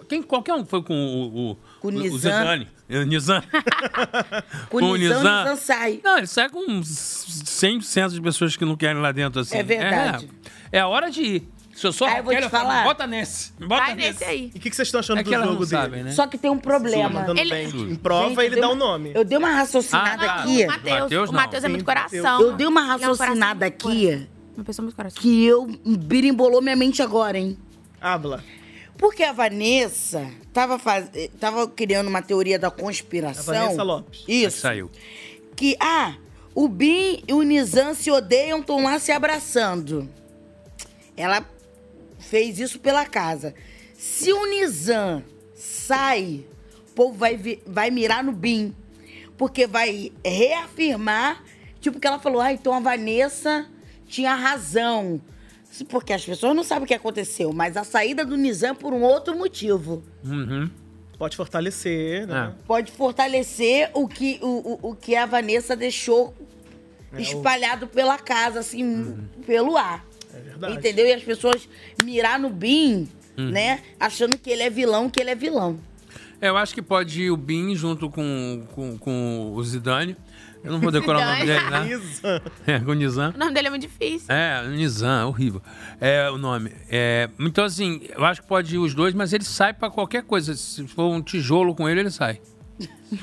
o... Quem, qualquer um que foi com o... o Com o o Nizam. Zidane. É, O [laughs] Nizam. Com o Nizam, o Nizam sai. Não, ele sai com um uns 100% de pessoas que não querem lá dentro, assim. É verdade. É, é a hora de ir. Se eu sou Ah, eu vou Raquel, te eu falo, falar. bota nesse. Bota Vai nesse aí. E o que, que vocês estão achando É do que elas jogo não dele? sabem, né? Só que tem um problema. mandando Ele- bem. Em prova, eu ele dei dá uma- o nome. Eu dei uma raciocinada Ah, tá. aqui. O Mateus- Mateus o não. Mateus é muito coração. Eu dei uma Ele é um coração raciocinada aqui. Uma pessoa muito coração. Que eu birimbolou minha mente agora, hein? Habla. Porque a Vanessa tava, faz... eh, tava criando uma teoria da conspiração. A Vanessa Lopes. Isso. Saiu. Que, ah, o Bin e o Nizam se odeiam, estão lá se abraçando. Ela fez isso pela casa. Se o Nizam sai, o povo vai, vi- vai mirar no Bin. Porque vai reafirmar, tipo, que ela falou, ah, então a Vanessa tinha razão. Porque as pessoas não sabem o que aconteceu, mas a saída do Nizam por um outro motivo Uhum. Pode fortalecer, né? É. pode fortalecer o que, o, o, o que a Vanessa deixou É, o- espalhado pela casa, assim, Uhum. pelo ar. É verdade. Entendeu? E as pessoas mirar no Bin, Uhum. né? Achando que ele é vilão, que ele é vilão. É, Eu acho que pode ir o Bin junto com, com, com o Zidane. Eu não vou decorar o nome dele, né? [laughs] É, com o Nizam. O nome dele é muito difícil. É, Nizam, é horrível. É o nome. É, então, assim, eu acho que pode ir os dois, mas ele sai pra qualquer coisa. Se for um tijolo com ele, ele sai.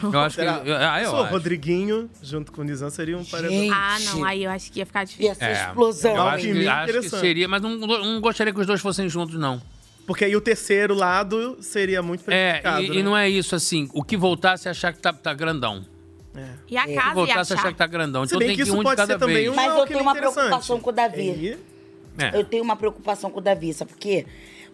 Eu acho que. Será? eu- ah, eu Só o acho. Rodriguinho junto com o Nizam seria um paredão. Ah, não, aí eu acho que ia ficar difícil. É, Eu acho que, Alquimia acho que interessante. seria, mas não, não gostaria que os dois fossem juntos, não. Porque aí o terceiro lado seria muito É, prejudicado. e, né? e não é isso, assim. O que voltasse é achar que tá, tá grandão. E a O que casa e a voltasse é achar que tá grandão. Se Então bem tem que que ir isso um de pode ser cada também vez. um Mas eu alquimia tenho uma interessante. preocupação com o Davi. É. Eu tenho uma preocupação com o Davi, sabe por quê?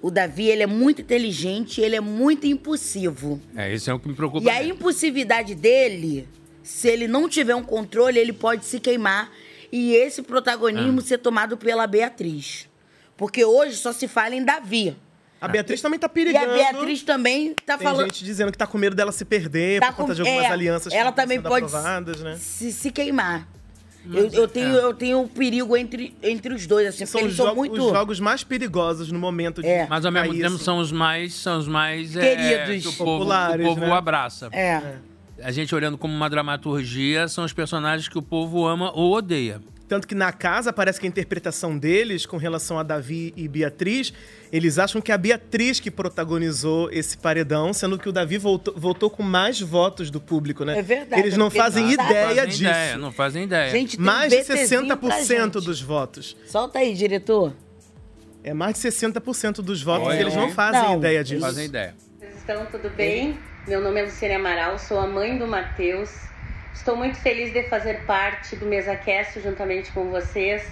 O Davi, ele é muito inteligente, ele é muito impulsivo. É, isso é o que me preocupa. E a impulsividade dele, se ele não tiver um controle, ele pode se queimar e esse Ah. protagonismo ser tomado pela Beatriz. Porque hoje só se fala em Davi. A Beatriz também tá E a perigando. Beatriz também tá Tem falando. gente dizendo que tá com medo dela se perder Tá por conta com- de algumas é, alianças que ela não estão também sendo pode aprovadas, né? Se, se queimar. Eu, eu tenho, eu tenho um perigo entre, entre os dois, assim, São porque os, eles são jo- muito. É. os jogos mais perigosos no momento de. Mas ao mesmo cair, tempo assim. são os mais, são os mais é, Queridos. que o povo, Populares, que o povo né? abraça. É. A gente olhando como uma dramaturgia, são os personagens que o povo ama ou odeia. Tanto que na casa parece que a interpretação deles com relação a Davi e Beatriz, eles acham que é a Beatriz que protagonizou esse paredão, sendo que o Davi voltou, voltou com mais votos do público, né? É verdade, Eles não porque eles fazem não sabem. ideia Não fazem disso. ideia, não fazem ideia. Gente, tem mais um de BTzinho pra 60% dos votos. Solta aí, diretor. É mais de 60% dos votos, Olha, eles não hein? fazem Não. ideia disso. Não fazem ideia. Vocês estão tudo bem? Meu nome é Luciane Amaral, sou a mãe do Matheus. Estou muito feliz de fazer parte do MesaCast juntamente com vocês.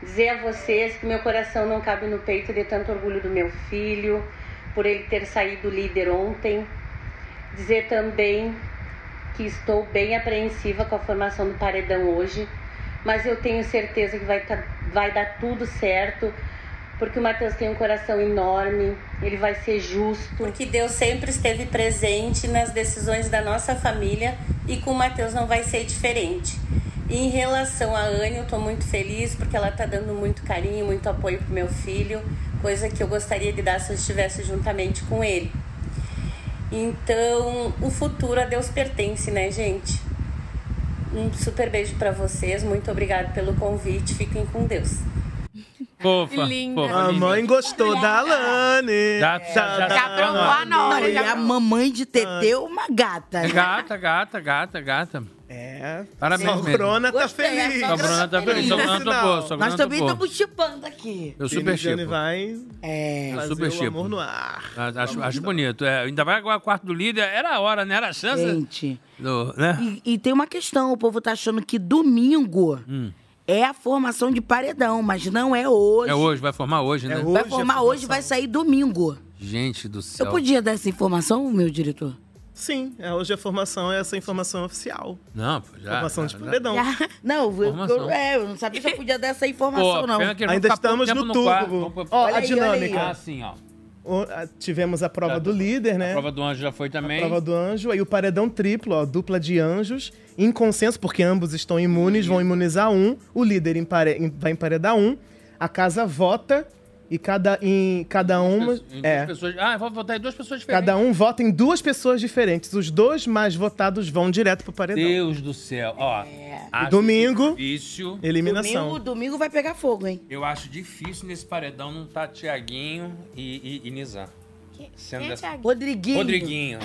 Dizer a vocês que meu coração não cabe no peito de tanto orgulho do meu filho, por ele ter saído líder ontem. Dizer também que estou bem apreensiva com a formação do paredão hoje, mas eu tenho certeza que vai, tá- vai dar tudo certo, porque o Matheus tem um coração enorme, ele vai ser justo. Porque Deus sempre esteve presente nas decisões da nossa família e com o Matheus não vai ser diferente. E em relação à Anne, eu estou muito feliz porque ela está dando muito carinho, muito apoio pro meu filho, coisa que eu gostaria de dar se eu estivesse juntamente com ele. Então, o futuro a Deus pertence, né, gente? Um super beijo pra vocês, muito obrigada pelo convite, fiquem com Deus. Fofa. Linda. fofa, A linda. mãe gostou da Alane. Tá Já, já, tá já, Já aprovou a nora, Não, e já a mamãe Ah. de TT é uma gata. né? Gata, gata, gata, gata. É. Parabéns. Só o mesmo. Brona tá Gostei, feliz. só Só o Brona tá feliz. Só o Brona topou. Só o é Nós também Brona tá topou. estamos chipando aqui. Eu super Jenny chipo. vai É. Eu fazer super o chipo. amor no ar. Ah, Acho, acho bonito. É, ainda vai agora quarto do líder. Era a hora, né? Era a chance. Gente. Do, né? E, e tem uma questão, o povo tá achando que domingo Hum. é a formação de paredão, mas não é hoje. É hoje, vai formar hoje, né? vai é formar hoje, vai sair domingo. Gente do Eu céu. podia dar essa informação, meu diretor? Sim, é, hoje a formação é essa informação oficial. Não, pô, já. Formação já, de já. paredão. Não, eu- eu, Formação. é, eu não sabia que eu podia dar essa informação, Pô, não. pena que Ainda estamos no tubo. Ó, a dinâmica. assim, ó. O- a- Tivemos a prova do líder, né? A prova do anjo já foi também. Prova do anjo, aí o paredão triplo, ó, dupla de anjos, em consenso, porque ambos estão imunes, vão imunizar um, o líder empare- em- vai emparedar um, a casa vota e cada, em, cada uma. Em duas É, pessoas- Ah, eu vou votar em duas pessoas diferentes. cada um vota em duas pessoas diferentes. Os dois mais votados vão direto pro paredão. Deus do céu. Ó, acho Domingo, Difícil. eliminação. Domingo, domingo vai pegar fogo, [laughs] hein? Eu acho difícil nesse paredão não tá Tiaguinho e, e, e Nizam. Sendo quem é dessa- Thiaguinho? Rodriguinho. Rodriguinho.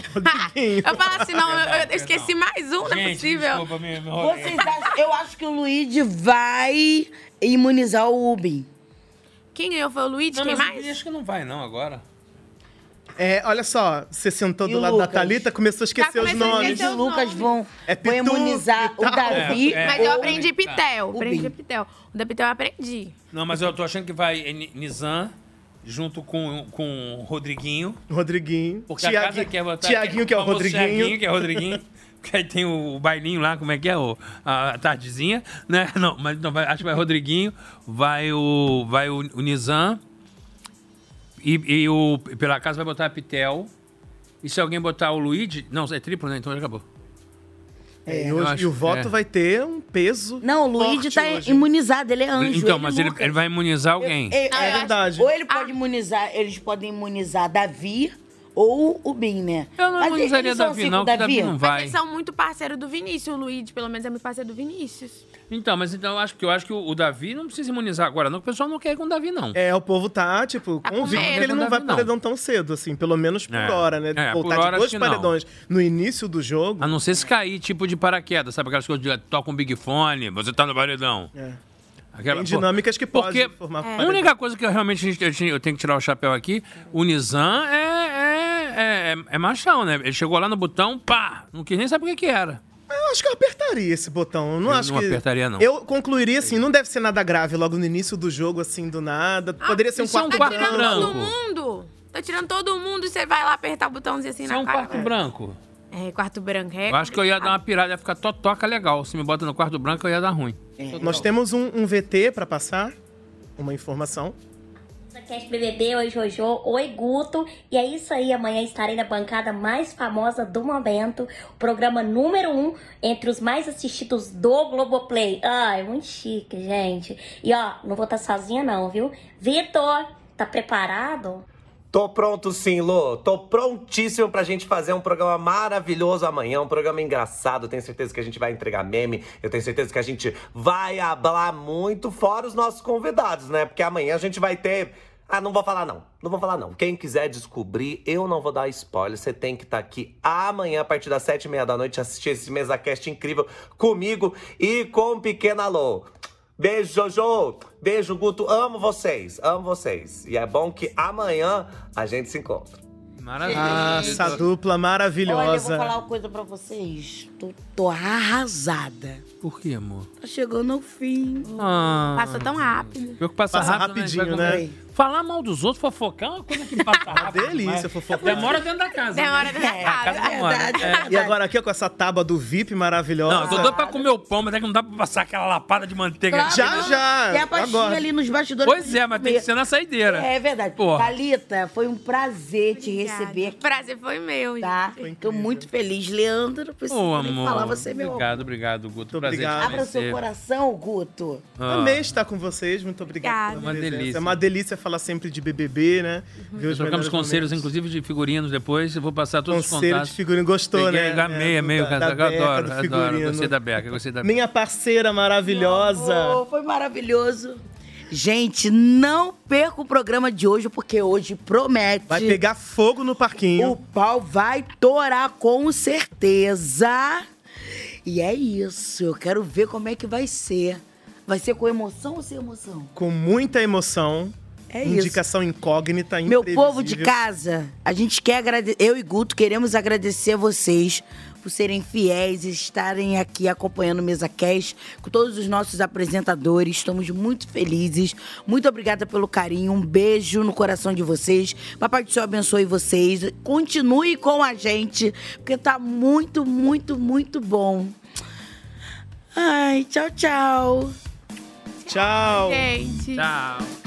[laughs] eu falo assim, não, eu, eu esqueci mais um, não é Gente, possível. desculpa, me- me enrolei. Vocês acham, eu acho que o Luigi vai imunizar o Ubin. Quem ganhou foi o Luigi, Não, quem mas o mais? Luigi acho que não vai não agora. É, olha só, você sentou E do o lado da Lucas? Thalita, começou a esquecer Já os começou a nomes. esquecer os O Lucas nomes. vão é Pitu, imunizar o Pital. Davi É, é. Mas eu Ou- aprendi Tá. Pitel, Ubin. aprendi Pitel. O da Pitel eu aprendi. Não, mas eu tô achando que vai é, Ni- Nizam junto com, com o Rodriguinho. Rodriguinho. Porque a casa quer botar... Tiaguinho, que é o tá? famoso Rodriguinho. Tiaguinho, que é o Rodriguinho. Porque aí tem o bailinho lá, como é que é? O, a tardezinha, né? [laughs] Não, mas não, vai, acho que vai Rodriguinho, vai o, vai o, o Nizam e, e o, pela casa vai botar a Pitel. E se alguém botar o Luigi... Não, é triplo, né? Então já acabou. É, e, Eu hoje- acho- e o voto é. vai ter um peso. Não, o Luigi forte tá hoje. imunizado, ele é anjo. Então, mas ele, ele vai imunizar alguém. Ah, Eu- é eu acho- Ou Ah. ele pode imunizar, eles podem imunizar Davi ou o Bin, né? Eu não Mas imunizaria eles são assim Davi, cinco não, que Davi não Mas vai. eles são muito parceiros do Vinícius, o Luigi, pelo menos é muito parceiro do Vinícius. Então, mas então eu acho que eu acho que o, o Davi não precisa imunizar agora, não. que O pessoal não quer ir com o Davi, não. É, o povo tá, com tipo, convicto medo. que ele não vai Não. pro paredão tão cedo, assim, pelo menos por É. hora, né? É, por Voltar hora de acho dois que não. paredões no início do jogo. A não ser se cair, tipo, de paraquedas, sabe? Aquelas coisas de toca um Big Fone, você tá no paredão. É. Aquela- Tem pô, dinâmicas que podem porque formar A paredão. única coisa que eu realmente eu tinha- eu tenho que tirar o chapéu aqui, o Nizam é, é, é, é machão, né? Ele chegou lá no botão, pá! Não quis nem saber o que, que era. Mas eu acho que eu apertaria esse botão. Eu não Eu acho não que... apertaria, não. Eu concluiria assim, não deve ser nada grave logo no início do jogo, assim, do nada. Ah, Poderia ser um isso é quarto, um branco. quarto Tirando todo mundo! Tá tirando todo mundo e você vai lá apertar o botãozinho assim na Um cara. quarto branco. É, quarto branco. É Eu acho que eu ia dar uma pirada, ia ficar totoca legal. Se me bota no quarto branco, eu ia dar ruim. Nós temos um, um VT pra passar, uma informação. Podcast BBB, oi Jojo, oi Guto. E é isso aí, amanhã estarei na bancada mais famosa do momento, o programa número um entre os mais assistidos do Globoplay. Ai, muito chique, gente. E ó, não vou estar sozinha não, viu? Vitor, tá preparado? Tô pronto sim, Lô. Tô prontíssimo pra gente fazer um programa maravilhoso amanhã, um programa engraçado. Tenho certeza que a gente vai entregar meme. Eu tenho certeza que a gente vai hablar muito, fora os nossos convidados, né? Porque amanhã a gente vai ter. Ah, não vou falar não. Não vou falar não. Quem quiser descobrir, eu não vou dar spoiler. Você tem que estar aqui amanhã, a partir das sete e meia da noite, assistir esse MesaCast incrível comigo e com o Pequena Lô. Beijo, Jojo. Beijo, Guto. Amo vocês. Amo vocês. E é bom que amanhã a gente se encontra. Ah, essa dupla Olha, eu vou maravilhosa. falar uma coisa pra vocês. Tô, tô arrasada. Por quê, amor? Tá chegando ao fim. um- Ah. Passou tão rápido. Pior que passa, Passa rápido, rapidinho, né? né? Falar mal dos outros, fofocar é uma coisa que passa rápido. delícia, demais. fofocar. Demora dentro da casa. Demora né? dentro da É, a casa casa, demora. verdade, É. E agora aqui ó, com essa tábua do VIP maravilhosa. Não, eu tô doido pra comer o pão, mas é que não dá pra passar aquela lapada de manteiga. né? Claro, não. Tem a pastinha ali nos bastidores. Pois é, mas tem que ser na saideira. É verdade. Porra. Thalita, foi um prazer te receber. Prazer foi meu. Tá? Tô muito feliz. Leandro, preciso Ô, nem amor. falar, você é meu amor. Obrigado, obrigado, Guto. Prazer obrigado. te Abra seu conhecer. coração, Guto. Ah. Amei estar com vocês, muito obrigado. Obrigada. Uma delícia. É uma delícia falar sempre de BBB, né? Uhum. Ver os Trocamos melhores conselhos, momentos. inclusive, de figurinos depois. Eu vou passar todos os Conselho contatos. de figurino, gostou, Peguei, né? Amei, É, amei. do- eu da- da adoro, beca, do adoro. figurino. Gostei da Beca, gostei da Beca. Minha parceira maravilhosa. Pô, foi maravilhoso. Gente, não perca o programa de hoje, porque hoje promete. Vai pegar fogo no parquinho. O pau vai torar com certeza. E é isso. Eu quero ver como é que vai ser. Vai ser com emoção ou sem emoção? Com muita emoção. É isso. indicação incógnita, Meu povo imprevisível. de casa, a gente quer agradecer. Eu e Guto queremos agradecer a vocês por serem fiéis e estarem aqui acompanhando o Mesa Cash com todos os nossos apresentadores. Estamos muito felizes. Muito obrigada pelo carinho. Um beijo no coração de vocês. Papai do Céu abençoe vocês. Continue com a gente, porque tá muito, muito, muito bom. Ai, tchau, tchau. Tchau. Gente. Tchau.